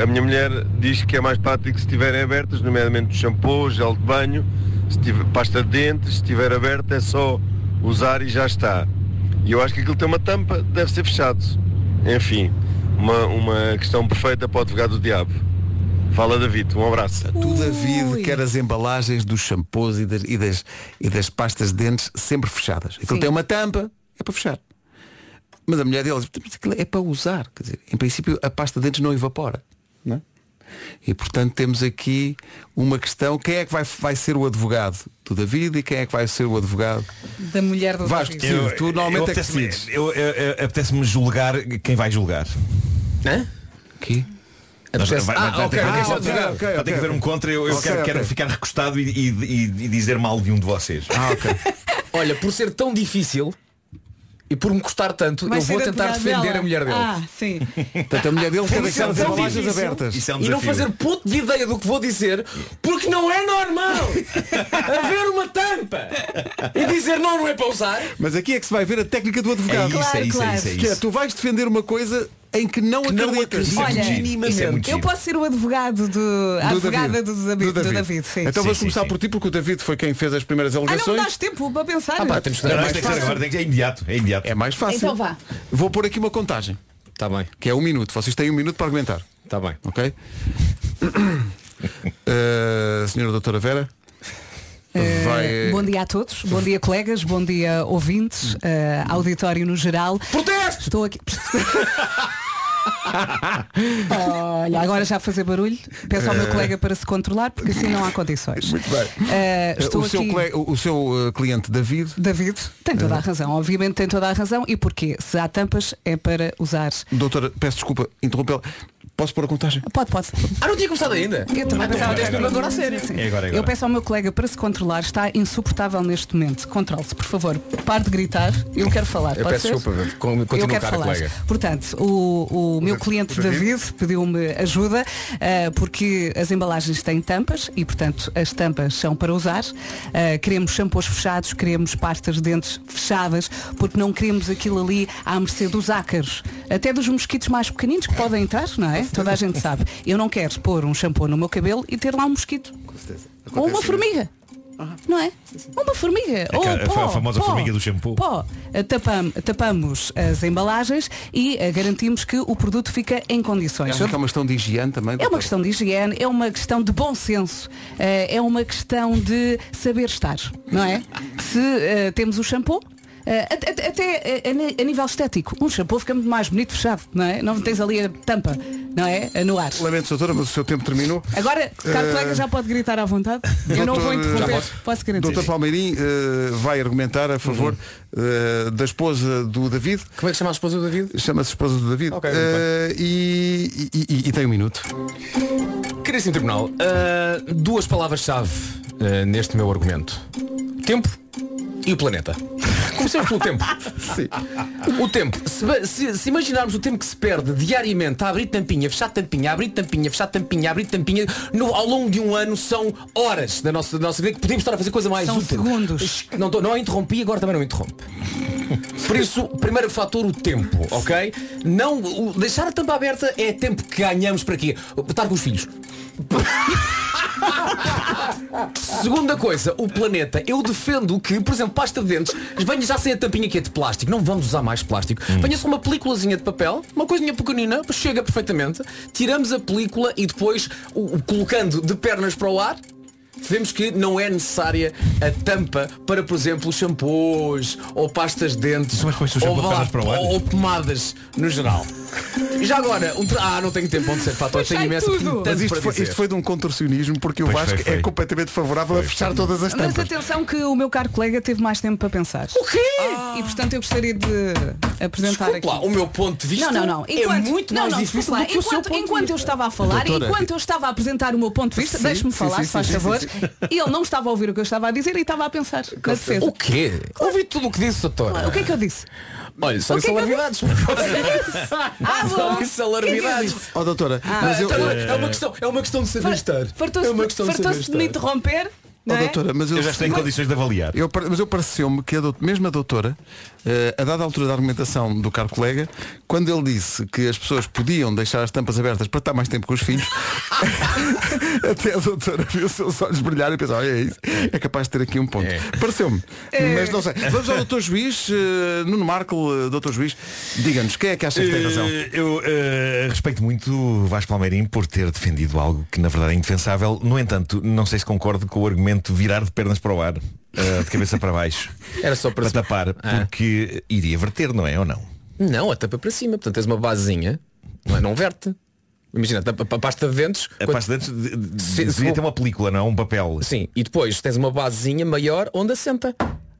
S13: A minha mulher diz que é mais prático se estiverem abertas, nomeadamente o shampoo, gel de banho, se tiver, pasta de dentes, se estiver aberta é só usar e já está. E eu acho que aquilo tem uma tampa, deve ser fechado. Enfim, uma, uma questão perfeita para o advogado do diabo. Fala David, um abraço.
S2: Tu, David, quer as embalagens dos shampoos e das, e das, e das pastas de dentes sempre fechadas. Aquilo tem uma tampa, é para fechar. Mas a mulher dele diz, "Mas aquilo é para usar. Quer dizer, em princípio, a pasta de dentes não evapora. Não é? E, portanto, temos aqui uma questão. Quem é que vai, vai ser o advogado do David e quem é que vai ser o advogado?
S4: da mulher do
S2: Vasco,
S4: David.
S2: decide. Tu normalmente é que
S9: apetece-me-
S2: decides.
S9: eu- eu- eu- Apetece-me julgar quem vai julgar.
S5: Hã?
S2: Que?
S9: Nós- vai-
S5: Apetece-
S9: vai-
S5: Ah,
S9: vai ter que
S5: ok,
S9: haver- um vai
S5: ah, ok,
S9: ter que haver-
S5: ok,
S9: vai ter
S5: ok,
S9: que haver um
S5: ok.
S9: contra, eu, eu
S5: Ok,
S9: quero, quero
S5: ok.
S9: ficar recostado e, e- e- e dizer mal de um de vocês.
S5: Olha, por ser tão difícil e por me custar tanto,
S4: Vai
S5: eu vou
S4: ser
S5: tentar
S4: advogado
S5: defender
S4: dela.
S5: a mulher dele.
S4: Ah, sim.
S2: Portanto, a mulher dele quer
S5: Por
S2: deixar
S5: ser
S2: as
S5: tão
S2: embalagens
S5: difícil
S2: abertas.
S9: é um
S5: e não fazer puto de ideia do que vou dizer, porque não é normal haver uma tampa e dizer não, não é para usar.
S2: Mas aqui é que se vai ver a técnica do advogado.
S5: É isso, é Claro, isso, é claro. isso, é
S2: Que é,
S5: isso.
S2: tu vais defender uma coisa em que não
S5: não
S2: acreditas.
S4: Olha, eu posso ser o advogado do. A
S2: Do
S4: advogada do David, do David. sim.
S2: Então vamos
S4: Sim, sim,
S2: começar por ti, porque o David foi quem fez as primeiras
S4: Ah, não me
S2: alegações.
S4: dás tempo para pensar.
S2: Ah, pá, temos que dar
S9: Não,
S2: mais
S9: isto tem que ser
S2: fácil.
S9: agora, tem que- é imediato, é imediato.
S2: É mais fácil.
S4: Então vá.
S2: Vou pôr aqui uma contagem.
S5: Está Tá bem.
S2: Que é um minuto. Vocês têm um minuto para argumentar.
S5: Está bem.
S2: Ok? uh, senhora doutora Vera.
S4: Eh,
S2: Vai.
S4: Bom dia a todos, bom dia colegas, bom dia ouvintes, eh, auditório no geral.
S5: Protesto!
S4: Estou aqui. Olha, agora já a fazer barulho. Peço ao meu
S2: Eh.
S4: colega para se controlar porque assim não há condições.
S2: Muito bem.
S4: Eh, estou
S2: o, seu
S4: aqui-
S2: colega- o seu uh, cliente David.
S4: David. Tem toda a
S2: É.
S4: razão, obviamente tem toda a razão. E porquê? Se há tampas é para usar.
S2: Doutora, peço desculpa, interrompê-la. Posso pôr a contagem?
S4: Pode, pode.
S5: Ah, não tinha começado ainda?
S4: Eu também
S5: Ah,
S4: pensava
S5: então,
S4: que
S5: é agora.
S4: agora a sério.
S5: É agora, é agora.
S4: Eu peço ao meu colega para se controlar, está insuportável neste momento. Controle-se, por favor. Pare de gritar, eu quero falar.
S5: Eu
S4: Pode
S5: peço
S4: ser?
S5: desculpa, con- continua,
S4: eu quero
S5: cara,
S4: falar.
S5: colega.
S4: Portanto, o, o meu cliente
S5: David?
S4: David pediu-me ajuda eh, porque as embalagens têm tampas e, portanto, as tampas são para usar. Eh, queremos shampoos fechados, queremos pastas de dentes fechadas, porque não queremos aquilo ali à mercê dos ácaros. Até dos mosquitos mais pequeninos que podem entrar, não é? Toda a gente sabe. Eu não quero pôr um shampoo no meu cabelo e ter lá um mosquito. Ou uma
S11: Acontece
S4: formiga. Não é? Uma formiga.
S9: né? É
S4: Ou
S9: aquela- a
S4: pó,
S9: fa- a famosa
S4: pó,
S9: formiga do shampoo.
S4: Pó. Uh, tapam- tapamos as embalagens e uh, garantimos que o produto fica em condições.
S2: Acho que é uma questão de higiene também.
S4: É uma
S2: doutora?
S4: questão de higiene, é uma questão de bom senso, uh, é uma questão de saber estar, não é? Se uh, temos o shampoo, uh, at- at- até uh, a ni- a nível estético, um shampoo fica muito mais bonito fechado, não é? Não tens ali a tampa, não é? A No ar.
S2: Lamento, doutora, mas o seu tempo terminou.
S4: Agora, caro
S2: Eh,
S4: colega, já pode gritar à vontade. Eu não vou
S2: Doutor,
S4: interromper.
S2: já posso?
S4: Posso garantir.
S2: Doutor Palmeirim eh, vai argumentar a favor eh, da esposa do David.
S5: Uhum. Como é que chama a esposa do David?
S2: Chama-se esposa do David.
S5: Ok, muito Então,
S2: Eh, e, e- e- e tem um minuto.
S5: Caríssimo Tribunal, ah, duas palavras-chave ah, neste meu argumento. Tempo e o planeta. Comecemos pelo tempo. O tempo. Se, ba- se- se imaginarmos o tempo que se perde diariamente a abrir tampinha, fechar tampinha, abrir tampinha, fechar tampinha, abrir tampinha, no- ao longo de um ano são horas da nossa, da nossa vida que podemos estar a fazer coisa mais
S4: São
S5: útil.
S4: segundos.
S5: Não, tô- não a interrompi e agora também não interrompe. Por isso, primeiro fator, o tempo, ok? Não, o- deixar a tampa aberta é tempo que ganhamos para quê? Estar com os filhos. Segunda coisa, o planeta. Eu defendo que, por exemplo, pasta de dentes, venha já sem a tampinha que é de plástico. Não vamos usar mais plástico.
S9: Hum.
S5: Venha só uma películazinha de papel, uma coisinha pequenina, chega perfeitamente. Tiramos a película e depois, o- o colocando de pernas para o ar, vemos que não é necessária a tampa para, por exemplo, shampoos ou pastas de dentes
S9: pões o shampoo
S5: ou,
S9: de
S5: vá lá,
S9: pernas para o ar?
S5: ou- ou pomadas no geral. Já agora, um tra- ah, não tenho tempo onde ser fator, tenho imenso tenho tanto
S2: Mas isto
S5: para
S2: foi,
S5: dizer.
S2: isto foi de um contorcionismo porque o
S5: Pois
S2: Vasco
S5: foi, foi.
S2: é completamente favorável a fechar todas as
S4: Mas
S2: tampas.
S4: atenção que o meu caro colega teve mais tempo para pensar. O
S5: quê?
S4: E portanto eu gostaria de apresentar
S5: Desculpe
S4: aqui.
S5: lá, o meu ponto de vista
S4: não, não, não.
S5: é muito
S4: não,
S5: mais
S4: não,
S5: difícil
S4: desculpe lá.
S5: do que o seu
S4: Enquanto-
S5: ponto de
S4: Enquanto eu
S5: vista.
S4: estava a falar,
S5: Doutora.
S4: enquanto eu estava a apresentar o meu ponto de vista,
S5: Sim,
S4: deixe-me
S5: sim,
S4: falar,
S5: sim,
S4: se faz
S5: sim, sim,
S4: favor,
S5: sim,
S4: ele não estava a ouvir o que eu estava a dizer e estava a pensar na defesa.
S5: O quê? Ouvi tudo o que disse, doutora.
S4: O que é que eu disse?
S5: Olha, só
S4: O
S5: disse
S4: que é que eu
S5: alarvidades.
S4: Ah,
S5: Só
S4: bom.
S5: disse
S2: é
S4: Quem
S5: alarvidades.
S4: disse?
S2: Ó Oh, doutora,
S4: Ah,
S5: mas eu,
S4: então
S5: é, uma questão, é uma questão de saber estar.
S4: Fartou-se
S5: é uma questão de saber
S4: fartou-se de me
S5: estar.
S4: interromper
S11: Não
S2: Ó,
S11: é?
S2: Oh, doutora, mas eu,
S9: Eu já estou em condições de avaliar.
S2: Eu par- mas eu pareceu-me que a dout- mesmo a doutora, eh, a dada altura da argumentação do caro colega, quando ele disse que as pessoas podiam deixar as tampas abertas para estar mais tempo com os filhos, até a doutora viu os seus olhos brilhar e pensou, olha é isso, é capaz de ter aqui um ponto. Pareceu-me.
S6: É.
S2: Mas não sei. Vamos ao doutor juiz, eh, Nuno Marco, eh, doutor juiz, diga-nos, quem é que acha que tem razão?
S9: Eh, Eu eh, respeito muito o Vasco Palmeirim por ter defendido algo que na verdade é indefensável. No entanto, não sei se concordo com o argumento de virar de pernas para o ar, eh, de cabeça para baixo.
S5: Era só para, Ah.
S9: tapar, porque iria verter, não é ou não?
S5: Não, a tampa é para cima, portanto tens uma basezinha, não, é? não verte. Imagina, a tampa- a pasta de dentes.
S9: A
S5: quando-
S9: pasta de dentes de- de-
S5: Se- se
S9: devia
S5: for-
S9: ter uma película, não? Um papel.
S5: Sim, e depois tens uma basezinha maior onde assenta.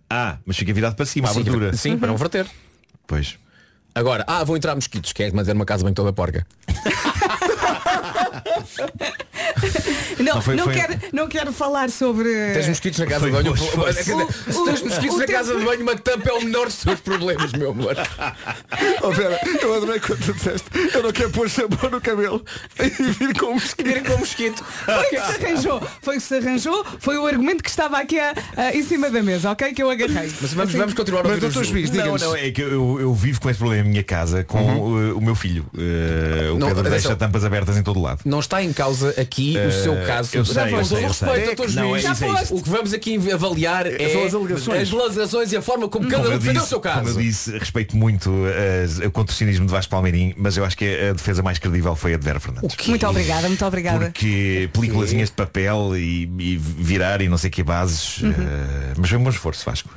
S9: Ah, mas fica virado para cima, a
S5: sim,
S9: abertura.
S5: Sim,
S4: Uhum.
S5: para não verter.
S9: Pois.
S5: Agora, ah, vão entrar mosquitos, que é manter uma casa bem toda porca.
S11: Não,
S5: Não, foi-
S11: não,
S5: foi-
S11: quero, não quero falar sobre.
S5: Tens mosquitos na casa
S11: Foi
S5: de banho.
S11: hoje,
S5: pô-
S11: foi.
S5: Se tens
S11: O-
S5: mosquitos
S11: o
S5: na
S11: tempo-
S5: casa de banho, uma tampa é o menor dos teus problemas, meu amor.
S2: Oh, Vera, eu adorei quando tu disseste, eu não quero pôr sabão no cabelo e vir com um mosquito.
S5: Vir com um mosquito.
S11: Foi o que se arranjou. Foi o que se arranjou. Foi o argumento que estava aqui a- a- em cima da mesa, ok? Que eu agarrei. Assim-
S9: Não, não, é que eu, eu vivo com esse problema em minha casa com uh, o, meu filho. Uh, o
S5: Não,
S9: Pedro
S5: atenção.
S9: deixa tampas abertas em todo lado.
S5: Não está em causa aqui
S9: Eh,
S5: o seu caso.
S9: eu sei,
S5: Já
S9: eu
S5: vamos,
S9: sei,
S5: todo
S9: eu
S5: respeito
S9: sei.
S5: a todos
S9: Não, é
S5: nós.
S9: isso, é isso.
S5: O que vamos aqui avaliar é
S9: São as alegações.
S5: as alegações e a forma como cada um
S9: eu
S5: defendeu
S9: disse,
S5: o seu
S9: como eu
S5: caso.
S9: disse, respeito muito uh, o contorcionismo de Vasco Palmeirim, mas eu acho que a defesa mais credível foi a de Vera Fernandes.
S4: Muito obrigada, muito obrigada.
S9: Que peliculazinhas de papel e, e virar e não sei que bases.
S4: Uhum.
S9: eh, mas foi um bom esforço, Vasco.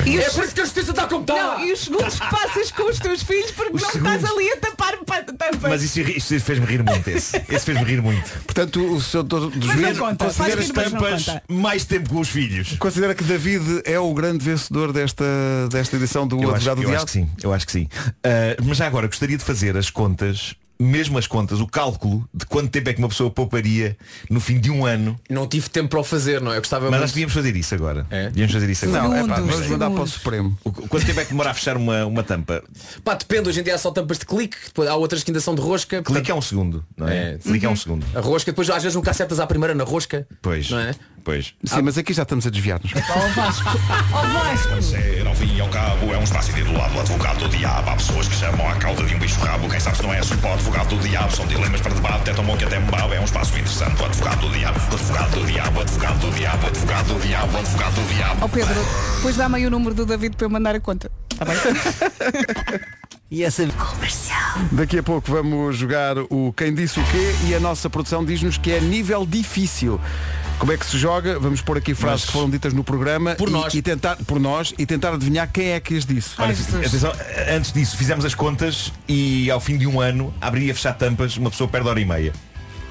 S11: É
S5: por isso que a justiça está como está.
S11: Não, e os segundos que passas com os teus filhos porque não estás ali a tapar pa- tampas.
S9: Mas isso, é- isso fez-me rir muito esse. Esse fez-me rir muito.
S2: Portanto, o seu doutor dos
S9: Mas não
S2: juízes
S9: conta, faz rir, mas não conta. mais tempo com os filhos.
S2: Considera que David é o grande vencedor desta, desta edição do
S9: Eu acho,
S2: Advogado do
S9: eu
S2: Diabo?
S9: acho que sim, eu acho que sim. Ah, mas já agora gostaria de fazer as contas, mesmo as contas, o cálculo de quanto tempo é que uma pessoa pouparia no fim de um ano.
S5: Não tive tempo para o fazer, não é? Eu
S9: Mas
S5: gostava muito- É.
S9: acho que devíamos fazer isso agora. Devíamos fazer isso agora.
S5: Não,
S9: É
S5: vamos
S9: sei.
S5: mandar para o
S2: Supremo.
S9: O- Quanto tempo é que demora a fechar uma, uma tampa?
S5: Pá, depende, hoje em dia há só tampas de clique, depois há outras que ainda são de rosca.
S9: Clique é um segundo, não é?
S5: É.
S9: Clique é um segundo.
S5: A rosca, depois às vezes nunca acertas à primeira na rosca.
S9: Pois.
S5: Não é?
S9: Pois.
S2: Sim, mas aqui já estamos a desviar-nos.
S14: Ser, ao fim e ao cabo, é um espaço intitulado Advogado do Diabo. Há pessoas que chamam à cauda de um bicho rabo. Quem sabe se não é só o Advogado do Diabo. São dilemas para debate, é tão bom que até me babo. É um espaço interessante. O Advogado do Diabo, Advogado do Diabo, Advogado do Diabo, Advogado do Diabo, Advogado do Diabo.
S4: Ó Pedro, depois dá-me aí o número do David para eu mandar a conta.
S11: tá
S4: Está bem?
S2: E essa comercial. Daqui a pouco vamos jogar o Quem Disse o Quê e a nossa produção diz-nos que é nível difícil. Como é que se joga? Vamos pôr aqui frases que foram ditas no programa por e, nós. E tentar, por nós e tentar adivinhar quem é que as disse.
S9: Olha, atenção, antes disso, fizemos as contas e ao fim de um ano, a abrir e a fechar tampas, uma pessoa perde hora e meia.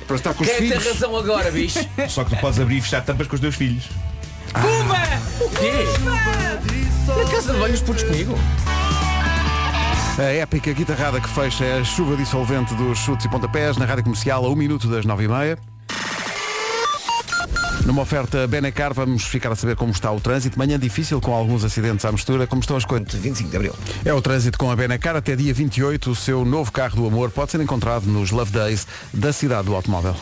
S2: Para estar
S5: Quem é que tem razão agora, bicho?
S9: Só que tu podes abrir e fechar tampas com os teus filhos. Ah,
S11: Pumba!
S5: O quê? Na casa de banho os putos comigo.
S2: A épica guitarrada que fecha a chuva dissolvente dos chutes e pontapés na rádio comercial a 1 minuto das 9h30. Numa oferta Benacar, vamos ficar a saber como está o trânsito. Manhã difícil com alguns acidentes à mistura. Como estão as coisas?
S3: 25 de abril.
S2: É o trânsito com a Benacar até dia 28. O seu novo carro do amor pode ser encontrado nos Love Days da cidade do automóvel.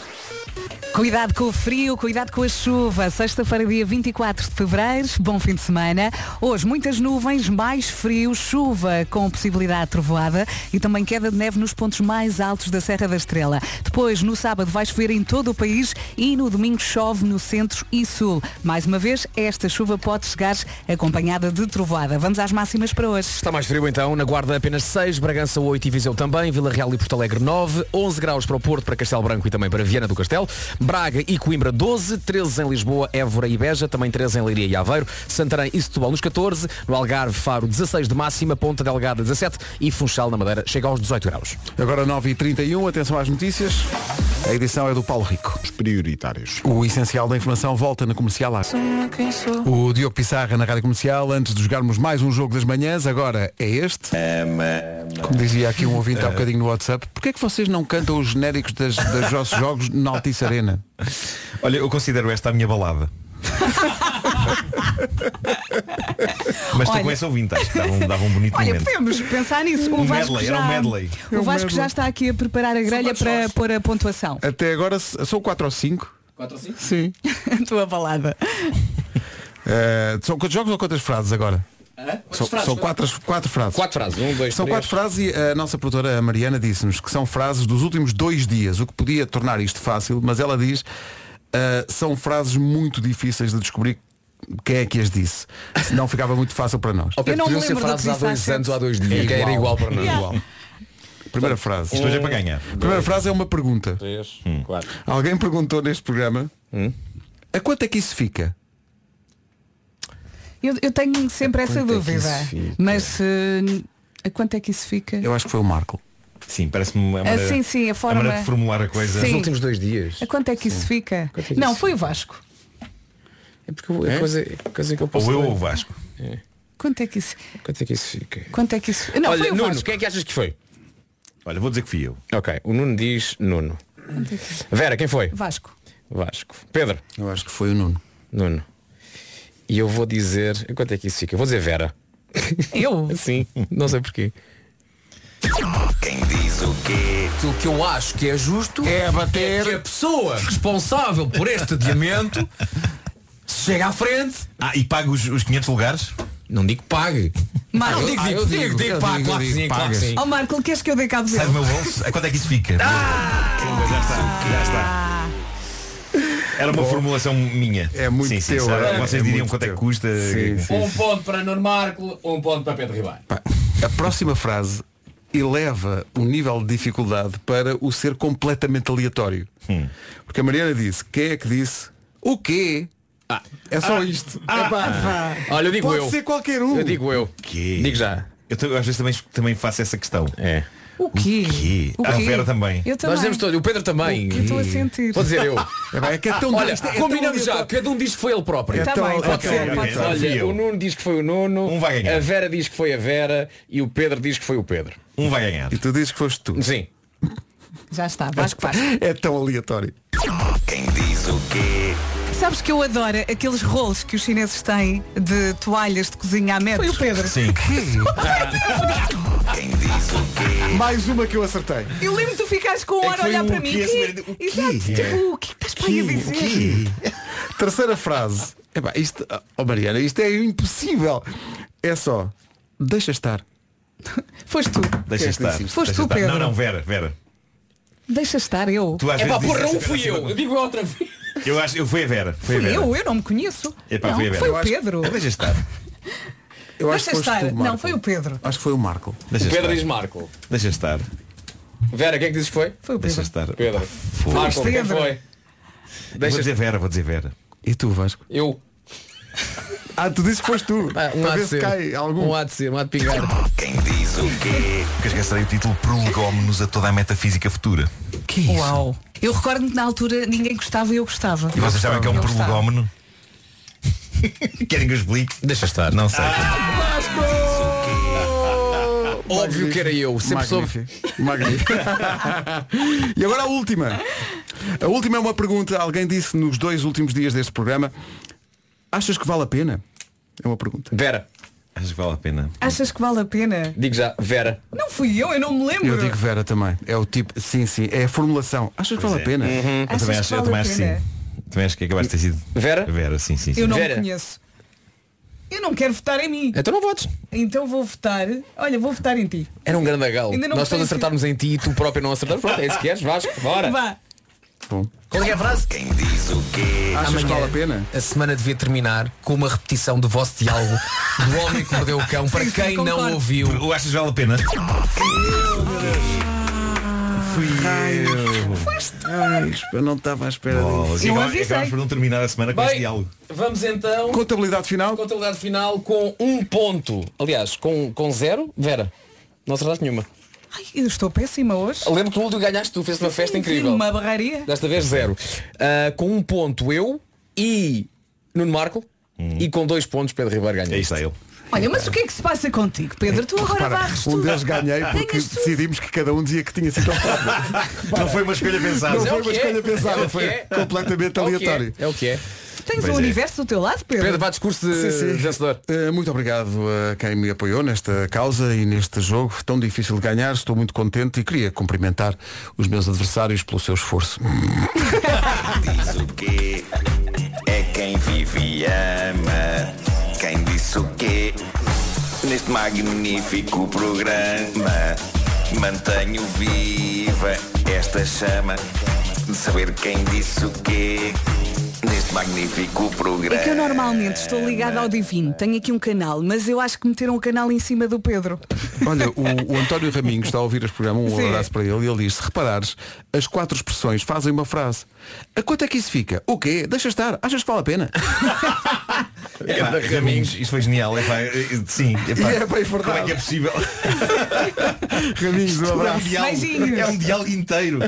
S4: Cuidado com o frio, cuidado com a chuva. Sexta-feira, dia 24 de fevereiro, bom fim de semana. Hoje, muitas nuvens, mais frio, chuva com possibilidade de trovoada e também queda de neve nos pontos mais altos da Serra da Estrela. Depois, no sábado, vai chover em todo o país e no domingo chove no centro e sul. Mais uma vez, esta chuva pode chegar acompanhada de trovoada. Vamos às máximas para hoje.
S5: Está mais frio então, na Guarda apenas 6, Bragança 8 e Viseu também, Vila Real e Porto Alegre 9, 11 graus para o Porto, para Castelo Branco e também para Viana do Castelo, Braga e Coimbra 12, 13 em Lisboa, Évora e Beja, também 13 em Leiria e Aveiro, Santarém e Setúbal nos 14, no Algarve, Faro 16 de máxima, Ponta Delgada 17 e Funchal na Madeira chega aos 18 graus.
S2: Agora 9h31, atenção às notícias. A edição é do Paulo Rico. Os prioritários. O essencial da informação volta na comercial A. O Diogo Pissarra na Rádio Comercial, antes de jogarmos mais um jogo das manhãs, agora é este. Como dizia aqui um ouvinte há bocadinho no WhatsApp, porquê é que vocês não cantam os genéricos das, dos vossos jogos na Altice Arena?
S9: Olha, eu considero esta a minha balada. Mas estou
S4: Olha.
S9: com esse ouvinte, acho que dava um, dava um bonito
S4: Olha,
S9: momento.
S4: podemos pensar nisso. O
S9: Um
S4: Vasco,
S9: medley,
S4: já,
S9: era um medley.
S4: O Vasco já está aqui a preparar a grelha para pôr a pontuação.
S2: Até agora s- são 4 ou 5.
S5: Quatro ou cinco?
S2: Sim.
S4: A tua balada.
S2: Eh, são quantos jogos ou quantas frases agora? São,
S5: frases?
S2: são quatro, quatro frases.
S5: Quatro frases. Um, dois,
S2: são
S5: três.
S2: quatro frases e a nossa produtora a Mariana disse-nos que são frases dos últimos dois dias, o que podia tornar isto fácil, mas ela diz ah, são frases muito difíceis de descobrir quem é que as disse. Senão ficava muito fácil para nós. É
S5: Ao pé, Eu não podiam me ser lembro do frases que há disse há dois sete. anos ou há dois dias, que era igual para nós.
S2: Igual. Primeira frase.
S9: Isto hoje é para ganhar.
S2: Primeira frase é uma pergunta.
S5: um, Três, quatro.
S2: Alguém perguntou neste programa
S5: Hum?
S2: a quanto é que isso fica?
S4: Eu, eu tenho sempre essa
S2: quanto é que
S4: dúvida.
S2: isso fica?
S4: mas eh, a quanto é que isso fica?
S2: Eu acho que foi o Marco.
S9: Sim, parece-me uma
S4: maneira- Ah, sim, sim, a uma forma- maneira de formular a coisa. Sim. Nos últimos
S5: dois dias.
S4: A quanto é que isso fica? não, foi o Vasco.
S5: É porque eu- é coisa, é coisa que eu posso.
S9: Ou eu
S5: ler.
S9: ou o Vasco.
S4: Quanto é que isso.
S5: Quanto é que isso fica?
S4: Quanto é que isso. Não,
S5: Olha,
S4: foi o
S5: Nuno,
S4: Vasco.
S5: quem é que achas que foi?
S9: Olha, vou dizer que fui eu.
S5: Ok, o Nuno diz Nuno. Vera, quem foi?
S4: é Vasco.
S5: Vasco. Pedro?
S2: Eu acho que foi o Nuno.
S5: Nuno. E eu vou dizer. Quanto é que isso fica? Eu vou dizer Vera.
S4: Eu?
S5: Sim, não sei porquê.
S6: Quem diz o quê?
S5: O que eu acho que é justo
S2: é bater
S5: que a pessoa responsável por este adiamento chega à frente.
S9: Ah, e paga os, os 500 lugares?
S5: Não digo pague.
S4: Marco.
S5: eu digo,
S4: Ah,
S5: digo, digo, digo, pá, claro que sim, claro que sim.
S4: Ó Marco, queres que eu dê cabo
S9: Sai do
S4: dele?
S9: meu bolso? A quanto é que isso fica?
S5: Ah!
S9: já está, já está. Era uma formulação minha. É muito sim, sim,
S2: teu,
S9: sabe?
S2: é-
S9: Vocês
S2: é
S9: diriam
S2: muito
S9: quanto é que
S2: teu.
S9: custa.
S2: Sim, sim.
S5: Um ponto para Nuno Marco, um ponto para Pedro Ribeiro.
S2: A próxima frase eleva o nível de dificuldade para o ser completamente aleatório. Porque a Mariana disse, quem é que disse? O quê? é só
S4: Ah,
S2: isto. Epá, vá.
S5: Olha, eu digo
S2: Pode
S5: eu.
S2: ser qualquer um.
S5: Eu digo eu.
S9: Que?
S5: Digo já.
S9: Eu, tô- às vezes também, também faço essa questão.
S5: É.
S4: O quê?
S9: Que?
S4: O
S9: A
S4: quê?
S9: Ah, Vera também.
S4: Eu também.
S5: Nós dizemos todos, o Pedro também.
S4: Eu estou a sentir.
S5: Vou dizer eu.
S2: É que é tão-
S5: Olha,
S2: isto é tão
S5: combinamos já,
S2: aleatório.
S5: cada um diz que foi ele próprio.
S2: É Tá tão- bem,
S5: pode
S2: ok,
S5: ser,
S2: ok,
S5: pode
S2: ok.
S5: ser.
S2: Fui
S5: Olha,
S2: eu.
S5: o Nuno diz que foi o Nuno,
S2: Um vai ganhar.
S5: a Vera diz que foi a Vera e o Pedro diz que foi o Pedro.
S9: Um vai ganhar.
S2: E tu dizes que foste tu.
S5: Sim.
S4: Já está, Vasco faz.
S2: É tão aleatório.
S6: Quem diz o quê?
S4: Sabes que eu adoro aqueles rolos que os chineses têm de toalhas de cozinha a metros. Foi o Pedro.
S9: Sim.
S6: Quem diz o quê?
S2: Mais uma que eu acertei.
S4: Eu lembro que tu ficaste com o ar a olhar para mim. Que? Exato, tipo, o que é que estás para aí a dizer?
S2: Terceira frase. Epá, isto, oh Mariana, isto é impossível. É só, deixa estar.
S4: Foste tu.
S9: Deixa
S2: Quem é que
S9: estar.
S2: disse isto?
S4: Foste
S9: Deixa
S4: tu,
S9: estar.
S4: Pedro.
S9: Não, não, Vera, Vera.
S4: Deixa estar eu.
S9: Tu às
S5: É pá,
S9: vezes
S5: porra,
S9: dizes
S5: um
S9: essa
S5: fui
S9: frase
S5: eu.
S9: toda.
S5: Eu digo outra vez.
S9: Eu acho, eu fui a Vera. Foi a
S4: Fui
S9: Vera.
S4: eu, eu não me conheço.
S9: Epá,
S4: não,
S9: foi a Vera.
S4: foi
S9: Eu
S4: o
S9: acho-
S4: Pedro.
S9: Deixa estar.
S2: Eu acho
S4: Deixa
S2: que foste
S4: estar.
S2: tu, Marco.
S4: não, foi o Pedro.
S2: Acho que foi o Marco.
S9: Deixa
S5: o Pedro
S9: estar.
S5: diz Marco.
S9: Deixa estar.
S5: Vera, quem é que dizes que foi?
S4: Foi o
S9: Deixa
S4: Pedro.
S9: estar.
S5: Pedro. Marco, quem
S4: Pedro.
S5: é foi?
S9: Vou
S5: Deixa
S9: dizer Vera, vou dizer Vera.
S2: E tu, Vasco?
S5: Eu.
S2: Ah, tu dizes que foste tu. Para ver se cai algum.
S5: Um há de ser, um há de pingar.
S6: Quem diz o quê?
S9: Porque esquecerei o título Prolegómenos a toda a metafísica futura.
S2: Que é isso?
S4: Uau. Eu recordo-me que na altura ninguém gostava e eu gostava.
S9: E vocês sabem que é um
S4: Eu gostava.
S9: prolegómeno? Querem que eu explique?
S5: Deixa estar.
S9: Não sei.
S5: Óbvio que era eu, sempre soube.
S2: Magnífico. Magnífico. e agora a última. A última é uma pergunta. Alguém disse nos dois últimos dias deste programa. Achas que vale a pena? É uma pergunta.
S5: Vera,
S9: Acho que vale a pena.
S4: Achas que vale a pena?
S5: digo já, Vera.
S4: Não fui eu, eu não me lembro.
S2: Eu digo Vera também. É o tipo. Sim, sim. É a formulação. Achas que
S9: Pois
S2: vale
S9: é.
S2: a pena?
S9: Eu também
S4: Uhum.
S9: acho,
S4: que
S9: eu
S4: vale
S9: também
S4: a
S9: acho que
S4: pena?
S9: sim. Também acho que acabaste de ter sido.
S5: Vera?
S9: Vera, sim, sim, sim.
S4: Eu não
S5: Vera.
S4: me conheço. Eu não quero votar em mim.
S5: Então não votes.
S4: Então vou votar. Olha, vou votar em ti.
S5: Era um grande agalo.
S4: Ainda não
S5: Nós todos
S4: sei se-
S5: acertarmos em ti e tu próprio não acertares. Pronto, é isso que queres, Vasco, bora.
S4: Vá.
S2: Bom.
S5: Qual é a frase?
S6: Quem diz o quê?
S2: Achas que
S5: Amanhã.
S2: vale a pena?
S5: A semana devia terminar com uma repetição do vosso diálogo do homem que mordeu o cão Então, para
S4: Sim, sim,
S5: quem não
S4: concordo.
S5: ouviu.
S9: Ou achas que vale a pena? Fui eu.
S2: Ai, eu não estava à espera disso.
S9: Bolas. E agora-
S4: avisei.
S9: Acabamos por não terminar a semana com este diálogo.
S5: vamos então
S2: Contabilidade final.
S5: contabilidade final com um ponto. Aliás, com, com zero, Vera. Não acertaste nenhuma.
S4: Ai, eu estou péssima hoje.
S5: Lembro que no último ganhaste, tu fez uma festa incrível.
S4: Uma barraria.
S5: Desta vez zero. Ah, com um ponto eu e Nuno Marco. E com dois pontos Pedro Ribeiro ganhou.
S9: É isto Hum. aí.
S4: Olha, mas o que é que se passa contigo, Pedro? Tu agora
S2: Repara,
S4: varres
S2: um
S4: tudo.
S2: deles ganhei porque
S4: Ganhas tu.
S2: decidimos que cada um dizia que tinha sido ao próprio.
S9: Não foi uma escolha pensada.
S2: Não
S5: é
S2: foi
S5: o
S2: uma
S5: que é.
S2: escolha
S5: É o
S2: pensada,
S5: que
S2: foi
S5: é.
S2: completamente
S5: É o que é.
S2: aleatório.
S5: É o que é.
S4: Tens o universo do teu lado, Pedro.
S5: discurso
S4: de
S2: vencedor. Eh, muito obrigado a quem me apoiou nesta causa e neste jogo tão difícil de ganhar. Estou muito contente e queria cumprimentar os meus adversários pelo seu esforço.
S14: Diz o quê? É quem vive e ama. Quem disse o quê? Neste magnífico programa mantenho viva esta chama de saber quem disse o quê. Neste magnífico programa.
S4: É que eu normalmente estou ligada ao divino, tenho aqui um canal, mas eu acho que meteram o canal em cima do Pedro.
S2: Olha, o, o António Raminhos está a ouvir este programa, um
S4: Sim.
S2: abraço para ele, e ele diz, se reparares, as quatro expressões fazem uma frase. A quanto é que isso fica? O quê? Deixa estar, achas que vale a pena?
S9: Epá, É Raminhos, isso foi genial. Epá, eh, sim, epá,
S2: É bem
S9: como é que é possível?
S2: Raminhos, um
S9: Isto é
S2: abraço.
S9: um diálogo, é um diálogo inteiro.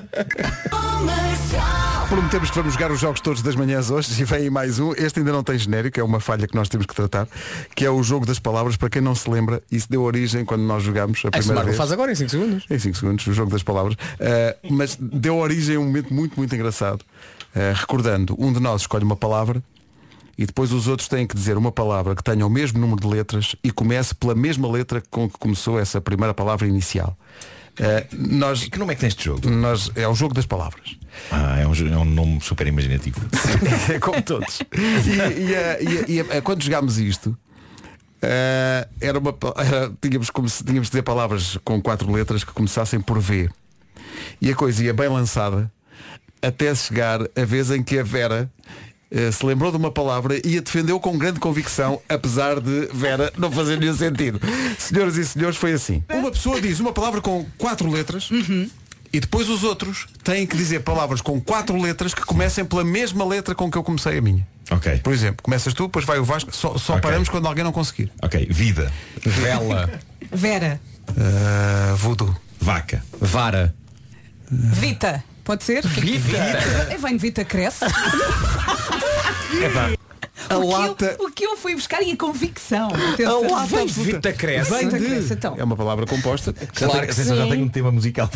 S2: Prometemos que vamos jogar os jogos todos das manhãs hoje e vem aí mais um. Este ainda não tem genérico, é uma falha que nós temos que tratar, que é o jogo das palavras, para quem não se lembra, isso deu origem quando nós jogámos a
S5: É, se
S2: primeira
S5: Marco
S2: vez.
S5: faz agora em 5 segundos.
S2: Em 5 segundos, o jogo das palavras. Ah, mas deu origem a um momento muito, muito engraçado. Ah, recordando, um de nós escolhe uma palavra e depois os outros têm que dizer uma palavra que tenha o mesmo número de letras e comece pela mesma letra com que começou essa primeira palavra inicial. Ah, nós, que
S9: nome é que tem este jogo?
S2: Nós, é o jogo das palavras.
S9: Ah, é um, jo- é um nome super imaginativo.
S2: É como todos. E, e, ah, e, e, ah, quando jogámos isto, ah, era uma, pa- era- tínhamos, como se- tínhamos de dizer palavras com quatro letras que começassem por V. E a coisa ia bem lançada até chegar a vez em que a Vera eh, se lembrou de uma palavra e a defendeu com grande convicção, apesar de Vera não fazer nenhum sentido. Senhoras e senhores, foi assim. Uma pessoa diz uma palavra com quatro letras e depois os outros têm que dizer palavras com quatro letras que comecem pela mesma letra com que eu comecei a minha.
S9: Ok.
S2: Por exemplo, começas tu, depois vai o Vasco, só, só paramos quando alguém não conseguir.
S9: Ok, vida. Vela.
S4: Vera,
S2: Uh, voodoo.
S9: Vaca. Vara.
S4: Vita, pode ser?
S9: Vita.
S4: Eu venho Vita cresce.
S9: Epá.
S2: A
S4: o,
S2: lata-
S4: que eu, o que eu fui buscar e a convicção.
S5: Ah,
S2: A lata
S4: Vem
S2: absoluta. Vem
S4: Vem
S2: de-
S4: cresce, então.
S2: É uma palavra composta.
S5: Claro
S9: Já tenho-
S5: que
S9: atenção, já
S5: sim.
S9: tenho um tema musical.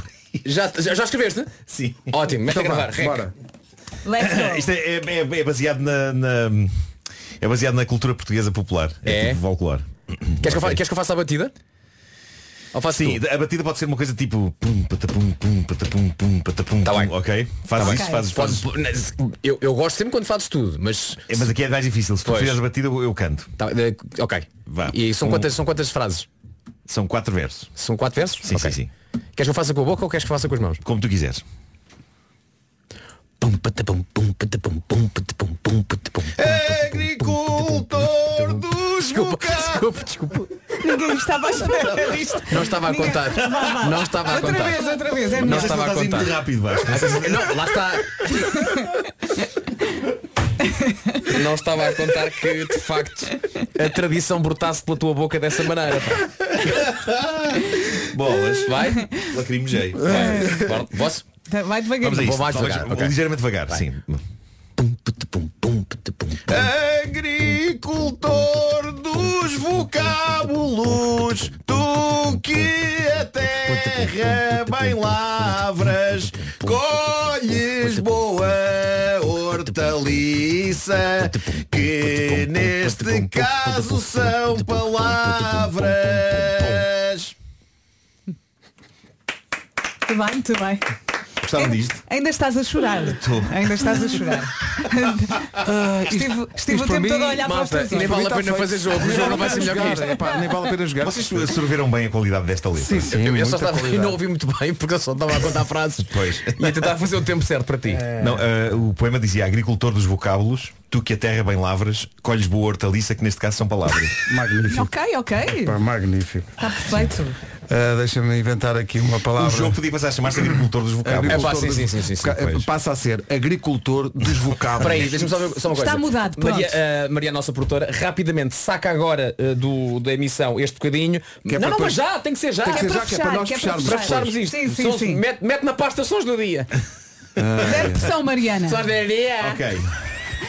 S5: Já, já, já escreveste?
S9: Sim.
S5: Ótimo, mete a
S9: Então vá,
S5: gravar. rec.
S9: bora.
S4: Let's
S5: Então.
S4: go.
S9: Isto é, é- é- é baseado na, na- É baseado na cultura portuguesa popular. É, tipo folclore.
S5: Queres que eu fa-
S9: Ok.
S5: queres que eu faça a batida? Ou faço
S9: Sim,
S5: tu?
S9: a batida pode ser uma coisa tipo pum, patapum, pum, patapum, pum, patapum, tá bem. ok? Fazes
S5: Tá bem.
S9: isso, fazes, fazes.
S5: Podes- eu, eu gosto sempre quando fazes tudo, mas.
S9: É, mas aqui é mais difícil. Se tu
S5: Pois.
S9: fizeres a batida, eu eu canto.
S5: Tá, eh, ok. E são,
S9: Um-
S5: quantas, são quantas frases?
S9: São quatro versos.
S5: São quatro versos?
S9: Sim,
S5: Ok.
S9: sim, sim.
S5: Queres que eu faça com a boca ou queres que eu faça com as mãos?
S9: Como tu quiseres.
S6: Agricultor dos desculpa, desculpa,
S5: desculpa.
S4: Ninguém estava a esperar isto.
S5: Não estava a
S4: Ninguém-
S5: contar.
S4: Vá, vá.
S5: Não estava a
S4: outra
S5: contar.
S4: vez, outra vez. É
S5: não
S4: melhor.
S5: estava a
S9: estás a ir
S5: contar.
S9: muito rápido, Vasco.
S5: não, lá está. Não estava a contar que de facto a tradição brotasse pela tua boca dessa maneira. pá.
S9: Bolas.
S5: Vai?
S9: Lacrimejei.
S5: Vai. Bora, Posso?
S4: Vai devagar.
S9: Vamos a isso.
S5: Vou mais
S9: Talvez-
S5: devagar, ok.
S9: Ligeiramente devagar, sim.
S6: Agricultor dos vocábulos, tu que a terra bem lavras, colhes boa hortaliça, que neste caso são palavras.
S4: Muito bem, muito bem.
S9: Gostaram disto?
S4: Ainda estás a chorar.
S9: Estou.
S4: Ainda estás a chorar.
S5: Ah,
S4: estive estive o tempo todo a olhar para os teus olhos.
S2: nem vale a pena jogar.
S9: Vocês absorveram bem a qualidade desta letra.
S2: Sim, sim,
S5: eu, eu
S9: é muita
S5: só estava, eu
S9: qualidade.
S5: não ouvi muito bem porque eu só estava a contar frases
S9: Pois.
S5: e a tentar fazer o tempo certo para ti.
S4: É.
S9: Não, eh, o poema dizia agricultor dos vocábulos, tu que a terra bem lavras, colhes boa hortaliça, que neste caso são palavras.
S2: Magnífico.
S4: Ok, ok.
S2: Pá, magnífico.
S4: Está perfeito.
S2: Ah, Deixa-me inventar aqui uma palavra.
S9: O jogo podia passar a chamar-se agricultor dos vocábulos.
S2: Agricultor
S9: É pá, sim,
S2: dos
S9: sim, sim, sim, sim,
S2: voca-
S9: pois.
S2: Passa a ser agricultor dos vocábulos.
S5: Espera aí, Ah, deixa-me só ver só uma coisa.
S4: Está mudado, pronto.
S5: Maria, eh, Maria, a nossa produtora, rapidamente saca agora eh, do, da emissão este bocadinho.
S2: é
S5: não,
S2: para
S5: não,
S2: depois-
S5: mas já, tem que ser já.
S2: Tem que ser É para já, que é para fechar, nós que é para fecharmos
S5: Para
S2: fechar.
S5: fecharmos isto.
S4: Sim, sim,
S5: Sons-
S4: sim. é
S5: Mete, mete na pasta sons do dia.
S4: Zero pressão, Mariana.
S5: Sons do
S4: é.
S5: dia.
S9: Ah, Ok.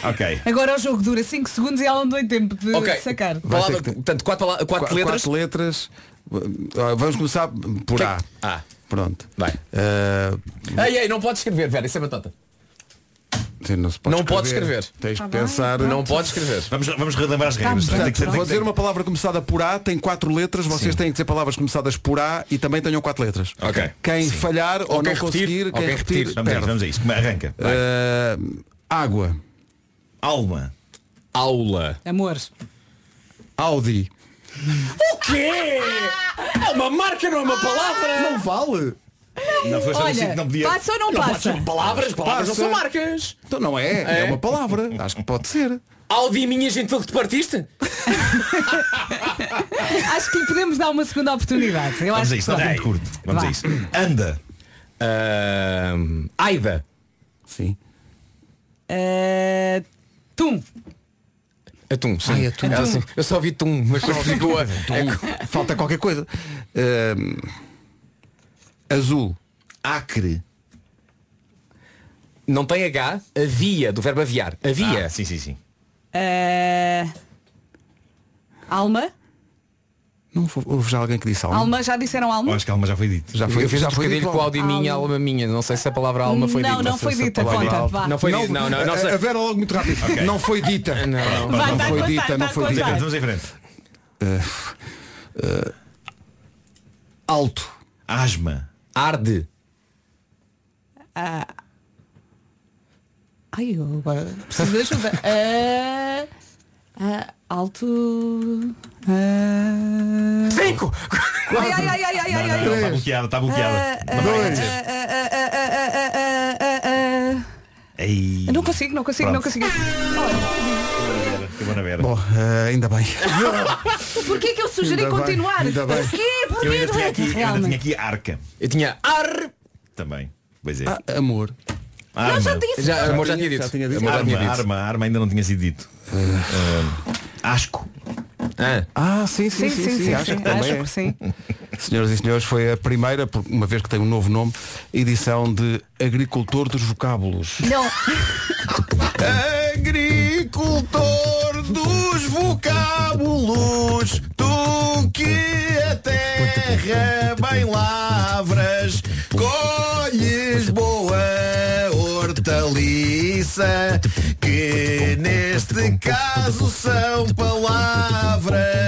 S9: Ok.
S4: Agora o jogo dura 5 segundos e ela não deu tempo de
S5: Ok.
S4: sacar.
S5: Palavra- portanto, quatro, pala- quatro
S2: Qua-
S5: letras.
S2: Quatro letras. Ah, Vamos começar por
S5: Que-
S2: A.
S5: Ah.
S2: Pronto.
S5: Vai.
S2: Ah,
S5: Ei, ei, não podes escrever, Vera, isso é batata.
S2: Sim, não se pode
S5: Não pode escrever.
S2: Tens
S5: Tá
S2: que
S5: bem,
S2: pensar.
S5: pronto. Tá Não pode escrever.
S9: Vamos, vamos relembrar as regras. Tem que ser- tem que-
S2: vou dizer uma palavra começada por A, tem quatro letras, vocês têm que dizer palavras começadas por A e também tenham quatro letras.
S9: Ok.
S2: Quem falhar ou, não
S9: quem repetir,
S2: conseguir,
S9: ou
S2: quem repetir,
S9: Vamos a isso,
S2: perde.
S9: vamos a isso. Como Arranca.
S2: Eh, água.
S9: Alma.
S5: Aula.
S4: Amores.
S2: Audi.
S5: O quê? É uma marca, não é uma palavra? Não
S2: vale.
S9: Não foi
S4: Olha, passa ou não passa?
S5: pode ser Palavras, palavras não
S2: Passa.
S5: são marcas.
S2: Então não é, é, uma palavra. Acho que pode ser.
S5: Audi, minha gente, pelo que te partiste?
S4: Acho que lhe podemos dar uma segunda oportunidade. Eu
S9: Vamos
S4: acho
S9: a
S4: que
S9: isso, está
S4: sim.
S9: muito curto. Vamos a
S4: Vá.
S9: isso. Anda. Ah,
S5: Aida.
S2: Sim.
S4: Eh, tum.
S5: Atum, É sim.
S2: Ai, atum.
S5: Ela, assim, eu só É vi tum, mas depois ficou a...
S2: Tum. Falta qualquer coisa. Ehm, azul.
S9: Acre.
S5: Não tem H, havia, do verbo aviar. Havia.
S2: Ah,
S9: sim, sim, sim.
S4: Eh, alma.
S2: Não houve- houve já alguém que disse alma.
S4: Alma, já disseram alma?
S9: que alma já foi dito.
S2: Já foi,
S5: eu fiz
S2: já
S5: um
S2: foi
S5: bocadinho
S2: dito
S5: com o Audi
S4: logo.
S5: minha, alma minha. Não sei se a palavra alma foi
S4: Não,
S5: dita.
S4: não
S5: sei
S4: foi
S5: se a
S4: dita,
S5: palavra
S4: conta,
S5: alma-
S4: vá.
S5: Não foi dita, não, não, não sei.
S2: A Vera logo muito rápido.
S5: Ok.
S2: Não foi dita.
S5: Não, não.
S2: não
S5: Vai,
S2: foi
S5: vai,
S2: dita,
S5: vai,
S2: não
S5: vai,
S2: foi
S5: vai.
S2: dita.
S4: é.
S9: Vamos em frente.
S2: Eh, Alto.
S9: Asma.
S5: Arde.
S4: Ah. ai, eu agora preciso de ajuda. Ah, ah, alto. Ah.
S5: Cinco!
S4: Ai, ai, ai, ai, ai, ai, ai.
S9: Está bloqueada, está
S10: Ah,
S9: bloqueada. tá Não vai acontecer.
S4: Ah, ah, ah, ah, ah, ah, ah, ah.
S9: Ei.
S4: Eu Não consigo, não consigo, não consigo.
S9: Que boa na Vera.
S2: Bom, eh, ainda bem.
S4: Porquê que eu sugeri
S2: Ainda bem,
S4: continuar?
S2: ainda bem.
S4: Porquê? Porquê?
S9: Eu ainda tinha aqui, eu ainda tinha
S4: é Realmente.
S9: aqui arca.
S5: Eu tinha ar.
S9: Também. Pois é.
S2: Ah, amor.
S9: Arma.
S4: já disse.
S5: Já, amor, já
S2: tinha-
S5: tinha dito.
S2: já tinha dito.
S5: Amor, já
S9: Arma,
S5: tinha dito.
S9: arma, arma ainda não tinha sido dito. Ah, asco.
S5: Ah.
S2: Ah, sim, sim, sim,
S4: Sim, sim, sim,
S2: acho
S4: sim.
S2: que também
S4: Acho
S2: é.
S4: que sim.
S2: Senhoras e senhores, foi a primeira, por- uma vez que tem um novo nome, edição de Agricultor dos Vocábulos.
S4: Não,
S2: Agricultor dos vocábulos, tu que a terra bem lavras, colhes boa hortaliça, que neste caso são palavras.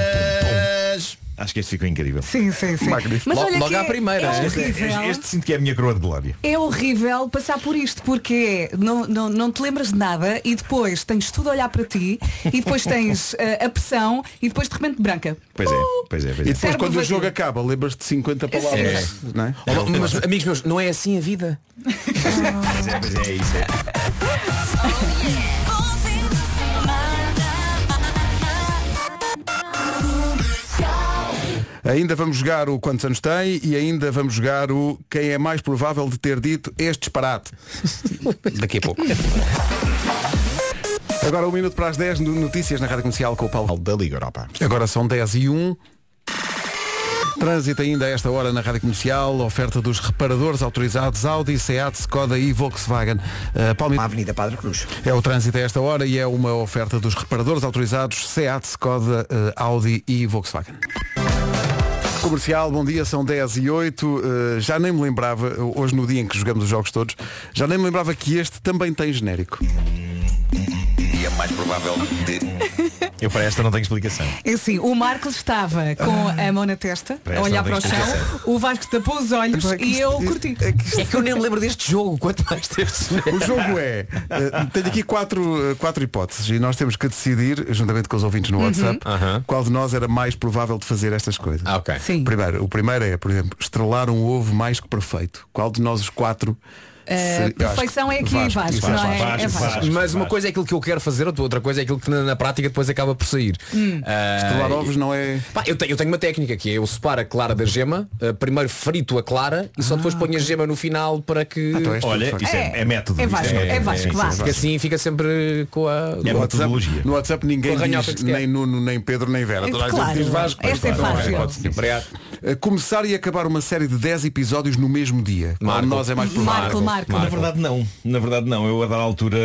S9: Acho que este ficou incrível.
S4: sim, sim, sim. Mas
S5: Logo-
S4: olha
S5: logo
S4: que
S5: à primeira,
S4: É
S5: hein?
S9: Este, este,
S4: horrível.
S9: este sinto que é a minha coroa de glória.
S4: É horrível passar por isto porque é, não, não, não te lembras de nada e depois tens tudo a olhar para ti e depois tens eh, a pressão e depois de repente branca.
S9: Pois é, pois é, pois
S2: E
S9: é.
S2: depois
S4: Cérebro
S2: quando o
S4: vazio.
S2: jogo acaba, lembras de 50 palavras. Não é?
S5: Oh, mas, amigos meus, não é assim a vida.
S4: Ah.
S9: Pois é, pois é, isso é.
S2: Ainda vamos jogar o quantos anos tem e ainda vamos jogar o quem é mais provável de ter dito este disparate. Daqui a pouco. Agora um minuto para as 10 no- notícias na Rádio Comercial com o Paulo da Liga Europa. Agora são 10 e 1. Trânsito ainda a esta hora na Rádio Comercial, oferta dos reparadores autorizados Audi, Seat, Skoda e Volkswagen. Uh, Paulo,
S15: Na Avenida Padre Cruz.
S2: é o trânsito a esta hora e é uma oferta dos reparadores autorizados SEAT, Skoda, eh, Audi e Volkswagen. Comercial, bom dia, são 10 e 8. eh, já nem me lembrava, eh, hoje no dia em que jogamos os jogos todos, já nem me lembrava que este também tem genérico.
S16: E é mais provável de...
S9: Eu para esta não tenho explicação.
S4: É assim, o Marcos estava com a mão na testa, a
S9: Parece
S4: olhar
S9: que não
S4: para o
S9: tem
S4: chão, o Vasco tapou os olhos
S2: Epá, que
S4: e
S2: isto-
S4: eu curti.
S5: É que eu nem me lembro deste jogo, quanto mais deste.
S2: O jogo é, eh, tenho aqui quatro, eh, quatro hipóteses e nós temos que decidir, juntamente com os ouvintes
S4: Uhum.
S2: no WhatsApp,
S5: Aham.
S2: qual de nós era mais provável de fazer estas coisas.
S5: Ah, ok.
S4: Sim.
S2: Primeiro, o primeiro é, por exemplo, estrelar um ovo mais que perfeito. Qual de nós os quatro?
S4: Eh,
S2: se-
S4: perfeição é aqui,
S2: Vasco,
S4: Vasco,
S2: Vasco,
S4: não é?
S9: Vasco,
S4: É Vasco.
S9: Vasco.
S5: Mas uma coisa é aquilo que eu quero fazer, outra coisa é aquilo que na, na prática depois acaba por sair.
S11: Hum.
S5: Ah,
S2: Estrelar ovos não é.
S5: pá, eu, tenho, eu tenho uma técnica que é eu separo a clara da gema, ah, primeiro frito a clara e só depois ponho a gema no final para que.
S2: então é este
S9: Olha,
S2: o facto.
S9: isso Ah, é, é método.
S4: Ah, É
S9: isto
S4: Vasco, é Vasco,
S9: isso,
S4: vá.
S9: isso,
S5: Porque assim fica sempre com a.
S9: É
S2: No
S9: uma
S2: WhatsApp-
S9: metodologia.
S2: No WhatsApp ninguém
S5: Com a ranhoca
S2: diz
S5: que se quer.
S2: nem Nuno, nem Pedro, nem Vera.
S4: É
S2: Toda a gente
S4: claro.
S2: diz Vasco.
S4: Esta é
S2: Não
S4: fácil.
S2: pode ser.
S5: Obrigado.
S2: eh, começar e acabar uma série de 10 episódios no mesmo dia. Qual de nós é mais provável.
S9: Na verdade não, na verdade não. Eu a dar altura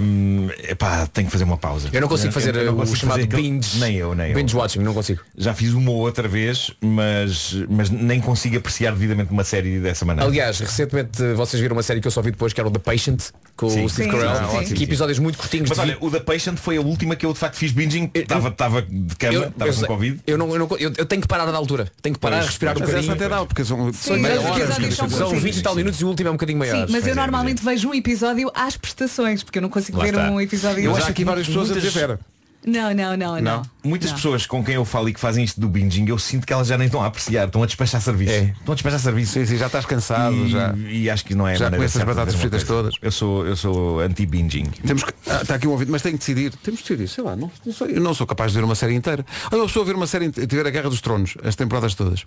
S9: hum, epá, tenho que fazer uma pausa.
S5: Eu não consigo fazer
S9: eu não
S5: o
S9: consigo
S5: chamado
S9: fazer aquele-
S5: binge-
S9: Nem eu, nem eu.
S5: binge watching, não consigo.
S9: Já fiz uma ou outra vez, mas, mas nem consigo apreciar devidamente uma série dessa maneira.
S5: Aliás, recentemente eh, vocês viram uma série que eu só vi depois que era o The Patient com
S9: Sim.
S5: o Steve
S9: Sim,
S5: Carell,
S9: sim, sim.
S5: que episódios muito curtinhos.
S9: Mas
S5: de
S9: olha, o The Patient foi a última que eu de facto fiz binging. Tá. Estava estava de cama,
S5: Eu-
S9: estava
S5: eu
S9: com
S5: sei-
S9: Covid.
S5: Eu, não, eu, não- eu- eu tenho que parar na altura. Tenho que parar,
S9: Pois,
S5: respirar
S9: pois.
S5: um
S9: Mas
S5: bocadinho.
S9: essa até dá,
S2: é porque são,
S5: são,
S11: meia
S5: meia
S11: hora,
S5: hora,
S11: os episódios são
S5: são 20 e tal minutos e o último é um bocadinho
S11: Sim,
S5: maior.
S11: mas eu normalmente vejo um episódio às prestações, porque eu não consigo
S9: Lá
S11: ver
S9: está.
S11: um episódio.
S9: Mas há aqui várias pessoas a dizer, Vera.
S11: Não, não, não, não.
S9: Muitas
S11: Não.
S9: pessoas com quem eu falo e que fazem isto do binging, eu sinto que elas já nem estão a apreciar, estão a despachar serviço. Estão a despachar serviço.
S2: É. Sim, sim, já estás cansado.
S9: E,
S2: já.
S9: e acho que não é a
S2: Já
S9: maneira
S2: com essas
S9: certa de
S2: batatas
S9: fazer uma
S2: fritas
S9: coisa. Eu sou, eu sou anti-binging.
S2: Temos que- ah, está aqui um ouvido, mas tenho que decidir. Temos que decidir, sei lá, não, não sei, eu não sou capaz de ver uma série inteira. Olha, eu sou a ver uma série inteira, tiver a Guerra dos Tronos, as temporadas todas.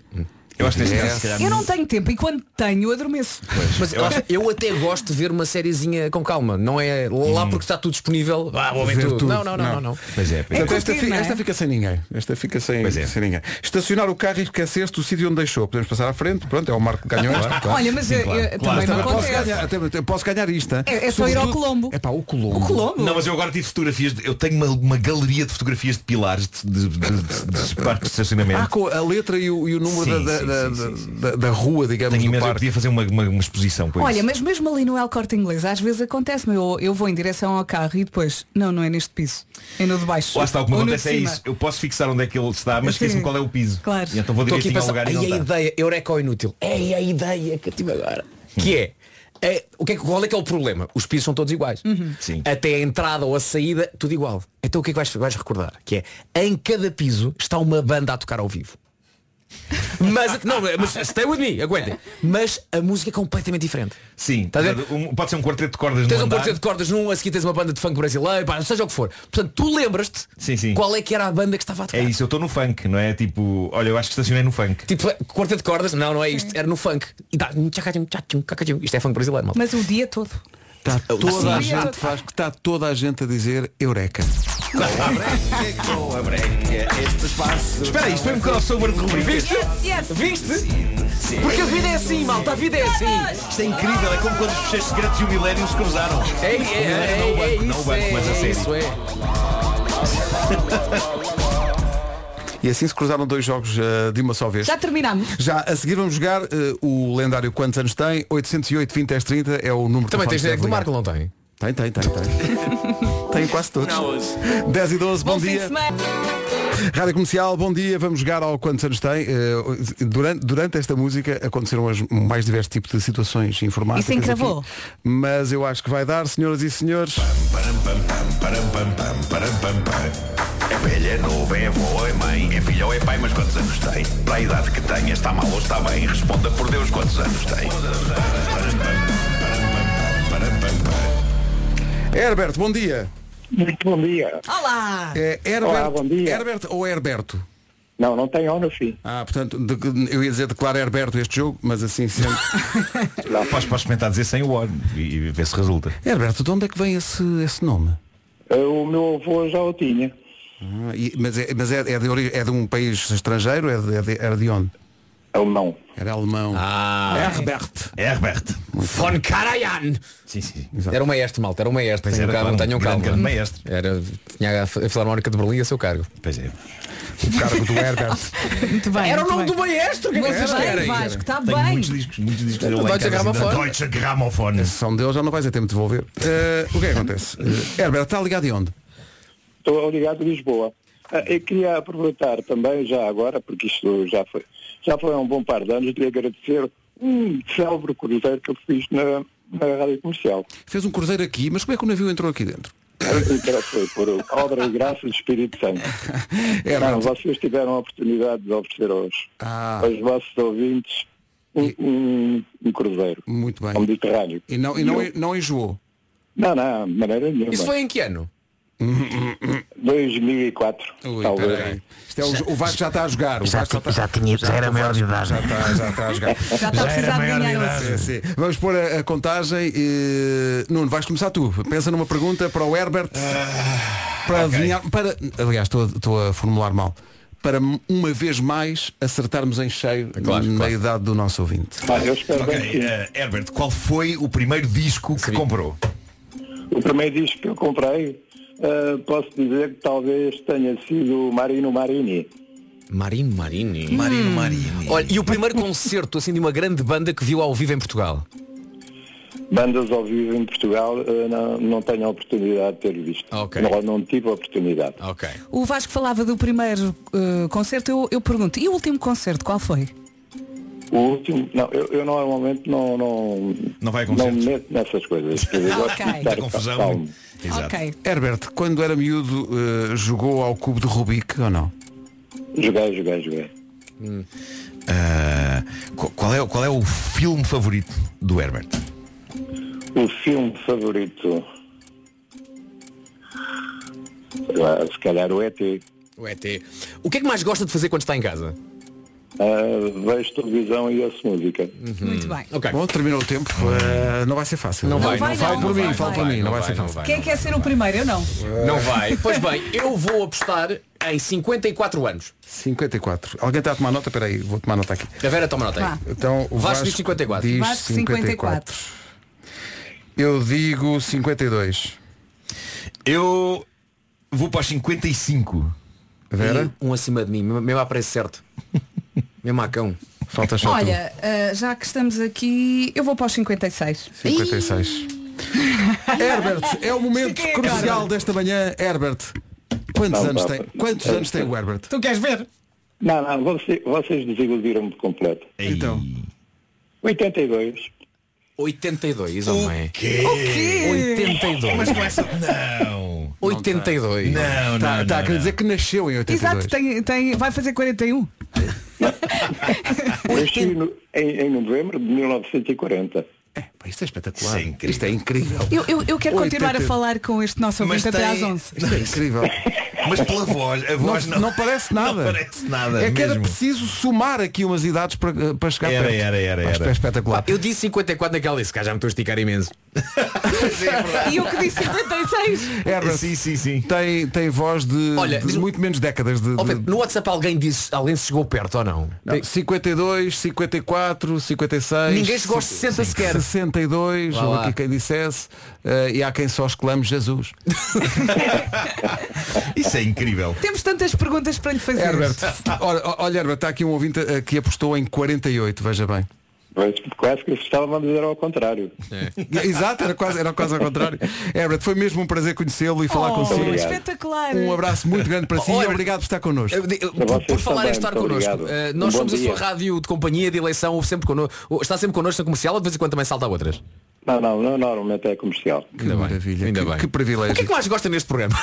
S9: Eu acho que neste
S2: Yes.
S9: caso, se calhar,
S11: Eu não tenho tempo e quando tenho eu adormeço.
S5: Mas eu, acho- eu até gosto de ver uma sériezinha com calma. Não é
S9: Hum.
S5: lá porque está tudo disponível. Ah, vou ver
S2: Ver
S5: tudo.
S2: tudo.
S5: Não, não, não, não, não.
S9: um Pois é,
S2: Portanto, esta,
S5: curtir,
S2: fi-
S5: não é?
S2: esta fica sem ninguém. Esta fica sem, sem ninguém. Estacionar o carro e esqueceste o sítio onde deixou. Podemos passar à frente, pronto, é o Marco que ganhou.
S11: Claro, claro. Olha, mas eu- eu- também não
S2: posso
S11: acontece.
S2: ganhar, até- até posso ganhar isto. hein?
S11: É- é só ir ao
S2: Sobretudo-
S11: Colombo.
S2: É pá, o Colombo.
S9: Não, mas eu agora tive fotografias, de- eu tenho uma, uma galeria de fotografias de pilares de, de, de, de- de parques de
S2: Ah,
S9: estacionamento.
S2: com a letra e o, e o número
S9: Sim,
S2: da,
S9: sim,
S2: da-
S9: sim,
S2: da- da- da rua, digamos,
S9: Tenho
S2: do
S9: imenso, eu
S2: parque.
S9: podia fazer uma, uma, uma exposição com
S11: Olha,
S9: isso.
S11: mas mesmo ali no El Corte Inglês, às vezes acontece-me, eu, eu vou em direção ao carro e depois, não, não é neste piso, é no de baixo.
S9: Lá está, o que me
S11: Ou no de
S9: acontece é
S11: cima.
S9: isso. Eu posso fixar onde é que ele está, mas
S11: Sim.
S9: esqueço-me qual é o piso.
S11: Claro.
S9: E então vou
S5: Estou aqui
S9: direitinho ao
S5: pensando,
S9: lugar
S2: é
S9: e não tá."
S5: "Ei, a
S9: está.
S5: ideia, Eureka ou inútil. É a ideia que eu tive agora.
S9: Hum.
S5: Que é, é, o que é que- qual é que é o problema? Os pisos são todos iguais. Até a entrada ou a saída, tudo igual. Então o que é que vais, vais recordar? Que é, em cada piso está uma banda a tocar ao vivo. Mas, não, mas stay with me, aguentem. Mas a música é completamente diferente. Tá
S9: Sim, um- pode ser um quarteto de cordas
S5: Tens
S9: no
S5: um
S9: andar.
S5: quarteto de cordas num, a seguir tens uma banda de funk brasileiro, pá, seja o que for. Portanto, tu lembras-te qual é que era a banda que estava a tocar.
S9: É isso, eu estou no funk, não é? Tipo, olha, eu acho que estacionei no funk.
S5: Tipo, quarteto de cordas, não, não é isto, era no funk. E dá, tchacachum, tchacachum, cacachum. Isto é funk brasileiro, malta.
S11: Mas o dia todo.
S2: Está Tá toda
S11: Sim.
S2: a gente faz que está toda a gente a dizer Eureka.
S9: Espera aí, isto foi um crossover de rubrica.
S5: Viste? Viste? Porque a vida é assim, malta, a vida é assim.
S9: Isto é incrível, é como quando os fecheiros secretos e o milénio se cruzaram.
S5: É, é,
S9: O milénio
S5: é,
S9: não o
S5: é,
S9: banco, não o
S5: isso,
S9: banco,
S5: é,
S9: mas assim. a
S5: é
S9: série.
S5: isso, é.
S2: E assim se cruzaram dois jogos eh, de uma só vez.
S11: Já terminámos.
S2: Já a seguir vamos jogar eh, o lendário Quantos Anos Tem? 808 20 10 30 é o número de telefone
S5: Também tens
S2: que deve
S5: direito do
S2: ligar.
S5: Marco, não tem?
S2: Tem, tem, tem, tem. tem quase todos. 10 e 12, bom, dia. Rádio Comercial, bom dia. Vamos jogar ao Quantos Anos Tem. Eh, durante, durante esta música aconteceram os mais diversos tipos de situações informáticas.
S11: Isso encravou.
S2: aqui. Mas eu acho que vai dar, senhoras e senhores.
S14: Param, pam, pam, param, pam, pam, param, pam, pam. É velha, é novo, é avó, é mãe, é filho ou é pai, mas quantos anos tem? Para a idade que tem, está mal ou está bem? Responda por Deus quantos anos tem. Param, pam, param, pam, param, pam, pam.
S2: Herbert, bom dia.
S17: Muito bom dia.
S11: Olá!
S2: É Herbert,
S17: Olá, bom dia.
S2: Herbert ou Herberto?
S17: Não, não tem O no fim.
S2: Ah, portanto, de- eu ia dizer declara Herberto este jogo, mas assim sempre.
S9: Podes, podes experimentar dizer sem o on e, e ver se resulta.
S2: Herberto, de onde é que vem esse, esse nome?
S17: O meu avô já o tinha.
S2: Ah, e- mas é, mas é, é de origem- é de um país estrangeiro? É de, é de- era de onde?
S17: Alemão.
S2: Era alemão.
S5: Ah.
S2: Herbert.
S9: é. Herbert.
S5: Von Karajan.
S9: Sim, sim.
S5: Era um maestro, malta, era um maestro.
S9: Pois
S5: Tenham
S9: era,
S5: calma,
S9: claro,
S5: tenham
S9: um grande,
S5: calma.
S9: grande maestro.
S5: Era, tinha a F- a Filarmónica de Berlim a seu cargo.
S9: Pois é.
S2: O cargo do Herbert.
S11: Muito bem.
S5: Era o
S11: muito
S5: nome
S11: bem.
S5: do maestro, o que é que
S11: Muito
S5: vocês
S11: bem,
S5: querem?
S11: Vasco, está
S9: Tenho
S11: bem.
S9: muitos discos, muitos
S2: Então,
S9: discos dele lá em
S5: Deutsche
S9: casa ainda.
S5: Grammophon.
S9: Deutsche Grammophon.
S2: São deles, já não vais a tempo de devolver. Eh, o que é que acontece? Eh, Herbert, está ligado de onde?
S17: Estou ligado a Lisboa. Ah, Eu queria aproveitar também, já agora, porque isto já foi, já foi há um bom par de anos, de agradecer um célebre cruzeiro que eu fiz na, na Rádio Comercial. Assim
S2: Fez um cruzeiro aqui, mas como é que o navio entrou aqui dentro?
S17: Foi por obra e graça do Espírito Santo. Não, vocês tiveram a oportunidade de oferecer aos, aos vossos ouvintes um, um, um cruzeiro.
S2: Muito bem.
S17: Ao Mediterrâneo.
S2: E não, é- e não, não enjoou?
S17: Não, não, de maneira nenhuma.
S5: Isso foi em que ano?
S17: 2004, talvez.
S2: peraí. Isto é o, o Vasco já está a jogar. O Vasco já, está,
S17: tinha- já era
S2: o Vasco
S17: maior de idade.
S2: Já está, já está a jogar.
S17: Já está a precisar de dinheiro.
S2: Sim, sim. Vamos pôr a, a contagem. E... Nuno, vais começar tu. Pensa numa
S17: Ah,
S2: pergunta para o Herbert. para adivinhar. Para... Aliás, estou a, estou a formular mal. para uma vez mais acertarmos em cheio
S17: É
S2: na idade do nosso ouvinte.
S9: Ok, eh, Herbert, qual foi o primeiro disco que comprou?
S17: O primeiro disco que eu comprei, eh, posso dizer que talvez tenha sido o Marino Marini.
S5: Marino Marini.
S17: Marino
S5: Marini. Olha, e o primeiro concerto assim de uma grande banda que viu ao vivo em Portugal?
S17: Bandas ao vivo em Portugal eh, não, não tenho a oportunidade de ter visto. Não, não tive a oportunidade.
S4: O Vasco falava do primeiro eh, concerto, eu, eu pergunto, e o último concerto, qual foi?
S17: O último, não, eu, eu normalmente não, não,
S9: não, vai
S17: não me meto nessas coisas. Quer dizer, gosto de
S4: Ok.
S17: estar calmo.
S2: né?
S4: Ok.
S2: Herbert, quando era miúdo, eh, jogou ao cubo de Rubik ou não?
S17: Joguei, joguei, joguei.
S9: Ah, qu- qual, é, o- qual é o filme favorito do Herbert?
S17: O Um filme favorito. Sei lá, Ah, Se calhar o ET.
S5: O ET. O que é que mais gosta de fazer quando está em casa?
S17: Ah, vejo televisão e ouço música.
S5: Uhum.
S4: Muito bem.
S2: Bom, terminou o tempo. Eh, não vai ser fácil.
S4: Não vai, não
S2: Fala
S4: vai,
S2: por
S4: não
S2: mim,
S4: vai,
S2: fala
S4: não
S2: por
S4: vai,
S2: mim. Não
S4: não
S2: vai ser
S5: vai, não
S2: fácil.
S4: Quem quer ser o primeiro? Eu não.
S5: Não vai. Pois bem, eu vou apostar em 54 anos.
S2: 54. Alguém está a tomar nota? Espera aí, vou tomar nota aqui.
S5: A Vera toma nota aí.
S2: Vá. Então, o
S5: Vasco diz
S2: Vasco
S5: 54.
S2: diz Vasco 54. Eu digo 52.
S9: Eu vou para os 55.
S2: Vera?
S5: um acima de mim, mesmo à preço certo. mesmo à cão.
S2: Falta
S4: Olha, eh, já que estamos aqui, eu vou para os 56.
S2: 56. Herbert, é o momento
S4: Isto é que é
S2: crucial
S4: agora.
S2: desta manhã. Herbert, quantos
S17: Não,
S2: anos
S17: pá,
S2: tem?
S17: pá.
S2: Quantos anos tem o Herbert?
S5: Tu queres ver?
S17: Não, não, você- vocês desiludiram-me por completo.
S2: Então.
S17: 82.
S5: 82, homem.
S9: quê?
S5: O quê? 82.
S9: Mas com essa. Não.
S5: 82.
S9: Não,
S2: Tá-
S9: não,
S2: tá a
S9: não,
S2: querer
S9: não.
S2: dizer que nasceu em 82.
S4: Exato, tem, tem, vai fazer 41.
S17: Eu nasci no- em, em novembro de 1940.
S2: Pá, Isto é espetacular. Isto é incrível.
S4: Eu, eu, eu quero continuar a
S2: 80.
S4: falar com este nosso
S2: Mas
S4: ouvinte até
S2: tem-
S4: às 11.
S2: Isto é incrível.
S9: Mas pela voz, a voz não-
S2: parece nada.
S9: não parece nada
S2: É que era
S9: mesmo.
S2: preciso somar aqui umas idades para, para chegar
S5: Era,
S2: perto.
S5: era, era,
S2: Pá, Isto
S5: era.
S2: é espetacular.
S5: Eu disse 54 naquela disse, cá já me estou a esticar imenso. é,
S4: E eu que disse 56.
S2: Herbert,
S5: Sim,
S2: Tem, tem voz de,
S5: Olha,
S2: de
S5: diz-me-
S2: muito menos décadas de,
S5: Ó,
S2: de-
S5: Pedro, no WhatsApp alguém disse, alguém se chegou perto ou não?
S2: Não, 52, 54, 56
S5: Ninguém chegou aos 60 sequer.
S2: 62,
S5: Vá
S2: ou
S5: lá.
S2: aqui quem dissesse eh, E há quem só exclame Jesus
S9: Isso é incrível
S4: Temos tantas perguntas para lhe
S5: É,
S4: fazer.
S2: Herbert, ora, o- olha Herbert, está aqui um ouvinte eh, que apostou em 48, veja bem
S17: Mas quase que estava a dizer ao contrário.
S5: É.
S2: Exato, era quase, era quase ao contrário Herbert, foi mesmo um prazer conhecê-lo e falar
S4: Oh,
S2: consigo
S4: espetacular.
S2: Um abraço muito grande para si
S5: Oh,
S2: e
S5: Herbert,
S2: obrigado por estar connosco
S5: Eu- eu- Por, por falar em estar connosco,
S2: Um
S5: eh, nós somos a sua rádio de companhia de eleição, ouve sempre connosco, ou- está sempre connosco na comercial ou de vez em quando também salta a outras?
S17: Não, não, não, normalmente é comercial.
S2: Que maravilha, que, que privilégio
S5: O que é que mais gosta neste programa?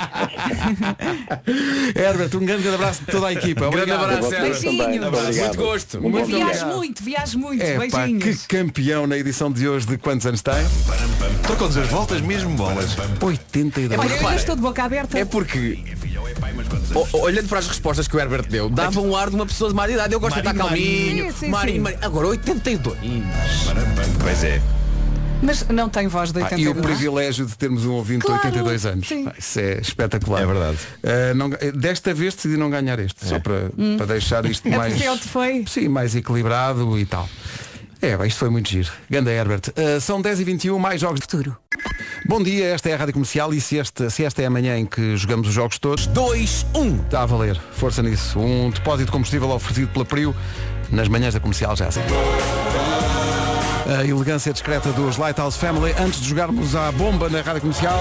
S2: Herbert, um grande abraço de toda a equipa Obrigado. Um
S5: Muito gosto.
S2: Muito
S4: Viaje
S2: obrigado.
S4: muito, viaje muito.
S2: É pá,
S4: Beijinhos.
S2: que campeão na edição de hoje de quantos anos tem?
S9: Estou com as voltas mesmo bolas.
S2: 82.
S4: Olha, eu ainda estou de boca aberta.
S5: É porque o- olhando para as respostas que o Herbert deu, dava um ar de uma pessoa de má idade. Eu gosto de estar
S4: Marinho,
S5: calminho.
S4: Marinho. Sim, sim,
S5: Marinho,
S4: sim.
S5: Marinho. Agora 82.
S9: Pois é.
S4: Mas não tem voz de
S2: Pá, e o
S4: 82.
S2: privilégio de termos um ouvinte
S4: Claro,
S2: de 82 anos.
S4: sim.
S2: Pá, Isso é espetacular. É verdade. É. desta vez decidi não ganhar este, só para,
S4: Hum.
S2: para deixar isto
S4: É
S2: mais.
S4: porque ele te foi.
S2: Sim, mais equilibrado e tal. É, bem, isto foi muito giro. Ganda Herbert. Ah, são 10h21, mais jogos de futuro. Bom dia, esta é a Rádio Comercial e se esta, se esta é a manhã em que jogamos os jogos todos.
S5: 2, 1.
S2: Está a valer. Força nisso. Um depósito de combustível oferecido pela Prio nas manhãs da comercial já. A elegância discreta dos Lighthouse Family antes de jogarmos à bomba na rádio comercial.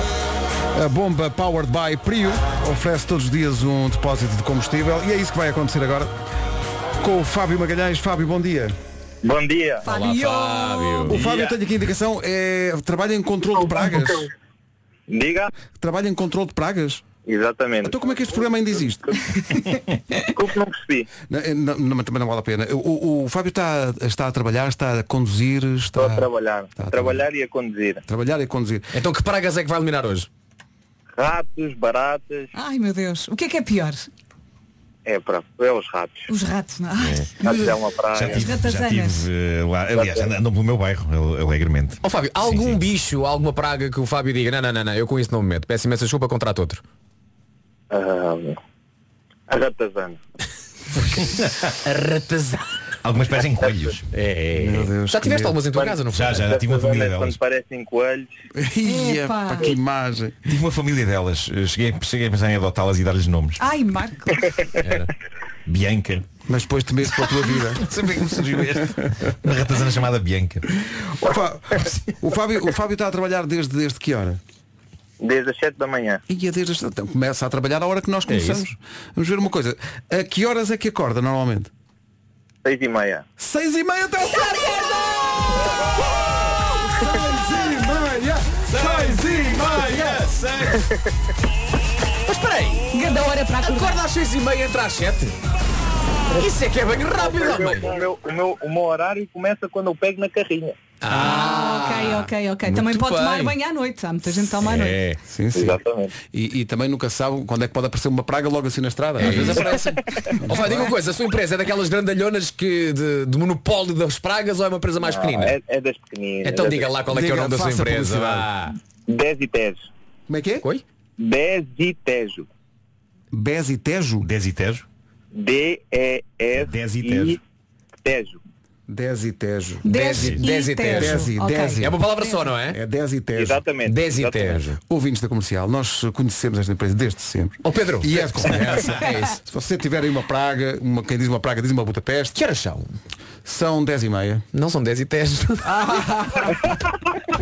S2: A bomba Powered by Prio oferece todos os dias um depósito de combustível e é isso que vai acontecer agora com o Fábio Magalhães. Fábio, bom dia.
S18: Bom dia.
S2: O Fábio tem aqui a indicação, é, trabalha em controle de pragas.
S18: Diga.
S2: Trabalha em controle de pragas.
S18: Exatamente.
S2: Então como é que este programa ainda existe?
S18: Desculpe, não percebi.
S2: Não, eh, não, não, mas também não vale a pena. O, o- o Fábio está, está a trabalhar, está a conduzir, está
S18: a trabalhar.
S2: Tá,
S18: A trabalhar e a conduzir.
S2: trabalhar e conduzir.
S5: Então que pragas é que vai eliminar hoje?
S18: Ratos, baratas.
S4: Ai meu Deus, o que é que é pior?
S18: É, para, é os ratos.
S4: Os ratos, não? Ai,
S18: Ratos é uma praia.
S9: Já tive, já
S4: ratazanas.
S9: tive eh, lá. Aliás, andam pelo meu bairro, ale- alegremente.
S5: Ó Fábio, há algum bicho, alguma praga que o Fábio diga, não, não, não, não, eu com isso não me meto. Peço imensa desculpa, contrato outro.
S18: Ah, A ratazana.
S5: Ratazana.
S9: Algumas parecem coelhos. É, é.
S5: Já tiveste algumas em tua casa, não foi?
S9: Já, já, já tive uma família delas.
S18: Quando parecem coelhos.
S2: Ia,
S18: Epá.
S2: pá, que imagem.
S9: Tive uma família delas. Eh, Cheguei, cheguei a pensar em adotá-las e dar-lhes nomes.
S11: Ai, Marco.
S9: Era Bianca.
S2: Mas depois temeste para a tua vida.
S9: Não sei bem como surgiu este. Uma ratazana chamada Bianca.
S2: Ó, pá, o, Fábio, o Fábio está a trabalhar desde, desde que hora?
S18: Desde as 7 da manhã.
S2: E é desde as... então, começa a trabalhar à hora que nós começamos.
S18: isso.
S2: Vamos ver uma coisa. A que horas é que acorda normalmente?
S18: 6 e meia.
S2: Seis e meia até o sete. Seis e meia!
S5: Mas espera aí.
S11: Ganda hora para
S5: acordar. Acorda às seis e meia, entra às sete. Isso é que é bem rápido,
S18: o meu,
S5: homem.
S18: o, meu, o, meu, o meu horário começa quando eu pego na carrinha.
S5: Ah,
S11: ok,
S2: Ah,
S11: ok, ok.
S2: muito
S11: Também pode
S2: bem.
S11: tomar banho à noite. Há muita gente que toma à noite.
S2: É, sim, sim. E, e também nunca sabe quando é que pode aparecer uma praga logo assim na estrada. Às vezes aparece.
S5: Ó, Oh, Fábio, diga uma coisa, a sua empresa é daquelas grandalhonas que de, de monopólio das pragas ou é uma empresa mais
S18: Não,
S5: pequenina?
S18: é, é das pequeninas.
S5: Então
S18: É
S5: diga
S18: das-
S5: lá qual é que é o nome da sua empresa. vá.
S18: 10 e Tejo.
S2: Como é que é?
S5: Oi?
S18: 10 e Tejo.
S2: Bez e Tejo?
S9: Bez e Tejo?
S18: D-E-S.
S9: 10
S18: e Tejo. Tejo.
S2: 10 e Tejo.
S18: Dez e
S5: Dez e Tejo.
S2: Dez e-
S5: Ok.
S2: dez e-
S5: É uma palavra só, não é?
S2: É 10 e Tejo.
S18: Exatamente.
S5: 10 e Tejo.
S2: Ouvintes da comercial, nós conhecemos esta empresa desde sempre.
S5: Ó Pedro.
S2: E é de confiança.
S5: É isso.
S2: Se você tiver aí uma praga, uma, quem diz uma praga diz uma Budapeste. Que
S5: horas são?
S2: São 10 e meia.
S5: Não são 10 e 10.
S17: Ah.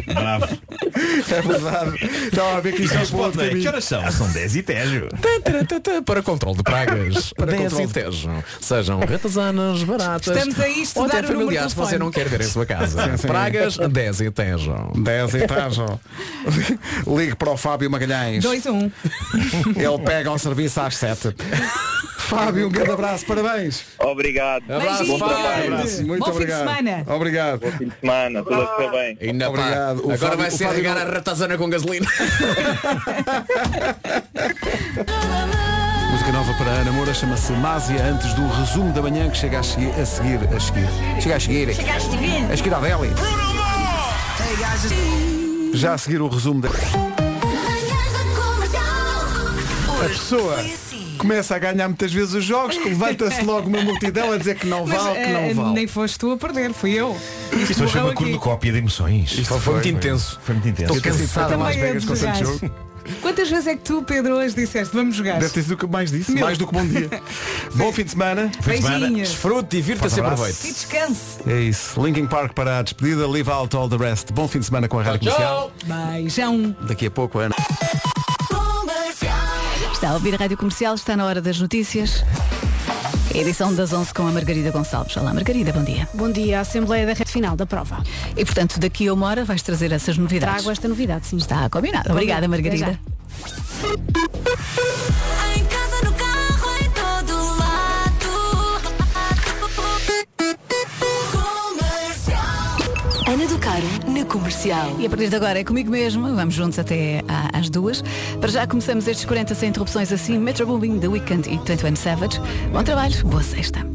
S9: Bravo.
S2: É verdade.
S5: Então,
S2: Estava a ver que
S9: E
S2: isto é bom
S9: Então responde,
S2: caminho.
S9: que horas são? São 10 e Tejo.
S5: Para controle de pragas.
S9: Para
S5: Para
S9: controle
S5: controle
S9: de-
S5: de
S2: assim.
S5: Tejo. Sejam ratazanas baratas.
S11: Estamos a estudar
S5: Ou até
S11: o número
S5: familiares
S11: de
S5: que você
S11: telefone.
S5: não quer ter em sua casa.
S2: Sim, sim.
S5: Pragas, 10 e Tejo.
S2: 10 e Tejo. Ligue para o Fábio Magalhães.
S4: um.
S11: 2 a 1. É
S2: Ele pega ao serviço às 7. Fábio, um grande abraço, parabéns.
S18: Obrigado.
S2: Abraço,
S18: Bom
S2: Fábio.
S18: trabalho.
S2: Abraço. Muito
S18: Bom fim de
S2: obrigado.
S18: semana.
S2: Obrigado.
S18: Bom fim de semana. Tudo a correr bem.
S5: Ainda pá.
S2: Obrigado. O
S5: Agora
S2: Fábio-
S5: vai
S2: o
S5: ser
S2: Fábio
S5: ligar
S2: não-
S5: a ratazana com gasolina.
S2: Música nova para Ana Moura chama-se Másia antes do resumo da manhã que chega a seguir a seguir a seguir. Chega a
S11: é.
S2: seguir.
S8: Chega a seguir.
S2: A seguir à Deli. Já a seguir o resumo da. A pessoa começa a ganhar muitas vezes os jogos, que levanta-se logo uma multidão a dizer que não
S11: Mas,
S2: vale, que
S11: eh,
S2: não vale.
S11: Nem foste tu a perder, fui eu. Isto
S9: Isto foi
S11: morreu
S9: uma
S11: aqui.
S9: cornucópia de emoções.
S2: Isto foi muito
S5: intenso.
S9: Foi muito intenso.
S2: Eu tenho ficado a
S11: Também
S2: Las
S4: é
S11: eu
S2: Vegas com
S11: de
S2: tanto
S11: jogar.
S2: jogo.
S11: Quantas vezes é que tu, Pedro, hoje disseste vamos jogar?
S2: Deve ter sido o que mais disse.
S11: Meu.
S2: Mais do que bom dia. bom fim de semana.
S11: Beijinhos.
S5: Desfrute, divirta-se e
S2: Forte
S5: aproveite.
S2: abraço.
S11: E descanse.
S2: É isso. Linkin Park para a despedida. Leave out all the rest. Bom fim de semana com a Rádio Comercial.
S11: Beijão.
S2: Daqui a pouco, Ana.
S19: Está a ouvir a Rádio Comercial, está na hora das notícias. Edição das 11 com a Margarida Gonçalves. Olá, Margarida, bom dia.
S20: Bom dia, a Assembleia da Rede Final da Prova.
S19: E, portanto, daqui a uma hora vais trazer essas novidades.
S20: Trago esta novidade, sim.
S19: Está combinado. Obrigada,
S20: Combinado. Até
S19: Margarida.
S20: já.
S8: Em casa, no carro, em todo lado.
S19: Ana do Caro, na Comercial. E a partir de agora é comigo mesmo. Vamos juntos até à- às duas. Para já começamos estes 40 sem interrupções assim. Metro Booming, The Weekend e 21 Savage. Bom trabalho, boa sexta.